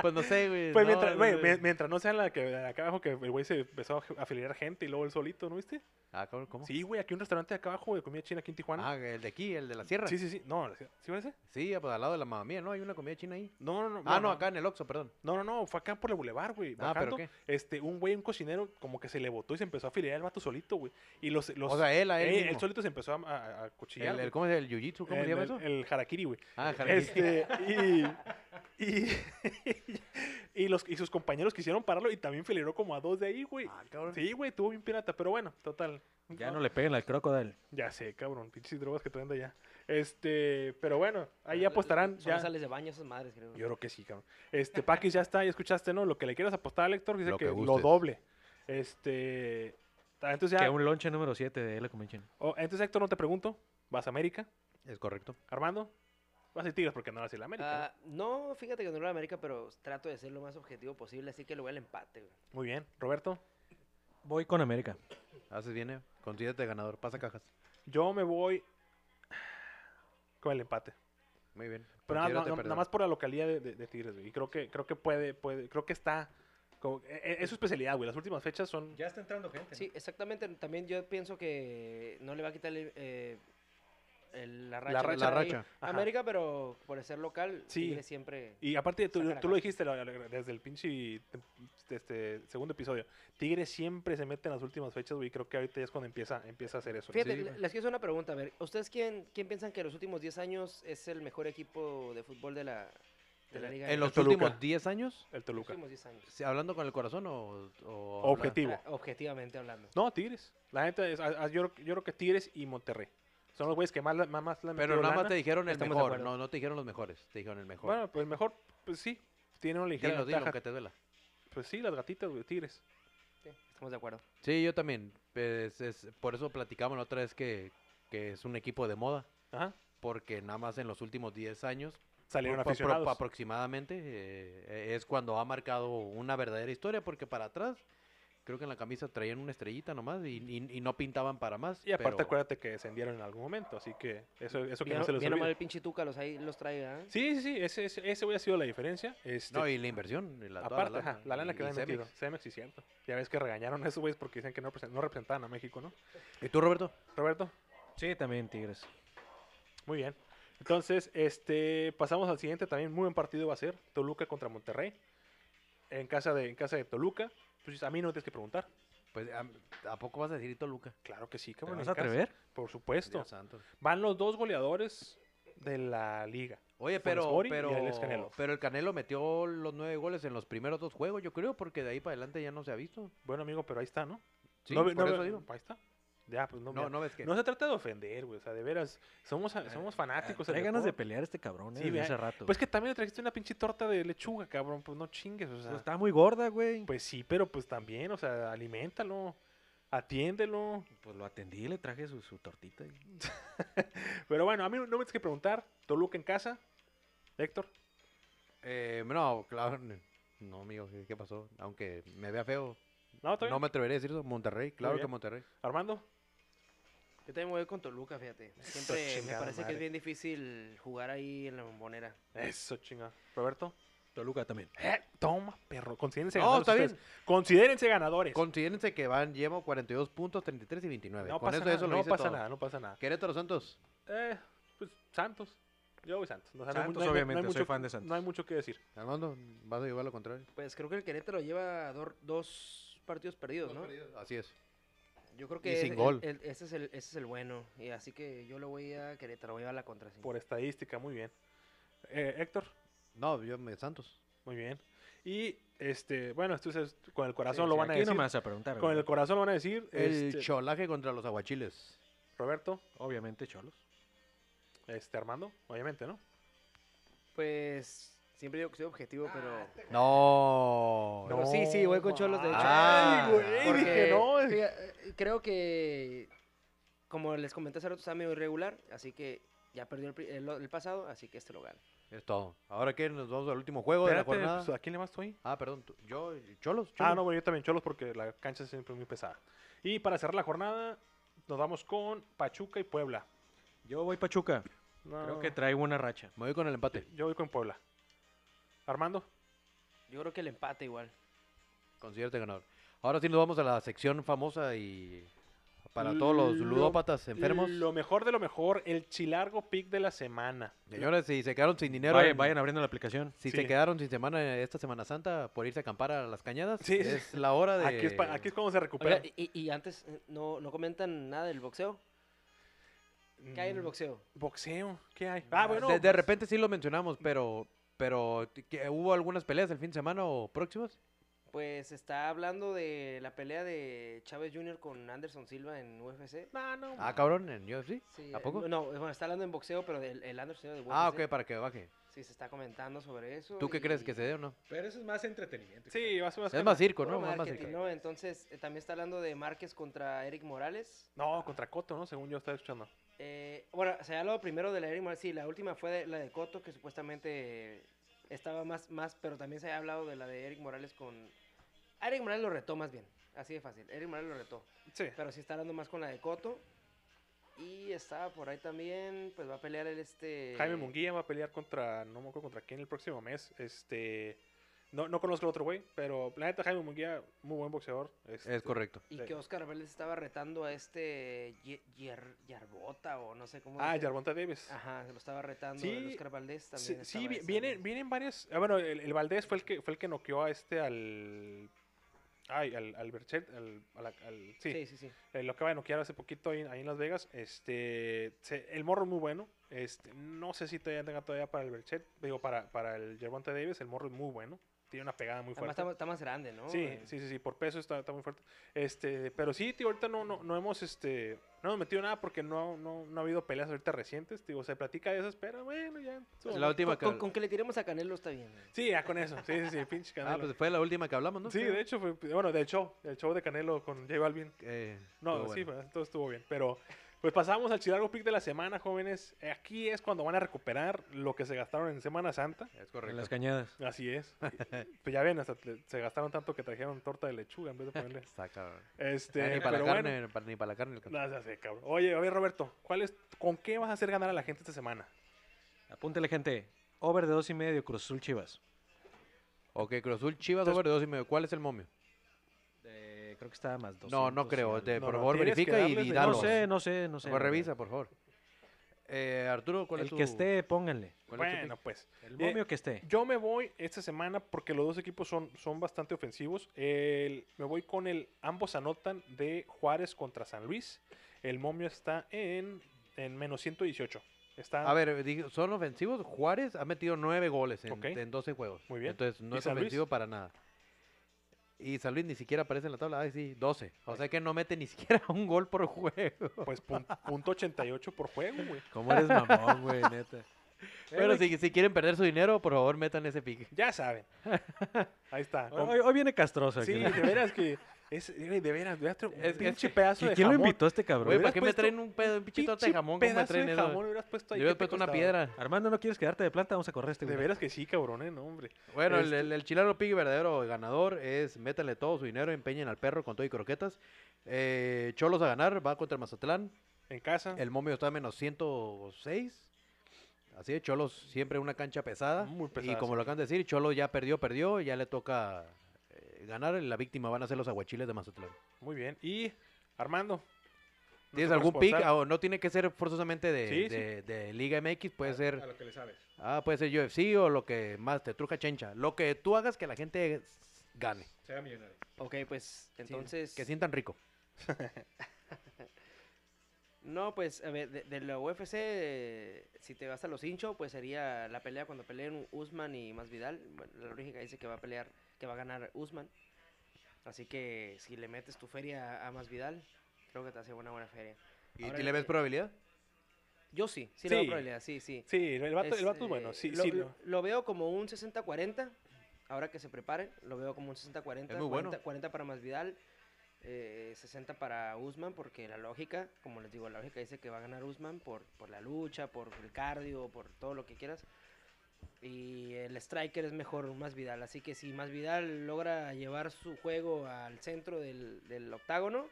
Speaker 3: Pues no sé, güey.
Speaker 1: Pues
Speaker 3: no,
Speaker 1: mientras,
Speaker 3: no
Speaker 1: güey,
Speaker 3: sé.
Speaker 1: mi- mientras no sea la que la de acá abajo que el güey se empezó a afiliar gente y luego el solito, ¿no viste?
Speaker 3: Ah, cabrón, ¿cómo?
Speaker 1: Sí, güey, aquí un restaurante de acá abajo de comida china aquí en Tijuana.
Speaker 3: Ah, el de aquí, el de la sierra.
Speaker 1: sí,
Speaker 3: Sí,
Speaker 1: sí, sí. No, ¿sí parece?
Speaker 3: ah, pues al lado de la mamá mía, ¿no? Hay una comida china ahí.
Speaker 1: No, no, no.
Speaker 3: Ah, no, acá en el Oxxo, perdón.
Speaker 1: No, no, no, fue acá por el bulevar, güey.
Speaker 3: Ah, ¿pero
Speaker 1: bajando, este, un güey, un cocinero, como que se le botó y se empezó a afiliar al vato solito, güey. Y los, los
Speaker 3: O sea, él, a él.
Speaker 1: eh, él,
Speaker 3: mismo.
Speaker 1: solito se empezó a, a- a cuchillar.
Speaker 3: El- el-
Speaker 1: güey.
Speaker 3: ¿Cómo es el jiu-jitsu? ¿Cómo se
Speaker 1: El-
Speaker 3: llama
Speaker 1: el-
Speaker 3: eso?
Speaker 1: El harakiri, güey.
Speaker 3: Ah, jardín.
Speaker 1: Este, y, y, y los, y sus compañeros quisieron pararlo y también filió como a dos de ahí, güey.
Speaker 3: Ah, cabrón.
Speaker 1: Sí, güey, tuvo bien pirata, pero bueno, total.
Speaker 2: Ya no le peguen al crocodile.
Speaker 1: Ya sé, cabrón, pinches drogas que traen de allá. Este, pero bueno, ahí apostarán.
Speaker 4: Son
Speaker 1: Ya.
Speaker 4: las sales de baño esas madres, creo.
Speaker 1: Yo creo que sí, cabrón. Este, Paquis ya está, ya escuchaste, ¿no? Lo que le quieras apostar a Héctor, dice
Speaker 3: Lo
Speaker 1: que,
Speaker 3: que
Speaker 1: lo
Speaker 3: gustes.
Speaker 1: doble. Este, ah, entonces
Speaker 2: Que
Speaker 1: ya,
Speaker 2: un lonche número 7 de la convención.
Speaker 1: oh, entonces Héctor, no te pregunto, ¿vas a América?
Speaker 3: Es correcto.
Speaker 1: Armando, vas a ir Tigres porque no vas a ir a la América.
Speaker 4: Ah, no, fíjate que no era América, pero trato de ser lo más objetivo posible, así que lo voy al empate, güey.
Speaker 1: ¿no? Muy bien, Roberto.
Speaker 2: Voy con América.
Speaker 3: Haces bien, eh. Considérate ganador. Pasa cajas.
Speaker 1: Yo me voy con el empate.
Speaker 3: Muy bien.
Speaker 1: Pero nada,
Speaker 3: Considérate
Speaker 1: nada- nada
Speaker 3: perdedor.
Speaker 1: más por la localidad de, de- de Tigres, güey. Y creo que, creo que puede, puede, creo que está. como- e- e- es su especialidad, güey. Las últimas fechas son.
Speaker 2: Ya está entrando gente.
Speaker 4: Sí, exactamente. También yo pienso que no le va a quitar el, eh, el- la racha.
Speaker 1: La
Speaker 4: que
Speaker 1: ra-
Speaker 3: la
Speaker 4: trae
Speaker 3: racha.
Speaker 1: Ajá.
Speaker 4: América, pero por ser local,
Speaker 1: Sí.
Speaker 4: Tigres siempre.
Speaker 1: Y aparte, tú,
Speaker 4: Saca la
Speaker 1: tú lo
Speaker 4: cara.
Speaker 1: dijiste la- la- desde el pinche tem- este, segundo episodio. Tigres siempre se mete en las últimas fechas, güey. y Creo que ahorita ya es cuando empieza, empieza a hacer eso.
Speaker 4: Fíjate,
Speaker 3: Sí,
Speaker 4: le-
Speaker 3: güey.
Speaker 4: les quiero hacer una pregunta. A ver, ¿ustedes quién, quién piensan que en los últimos 10 años es el mejor equipo de fútbol de la, de la Liga?
Speaker 3: En los
Speaker 1: Toluca.
Speaker 3: últimos 10 años,
Speaker 1: El
Speaker 4: los
Speaker 1: Toluca.
Speaker 4: últimos 10 años.
Speaker 3: sí, hablando con el corazón o. o habla-
Speaker 1: Objetivo.
Speaker 4: Ah, Objetivamente hablando.
Speaker 1: No, Tigres. La gente, es- a- a- yo, creo- yo creo que Tigres y Monterrey. Son los güeyes que más, la- más, más le han
Speaker 3: Pero
Speaker 1: metido
Speaker 3: nada más
Speaker 1: lana.
Speaker 3: te dijeron el
Speaker 4: Estamos de
Speaker 3: mejor.
Speaker 4: acuerdo.
Speaker 3: No, no te dijeron los mejores. Te dijeron el mejor.
Speaker 1: Bueno, pues mejor, pues sí. Tiene una ligera
Speaker 3: dilo, dilo,
Speaker 1: ventaja.
Speaker 3: aunque te duela.
Speaker 1: Pues sí, las gatitas, güey, Tigres.
Speaker 4: Sí, estamos de acuerdo.
Speaker 3: Sí, yo también. Pues, es- por eso platicamos la otra vez que, que es un equipo de moda.
Speaker 1: Ajá.
Speaker 3: Porque nada más en los últimos 10 años,
Speaker 1: Salieron
Speaker 3: pro- pro-
Speaker 1: aficionados.
Speaker 3: aproximadamente, eh, es cuando ha marcado una verdadera historia. Porque para atrás, creo que en la camisa traían una estrellita nomás y, y- y no pintaban para más.
Speaker 1: Y aparte
Speaker 3: pero-
Speaker 1: acuérdate que descendieron en algún momento, así que eso, eso que
Speaker 4: Bien,
Speaker 1: no se les
Speaker 4: bien o
Speaker 1: olvide.
Speaker 4: mal el pinche Tuca los, ahí, los trae, ¿ah?
Speaker 1: Sí, sí, sí, ese, ese, ese güey ha sido la diferencia. Este,
Speaker 3: No, y la inversión. y la, toda
Speaker 1: aparte, ajá, la lana
Speaker 3: y-
Speaker 1: que
Speaker 3: y
Speaker 1: le han metido,
Speaker 3: Cemex.
Speaker 1: Cemex y cierto. Ya ves que regañaron a esos güeyes porque dicen que no, represent- no representaban a México, ¿no?
Speaker 3: ¿Y tú, Roberto?
Speaker 1: Roberto,
Speaker 2: Sí, también Tigres.
Speaker 1: muy bien. Entonces, este, pasamos al siguiente también, muy buen partido va a ser, Toluca contra Monterrey, en casa de, en casa de Toluca. Pues a mí no tienes que preguntar.
Speaker 3: Pues, ¿a, a poco vas a decir Toluca?
Speaker 1: Claro que sí,
Speaker 2: ¿Te
Speaker 1: cabrón.
Speaker 2: vas
Speaker 1: en
Speaker 2: a
Speaker 1: casa.
Speaker 2: atrever?
Speaker 1: Por supuesto.
Speaker 3: Dios santo.
Speaker 1: Van los dos goleadores de la liga. Funes
Speaker 3: Oye, pero,
Speaker 1: Mori y
Speaker 3: pero,
Speaker 1: Alex Canelo.
Speaker 3: pero el Canelo metió los nueve goles en los primeros dos juegos, yo creo, porque de ahí para adelante ya no se ha visto.
Speaker 1: Bueno, amigo, pero ahí está, ¿no?
Speaker 3: Sí,
Speaker 1: no, ve-
Speaker 3: por
Speaker 1: no ve-
Speaker 3: eso digo.
Speaker 1: Ahí está. Ya, pues no.
Speaker 3: No, Ah,
Speaker 1: mira,
Speaker 3: no, ves que.
Speaker 1: No se trata de ofender, güey. O sea, de veras, somos, a- somos fanáticos. del
Speaker 2: Ah, Trae ganas de
Speaker 1: deporte.
Speaker 2: pelear este cabrón, eh,
Speaker 1: Sí,
Speaker 2: desde
Speaker 1: vea.
Speaker 2: hace rato.
Speaker 1: Pues que también le trajiste una pinche torta de lechuga, cabrón. Pues no chingues, o sea.
Speaker 2: Pues está muy gorda, güey. Pues,
Speaker 1: Pues sí, pero pues también, o sea, aliméntalo. Atiéndelo.
Speaker 2: pues, lo atendí, le traje su, su tortita. y-
Speaker 1: Pero bueno, a mí no me tienes que preguntar. Toluca en casa. Héctor.
Speaker 3: Eh, no, claro. No, amigo, ¿qué- ¿qué pasó? Aunque me vea feo,
Speaker 1: No, Ah, está bien.
Speaker 3: no me atreveré a decir eso. Monterrey, claro que
Speaker 1: bien.
Speaker 3: Monterrey.
Speaker 1: Armando,
Speaker 4: Yo también me voy con Toluca, fíjate. Siempre me
Speaker 3: chingada
Speaker 4: parece que
Speaker 3: madre.
Speaker 4: es bien difícil jugar ahí en la bombonera.
Speaker 1: eso chinga. Roberto,
Speaker 2: Toluca también.
Speaker 1: eh, toma, perro. Considérense
Speaker 3: No,
Speaker 1: ganadores.
Speaker 3: está
Speaker 1: ustedes. Considérense ganadores.
Speaker 3: Considérense que van, llevo 42 puntos, 33 y 29.
Speaker 1: No
Speaker 3: Con
Speaker 1: pasa,
Speaker 3: eso,
Speaker 1: nada,
Speaker 3: eso lo
Speaker 1: no
Speaker 3: dice
Speaker 1: pasa
Speaker 3: todo.
Speaker 1: nada, no pasa nada.
Speaker 3: Querétaro Santos.
Speaker 1: Eh, pues Santos. Yo voy Santos. O sea,
Speaker 2: Santos,
Speaker 1: hay-
Speaker 2: obviamente,
Speaker 1: hay
Speaker 2: soy
Speaker 1: mucho-
Speaker 2: fan de Santos.
Speaker 1: No hay mucho que decir.
Speaker 3: Armando, vas a llevar lo contrario.
Speaker 4: Pues creo que el Querétaro lleva dor- dos partidos perdidos, ¿no?
Speaker 3: Así es.
Speaker 4: Yo creo
Speaker 3: Y
Speaker 4: que
Speaker 3: sin
Speaker 4: el- el-
Speaker 3: gol.
Speaker 4: el- ese, es el, ese es el bueno. Y así que yo lo voy a Querétaro, voy a la contra. sí.
Speaker 1: Por e-, estadística, muy bien. Eh, Héctor,
Speaker 3: No, yo me Santos.
Speaker 1: muy bien. Y, este, bueno, esto es- con el corazón
Speaker 2: Sí,
Speaker 1: lo
Speaker 2: sí,
Speaker 1: van a
Speaker 2: aquí
Speaker 1: decir.
Speaker 2: no me vas a preguntar.
Speaker 1: Con
Speaker 2: güey.
Speaker 1: el corazón lo van a decir.
Speaker 3: El
Speaker 1: este,
Speaker 3: cholaje contra los aguachiles.
Speaker 1: Roberto,
Speaker 2: Obviamente, Cholos.
Speaker 1: este, Armando, obviamente, ¿no?
Speaker 4: Pues siempre digo que soy objetivo, pero...
Speaker 3: No.
Speaker 4: Pero sí, sí, voy con Cholos, de hecho.
Speaker 1: Ay,
Speaker 3: Ah,
Speaker 1: güey,
Speaker 3: porque-
Speaker 1: dije, no. es-
Speaker 4: fija- eh, creo que, como les comenté hace rato, está medio irregular, así que ya perdió el, pri- el- el pasado, así que este lo gana.
Speaker 3: Es todo. Ahora que nos vamos al último juego
Speaker 1: Espérate,
Speaker 3: de la jornada.
Speaker 1: pues, ¿a quién le vas tú ahí?
Speaker 3: Ah, perdón. tú- Yo, Cholos.
Speaker 1: Ah,
Speaker 3: Cholos.
Speaker 1: no, bueno, yo también Cholos porque la cancha es siempre muy pesada. Y para cerrar la jornada, nos vamos con Pachuca y Puebla.
Speaker 2: Yo voy Pachuca.
Speaker 1: No,
Speaker 2: Creo que traigo una racha.
Speaker 3: Me voy con el empate.
Speaker 1: yo voy con Puebla. Armando,
Speaker 4: Yo creo que el empate igual.
Speaker 3: Considérate ganador. Ahora sí nos vamos a la sección famosa y para todos los
Speaker 1: Lo-
Speaker 3: ludópatas enfermos.
Speaker 1: lo mejor de lo mejor, el chilargo pick de la semana.
Speaker 3: Señores, si se quedaron sin dinero,
Speaker 2: Vayan,
Speaker 3: en-
Speaker 2: vayan abriendo la aplicación.
Speaker 3: si
Speaker 1: sí.
Speaker 3: se quedaron sin semana eh, esta Semana Santa por irse a acampar a las cañadas,
Speaker 1: Sí, sí.
Speaker 3: es la hora de.
Speaker 1: Aquí es, pa- aquí es cuando se recupera.
Speaker 4: Oiga, y, y- y antes, eh, no, ¿no comentan nada del boxeo? ¿Qué hay en el
Speaker 1: Mm,
Speaker 4: boxeo?
Speaker 1: Boxeo, ¿qué hay? Ah, bueno.
Speaker 3: de, de
Speaker 1: pues,
Speaker 3: repente sí lo mencionamos, pero pero ¿qué- hubo algunas peleas el fin de semana o próximas.
Speaker 4: Pues está hablando de la pelea de Chávez Jr. con Anderson Silva en UFC.
Speaker 1: No, no.
Speaker 3: Ah, cabrón, en UFC.
Speaker 4: Sí,
Speaker 3: ¿A
Speaker 4: eh,
Speaker 3: poco?
Speaker 4: No, bueno, está hablando en boxeo, pero del el Anderson Silva de UFC.
Speaker 3: Ah, ok, para que baje.
Speaker 4: Sí, se está comentando sobre eso.
Speaker 3: ¿Tú qué crees que
Speaker 4: y-
Speaker 3: se dé o no?
Speaker 2: Pero eso es más entretenimiento.
Speaker 1: sí, vas a
Speaker 3: Es más circo,
Speaker 4: Puro
Speaker 3: ¿no? Más- más
Speaker 4: marketing,
Speaker 3: circo.
Speaker 4: ¿no? Entonces, eh, también está hablando de Márquez contra Eric Morales.
Speaker 1: No, contra Coto, ¿no? Según yo estaba escuchando.
Speaker 4: Eh, bueno, se ha hablado primero de la Eric Morales. Sí, la última fue de, la de Cotto, que supuestamente estaba más, más, pero también se ha hablado de la de Eric Morales con... a Eric Morales lo retó más bien, así de fácil. Eric Morales lo retó,
Speaker 1: Sí.
Speaker 4: pero sí está hablando más con la de Cotto. Y estaba por ahí también, pues va a pelear el este...
Speaker 1: Jaime Munguía va a pelear contra, no me acuerdo contra quién el próximo mes. Este, no, no conozco al otro güey, pero la neta Jaime Munguía, muy buen boxeador. este,
Speaker 3: Es correcto.
Speaker 4: Y
Speaker 1: Sí.
Speaker 4: que Oscar Vélez estaba retando a este Ye- Yer- Yarbota o no sé cómo...
Speaker 1: Ah,
Speaker 4: dice.
Speaker 1: Yarbonta Davis.
Speaker 4: Ajá, lo estaba retando.
Speaker 1: Sí,
Speaker 4: el Oscar Valdés
Speaker 1: Sí,
Speaker 4: también.
Speaker 1: sí,
Speaker 4: estaba
Speaker 1: vi-
Speaker 4: esa
Speaker 1: vienen,
Speaker 4: onda.
Speaker 1: vienen varias. ah, bueno, el, el Valdés fue el que fue el que noqueó a este al. Ay, al, al Berchet, al, al- al- sí,
Speaker 4: Sí, sí, sí.
Speaker 1: eh, lo acaba de noquear hace poquito ahí, ahí en Las Vegas. Este, se- el morro es muy bueno. Este, no sé si todavía tenga todavía para el Berchet, digo, para, para el Gervonta Davis, el morro es muy bueno. Tiene una pegada muy
Speaker 4: Además
Speaker 1: fuerte.
Speaker 4: está, ma- está más grande, ¿no?
Speaker 1: Sí,
Speaker 4: Eh,
Speaker 1: sí, sí, sí, por peso está, está muy fuerte. Este, pero sí, tío, ahorita no, no, no hemos este, no hemos metido nada porque no, no, no ha habido peleas ahorita recientes. Digo, se platica de esas, pero bueno, ya. en su
Speaker 3: La
Speaker 1: momento.
Speaker 3: última
Speaker 4: Con,
Speaker 3: que-
Speaker 4: con que le tiremos a Canelo está bien. eh. güey.
Speaker 1: Sí, ya con eso. Sí, sí, sí, pinche
Speaker 3: Ah,
Speaker 1: Canelo.
Speaker 3: pues fue la última que hablamos, ¿no?
Speaker 1: sí, de hecho, fue, bueno, del show, el show de Canelo con J Balvin.
Speaker 3: Eh,
Speaker 1: No,
Speaker 3: estuvo
Speaker 1: sí,
Speaker 3: bueno.
Speaker 1: pues, todo estuvo bien. Pero, pues pasamos al Chilargo Pick de la semana, jóvenes. Eh, Aquí es cuando van a recuperar lo que se gastaron en Semana Santa.
Speaker 3: Es
Speaker 2: En las
Speaker 3: correcto.
Speaker 2: cañadas.
Speaker 1: Así es. pues ya ven, hasta te- se gastaron tanto que trajeron torta de lechuga en vez de ponerle.
Speaker 3: Está cabrón.
Speaker 1: Este,
Speaker 3: Ah, Ni para
Speaker 1: pero
Speaker 3: la
Speaker 1: bueno.
Speaker 3: carne, para- ni para la carne. alcanza.
Speaker 1: No, ya sé, cabrón. Oye, a ver, Roberto, ¿cuál es, ¿con qué vas a hacer ganar a la gente esta semana?
Speaker 2: Apúntele, gente. Over de dos y medio, Cruz Azul Chivas.
Speaker 3: Ok, Cruz Azul, Chivas,
Speaker 1: Entonces-
Speaker 3: over de dos y medio. ¿Cuál es el momio?
Speaker 2: Eh, creo que estaba más dos.
Speaker 3: No, no creo. de-
Speaker 1: No,
Speaker 3: por
Speaker 1: no,
Speaker 3: favor,
Speaker 1: tienes que
Speaker 3: verifica y,
Speaker 1: darles
Speaker 3: y
Speaker 1: de-
Speaker 3: dalo.
Speaker 2: No sé, no sé, no sé.
Speaker 3: Pues revisa, por favor. Eh, Arturo, ¿cuál
Speaker 2: el
Speaker 3: es tu...?
Speaker 2: que esté, pónganle.
Speaker 3: ¿cuál es tu
Speaker 1: Bueno, pues.
Speaker 2: El
Speaker 1: Eh,
Speaker 2: momio que esté.
Speaker 1: Yo me voy esta semana porque los dos equipos son, son bastante ofensivos. El- me voy con el ambos anotan de Juárez contra San Luis. El momio está en, en menos 118.
Speaker 3: pick?
Speaker 1: Está
Speaker 3: A ver, eh, digo, son ofensivos. Juárez ha metido nueve goles en,
Speaker 1: Ok.
Speaker 3: en 12 juegos.
Speaker 1: Muy bien.
Speaker 3: Entonces, no
Speaker 1: ¿Y
Speaker 3: es
Speaker 1: San Luis?
Speaker 3: ofensivo para nada. Y San Luis ni siquiera aparece en la tabla. Ay, sí, 12. O sea que no mete ni siquiera un gol por juego.
Speaker 1: pues pun- punto 88 por juego, güey.
Speaker 2: ¿Cómo eres mamón, güey, neta?
Speaker 3: Pero
Speaker 2: güey,
Speaker 3: si, si quieren perder su dinero, por favor, metan ese pick.
Speaker 1: Ya saben. Ahí está.
Speaker 2: Hoy, hoy- hoy viene castroso aquí.
Speaker 1: Sí, de veras que Es, güey, de veras, de veras, un
Speaker 5: Es- es
Speaker 1: pinche
Speaker 5: que-
Speaker 1: pedazo de
Speaker 2: ¿Quién lo
Speaker 1: jamón.
Speaker 2: invitó a este cabrón?
Speaker 5: Güey,
Speaker 1: hubieras
Speaker 5: ¿para qué me
Speaker 1: puesto
Speaker 5: traen un pedo, un pichito de jamón? ¿Cómo me
Speaker 1: pedazo
Speaker 5: traen
Speaker 1: de
Speaker 5: eso?
Speaker 1: jamón hubieras
Speaker 5: Yo
Speaker 1: puesto ahí?
Speaker 5: hubiera
Speaker 1: ¿qué te
Speaker 5: puesto una
Speaker 1: costaba?
Speaker 5: piedra.
Speaker 2: Armando, ¿no quieres quedarte de planta? Vamos a correr a este
Speaker 1: De
Speaker 2: güey.
Speaker 1: veras que sí, cabrón, eh, no, hombre.
Speaker 3: Bueno, el,
Speaker 1: Este-
Speaker 3: el, el chileno piggy verdadero ganador es métale todo su dinero, empeñen al perro con todo y croquetas. Eh, Cholos a ganar, va contra el Mazatlán.
Speaker 1: En casa.
Speaker 3: El momio está a menos 106. Así es, Cholos siempre una cancha pesada.
Speaker 1: Muy
Speaker 3: Y
Speaker 1: pesada,
Speaker 3: como
Speaker 1: sí.
Speaker 3: lo acaban de decir, Cholos ya perdió, perdió, ya le toca eh, ganar. La víctima van a ser los aguachiles de Mazatlán.
Speaker 1: Muy bien. Y Armando.
Speaker 3: ¿Tienes
Speaker 1: nuestro
Speaker 3: algún pick?
Speaker 1: corresponsal.
Speaker 3: Ah, o no tiene que ser forzosamente de,
Speaker 1: Sí, sí.
Speaker 3: de- de Liga MX, puede ser,
Speaker 2: A lo que le sabes.
Speaker 3: ah, puede ser UFC o lo que más te truja chencha. Lo que tú hagas que la gente gane,
Speaker 2: Sea millonario.
Speaker 4: Ok, pues entonces.
Speaker 3: que sientan rico.
Speaker 4: No, pues a ver, de, de la UFC, eh, si te vas a los hinchos, pues sería la pelea cuando peleen Usman y Masvidal. Bueno, La lógica dice que va a pelear, que va a ganar Usman. Así que si le metes tu feria a Masvidal, creo que te hace una buena feria.
Speaker 3: ¿Y
Speaker 4: Ahora
Speaker 3: tú le ves
Speaker 4: que-
Speaker 3: probabilidad?
Speaker 4: Yo sí, sí, le veo
Speaker 1: Sí.
Speaker 4: probabilidad, sí, sí.
Speaker 1: Sí, el vato es,
Speaker 4: Es,
Speaker 1: el vato es
Speaker 4: eh,
Speaker 1: bueno. Sí,
Speaker 4: lo,
Speaker 1: sí,
Speaker 4: lo-
Speaker 1: no.
Speaker 4: lo veo como un 60-40. Ahora que se preparen, lo veo como un 60-40.
Speaker 3: Es muy bueno.
Speaker 4: 40, 40 para Masvidal, eh, 60 para Usman, porque la lógica, como les digo, la lógica dice que va a ganar Usman por, por la lucha, por el cardio, por todo lo que quieras. Y el striker es mejor Masvidal. Así que si Masvidal logra llevar su juego al centro del, del octágono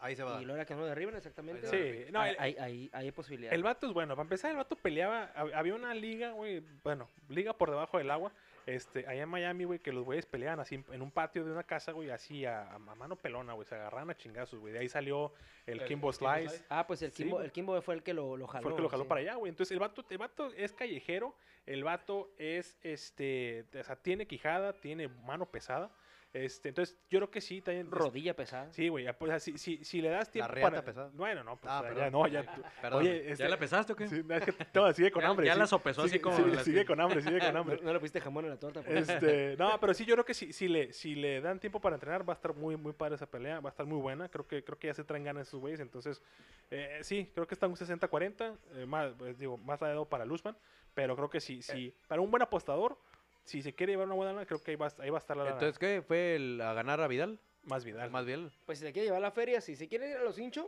Speaker 3: Ahí se va. a
Speaker 4: y
Speaker 3: dar.
Speaker 4: logra que no lo derriben exactamente,
Speaker 1: Sí, no,
Speaker 4: hay,
Speaker 1: el-
Speaker 4: hay, hay, hay posibilidades.
Speaker 1: El vato es bueno. Para empezar, el vato peleaba. hab- Había una liga, güey. Bueno, liga por debajo del agua. Este, allá en Miami, güey, que los güeyes peleaban así en- en un patio de una casa, güey, así a, a- a mano pelona, güey. Se agarraban a chingazos, güey. De ahí salió el,
Speaker 2: El-
Speaker 1: Kimbo
Speaker 2: el Kimbo
Speaker 1: Slice.
Speaker 2: Slice.
Speaker 4: Ah, pues el
Speaker 1: Sí,
Speaker 4: Kimbo,
Speaker 1: güey.
Speaker 4: el Kimbo fue el que lo, lo jaló.
Speaker 1: fue el que lo jaló
Speaker 4: sí.
Speaker 1: para allá, güey. Entonces, el vato, el vato es callejero, el vato es, este, o sea, tiene quijada, tiene mano pesada. Este, entonces, yo creo que sí, también...
Speaker 4: Rodilla pesada.
Speaker 1: Sí, güey, pues, o sea, si, si, si le das tiempo
Speaker 3: reata
Speaker 1: para...
Speaker 3: pesada.
Speaker 1: Bueno, no, pues,
Speaker 3: Ah,
Speaker 1: o sea, ya
Speaker 3: perdón.
Speaker 1: no, ya... tú-
Speaker 3: Perdón.
Speaker 1: Oye, este,
Speaker 2: ¿Ya la pesaste o qué?
Speaker 1: sí, no, es que, no, sigue con
Speaker 2: Ya-
Speaker 1: hambre.
Speaker 2: ya
Speaker 1: sí.
Speaker 2: la sopesó así
Speaker 1: Sigue-
Speaker 2: como
Speaker 1: Sigue,
Speaker 2: la-
Speaker 1: sigue con hambre, sigue con
Speaker 4: No,
Speaker 1: hambre.
Speaker 4: no le pusiste jamón a la torta. pues.
Speaker 1: Este, no, pero sí, yo creo que si, si, le, si le dan tiempo para entrenar, va a estar muy, muy padre esa pelea, va a estar muy buena. Creo que, creo que ya se traen ganas esos güeyes. Entonces, eh, sí, creo que están un 60-40, eh, más, pues, digo, más dado para Luzman. Pero creo que si, si para un buen apostador, si se quiere llevar una buena lana, creo que ahí va, a- ahí va a estar la lana.
Speaker 3: Entonces, ¿qué? ¿Fue el- a ganar a Vidal?
Speaker 1: más Vidal.
Speaker 3: Más bien.
Speaker 4: Pues si le quiere llevar a la feria, si se quiere ir a los hinchos,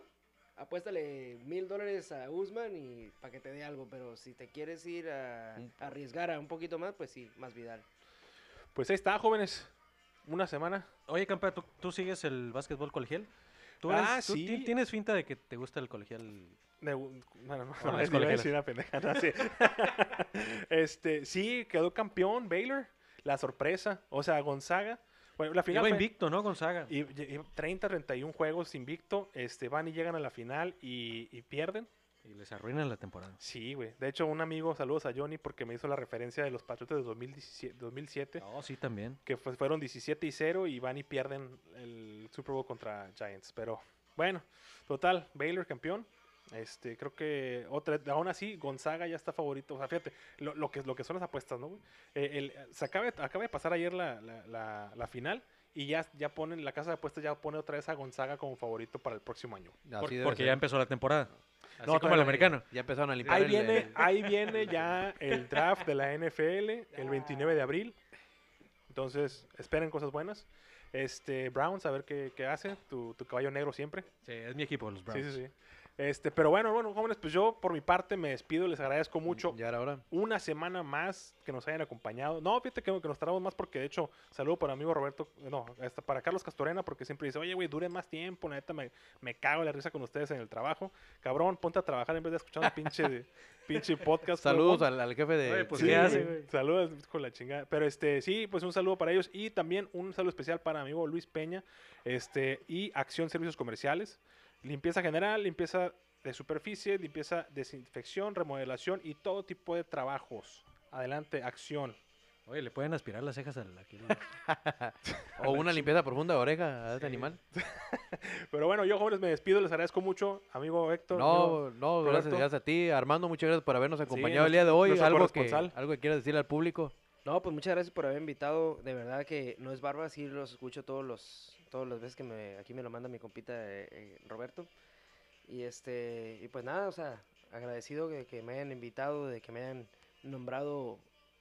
Speaker 4: apuéstale mil dólares a Usman y para que te dé algo. Pero si te quieres ir a,
Speaker 3: Un-
Speaker 4: a arriesgar a un poquito más, pues sí, más Vidal.
Speaker 1: Pues ahí está, jóvenes. Una semana.
Speaker 2: Oye, Campa, ¿tú, tú sigues el básquetbol colegial? ¿Tú,
Speaker 1: Ah,
Speaker 2: eres- tú ti-
Speaker 1: sí.
Speaker 2: tienes finta de que te gusta el colegial?
Speaker 1: De, bueno, no,
Speaker 2: no,
Speaker 1: no,
Speaker 2: es
Speaker 1: iba a
Speaker 2: colegiala.
Speaker 1: decir una pendeja, no, sí. este, sí, quedó campeón Baylor. La sorpresa. O sea, Gonzaga. Bueno, la final
Speaker 2: Iba
Speaker 1: fue-
Speaker 2: invicto, ¿no, Gonzaga?
Speaker 1: Y, y- y 30, 31 juegos invicto, este, van y llegan a la final y, y pierden.
Speaker 2: Y les arruinan la temporada.
Speaker 1: Sí, güey. De hecho, un amigo, saludos a Johnny, porque me hizo la referencia de los Patriotas de 2017, 2007,
Speaker 2: No, sí, también.
Speaker 1: que fue- fueron 17 y 0 y van y pierden el Super Bowl contra Giants. Pero bueno, total, Baylor campeón. Este, creo que otra, aún así, Gonzaga ya está favorito. O sea, fíjate, lo, lo que, lo que son las apuestas, ¿no, güey? Eh, el- se acaba, de- acaba de pasar ayer la, la- la- la final y ya, ya ponen, la casa de apuestas ya pone otra vez a Gonzaga como favorito para el próximo año.
Speaker 2: Por- porque ya empezó la temporada. Así
Speaker 1: No,
Speaker 2: como el
Speaker 1: todavía no.
Speaker 2: americano.
Speaker 3: Ya empezaron a limpiar
Speaker 1: Ahí
Speaker 3: el-
Speaker 1: viene,
Speaker 3: el-
Speaker 1: ahí viene ya el draft de la NFL el 29 de abril. Entonces, esperen cosas buenas. Este, Browns, a ver qué, qué hace. Tu, tu caballo negro siempre.
Speaker 2: Sí, es mi equipo, los
Speaker 1: Sí,
Speaker 2: Browns.
Speaker 1: sí, sí. Este, pero bueno, bueno, jóvenes, pues yo por mi parte me despido, les agradezco mucho.
Speaker 3: Ya era hora.
Speaker 1: Una semana más que nos hayan acompañado. No, fíjate que, que nos tardamos más porque de hecho, saludo para mi amigo Roberto, no, hasta para Carlos Castorena, porque siempre dice, oye, güey, dure más tiempo, la neta me, me cago en la risa con ustedes en el trabajo. Cabrón, ponte a trabajar en vez de escuchar un pinche, pinche podcast.
Speaker 3: Saludos
Speaker 1: huevón".
Speaker 3: al, al jefe de.
Speaker 2: Oye, pues,
Speaker 1: Sí,
Speaker 2: ¿qué hace,
Speaker 1: güey. Saludos con la chingada. Pero este, sí, pues un saludo para ellos y también un saludo especial para mi amigo Luis Peña este, y Acción Servicios Comerciales. Limpieza general, limpieza de superficie, limpieza, desinfección, remodelación y todo tipo de trabajos. Adelante, acción.
Speaker 2: Oye, le pueden aspirar las cejas al... aquel-
Speaker 3: O una limpieza profunda de oreja a este
Speaker 2: Sí.
Speaker 3: animal.
Speaker 1: Pero bueno, yo jóvenes me despido, les agradezco mucho, amigo Héctor. amigo-
Speaker 3: No, no, gracias,
Speaker 1: Roberto.
Speaker 3: gracias a ti. Armando, muchas gracias por habernos acompañado
Speaker 1: nuestro-
Speaker 3: el día de hoy.
Speaker 1: nuestro
Speaker 3: Algo que,
Speaker 1: corresponsal.
Speaker 3: algo que quieras decirle al público.
Speaker 4: No, pues muchas gracias por haber invitado. De verdad que no es barba, sí los escucho todos los, todas las veces que me, aquí me lo manda mi compita eh, eh, Roberto. Y este, y pues nada, o sea, agradecido de que me hayan invitado, de que me hayan nombrado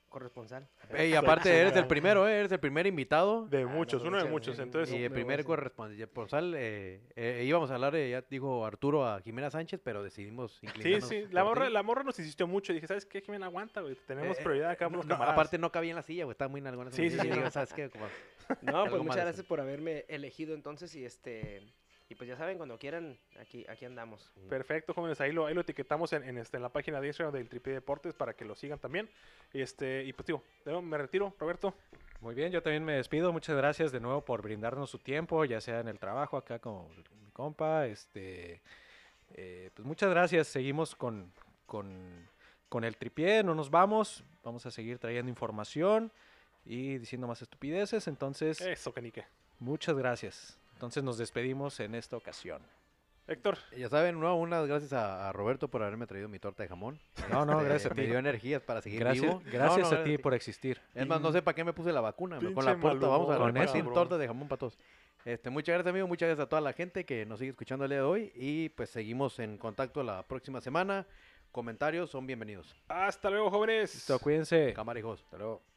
Speaker 4: corresponsal.
Speaker 3: Ey, y aparte, eres el primero, ¿eh? Eres el primer invitado.
Speaker 1: De
Speaker 4: Ah, no,
Speaker 1: muchos,
Speaker 4: pues
Speaker 1: uno de
Speaker 4: muchas
Speaker 1: muchos.
Speaker 4: gracias.
Speaker 1: Entonces,
Speaker 3: eh. y el
Speaker 4: me voy a
Speaker 3: primer
Speaker 4: hacer.
Speaker 3: corresponsal. eh, eh, íbamos a hablar, eh, ya dijo Arturo, a Jimena Sánchez, pero decidimos
Speaker 1: sí,
Speaker 3: inclinarnos
Speaker 1: sí.
Speaker 3: por
Speaker 1: La
Speaker 3: ti.
Speaker 1: morra, la morra nos insistió mucho. Dije, ¿sabes qué, Jimena? Aguanta, güey. Tenemos
Speaker 3: Eh, eh,
Speaker 1: prioridad acá por
Speaker 3: No,
Speaker 1: los
Speaker 3: no,
Speaker 1: camaradas.
Speaker 3: aparte no cabía en la silla, güey, estaba muy en alguna
Speaker 1: Sí, sí, sí, no.
Speaker 3: ¿sabes qué? Como-
Speaker 4: No,
Speaker 3: Algo
Speaker 4: pues
Speaker 3: mal
Speaker 4: muchas
Speaker 3: hacer.
Speaker 4: gracias por haberme elegido entonces y este y pues ya saben cuando quieran aquí aquí andamos.
Speaker 1: Perfecto, jóvenes. Ahí lo, ahí lo etiquetamos en, en, este, en la página de Instagram del Tripi Deportes para que lo sigan también. Y, este, y pues, digo, yo me retiro, Roberto.
Speaker 2: Muy bien, yo también me despido. Muchas gracias de nuevo por brindarnos su tiempo, ya sea en el trabajo acá con mi compa. Este, eh, pues muchas gracias. Seguimos con, con, con el tripié, no nos vamos. Vamos a seguir trayendo información y diciendo más estupideces. Entonces,
Speaker 1: Eso, canique.
Speaker 2: muchas gracias. Entonces nos despedimos en esta ocasión.
Speaker 1: Héctor,
Speaker 3: Ya saben, no, unas gracias a, a Roberto por haberme traído mi torta de jamón.
Speaker 2: No, no,
Speaker 3: Este,
Speaker 2: gracias a
Speaker 3: Me
Speaker 2: ti.
Speaker 3: dio energías para seguir
Speaker 2: Gracias,
Speaker 3: vivo. No,
Speaker 2: gracias
Speaker 3: no,
Speaker 2: a ti por existir.
Speaker 3: Es más, no sé para qué me puse la vacuna. güey, Con
Speaker 1: Pinche
Speaker 3: la puerta vamos a
Speaker 1: malhumor,
Speaker 3: repartir
Speaker 1: cabrón.
Speaker 3: tortas de jamón para todos. Este, muchas gracias, amigo. Muchas gracias a toda la gente que nos sigue escuchando el día de hoy. Y pues seguimos en contacto la próxima semana. Comentarios son bienvenidos.
Speaker 1: hasta luego, jóvenes.
Speaker 2: Listo, cuídense.
Speaker 3: Cámara, hijos. Hasta luego.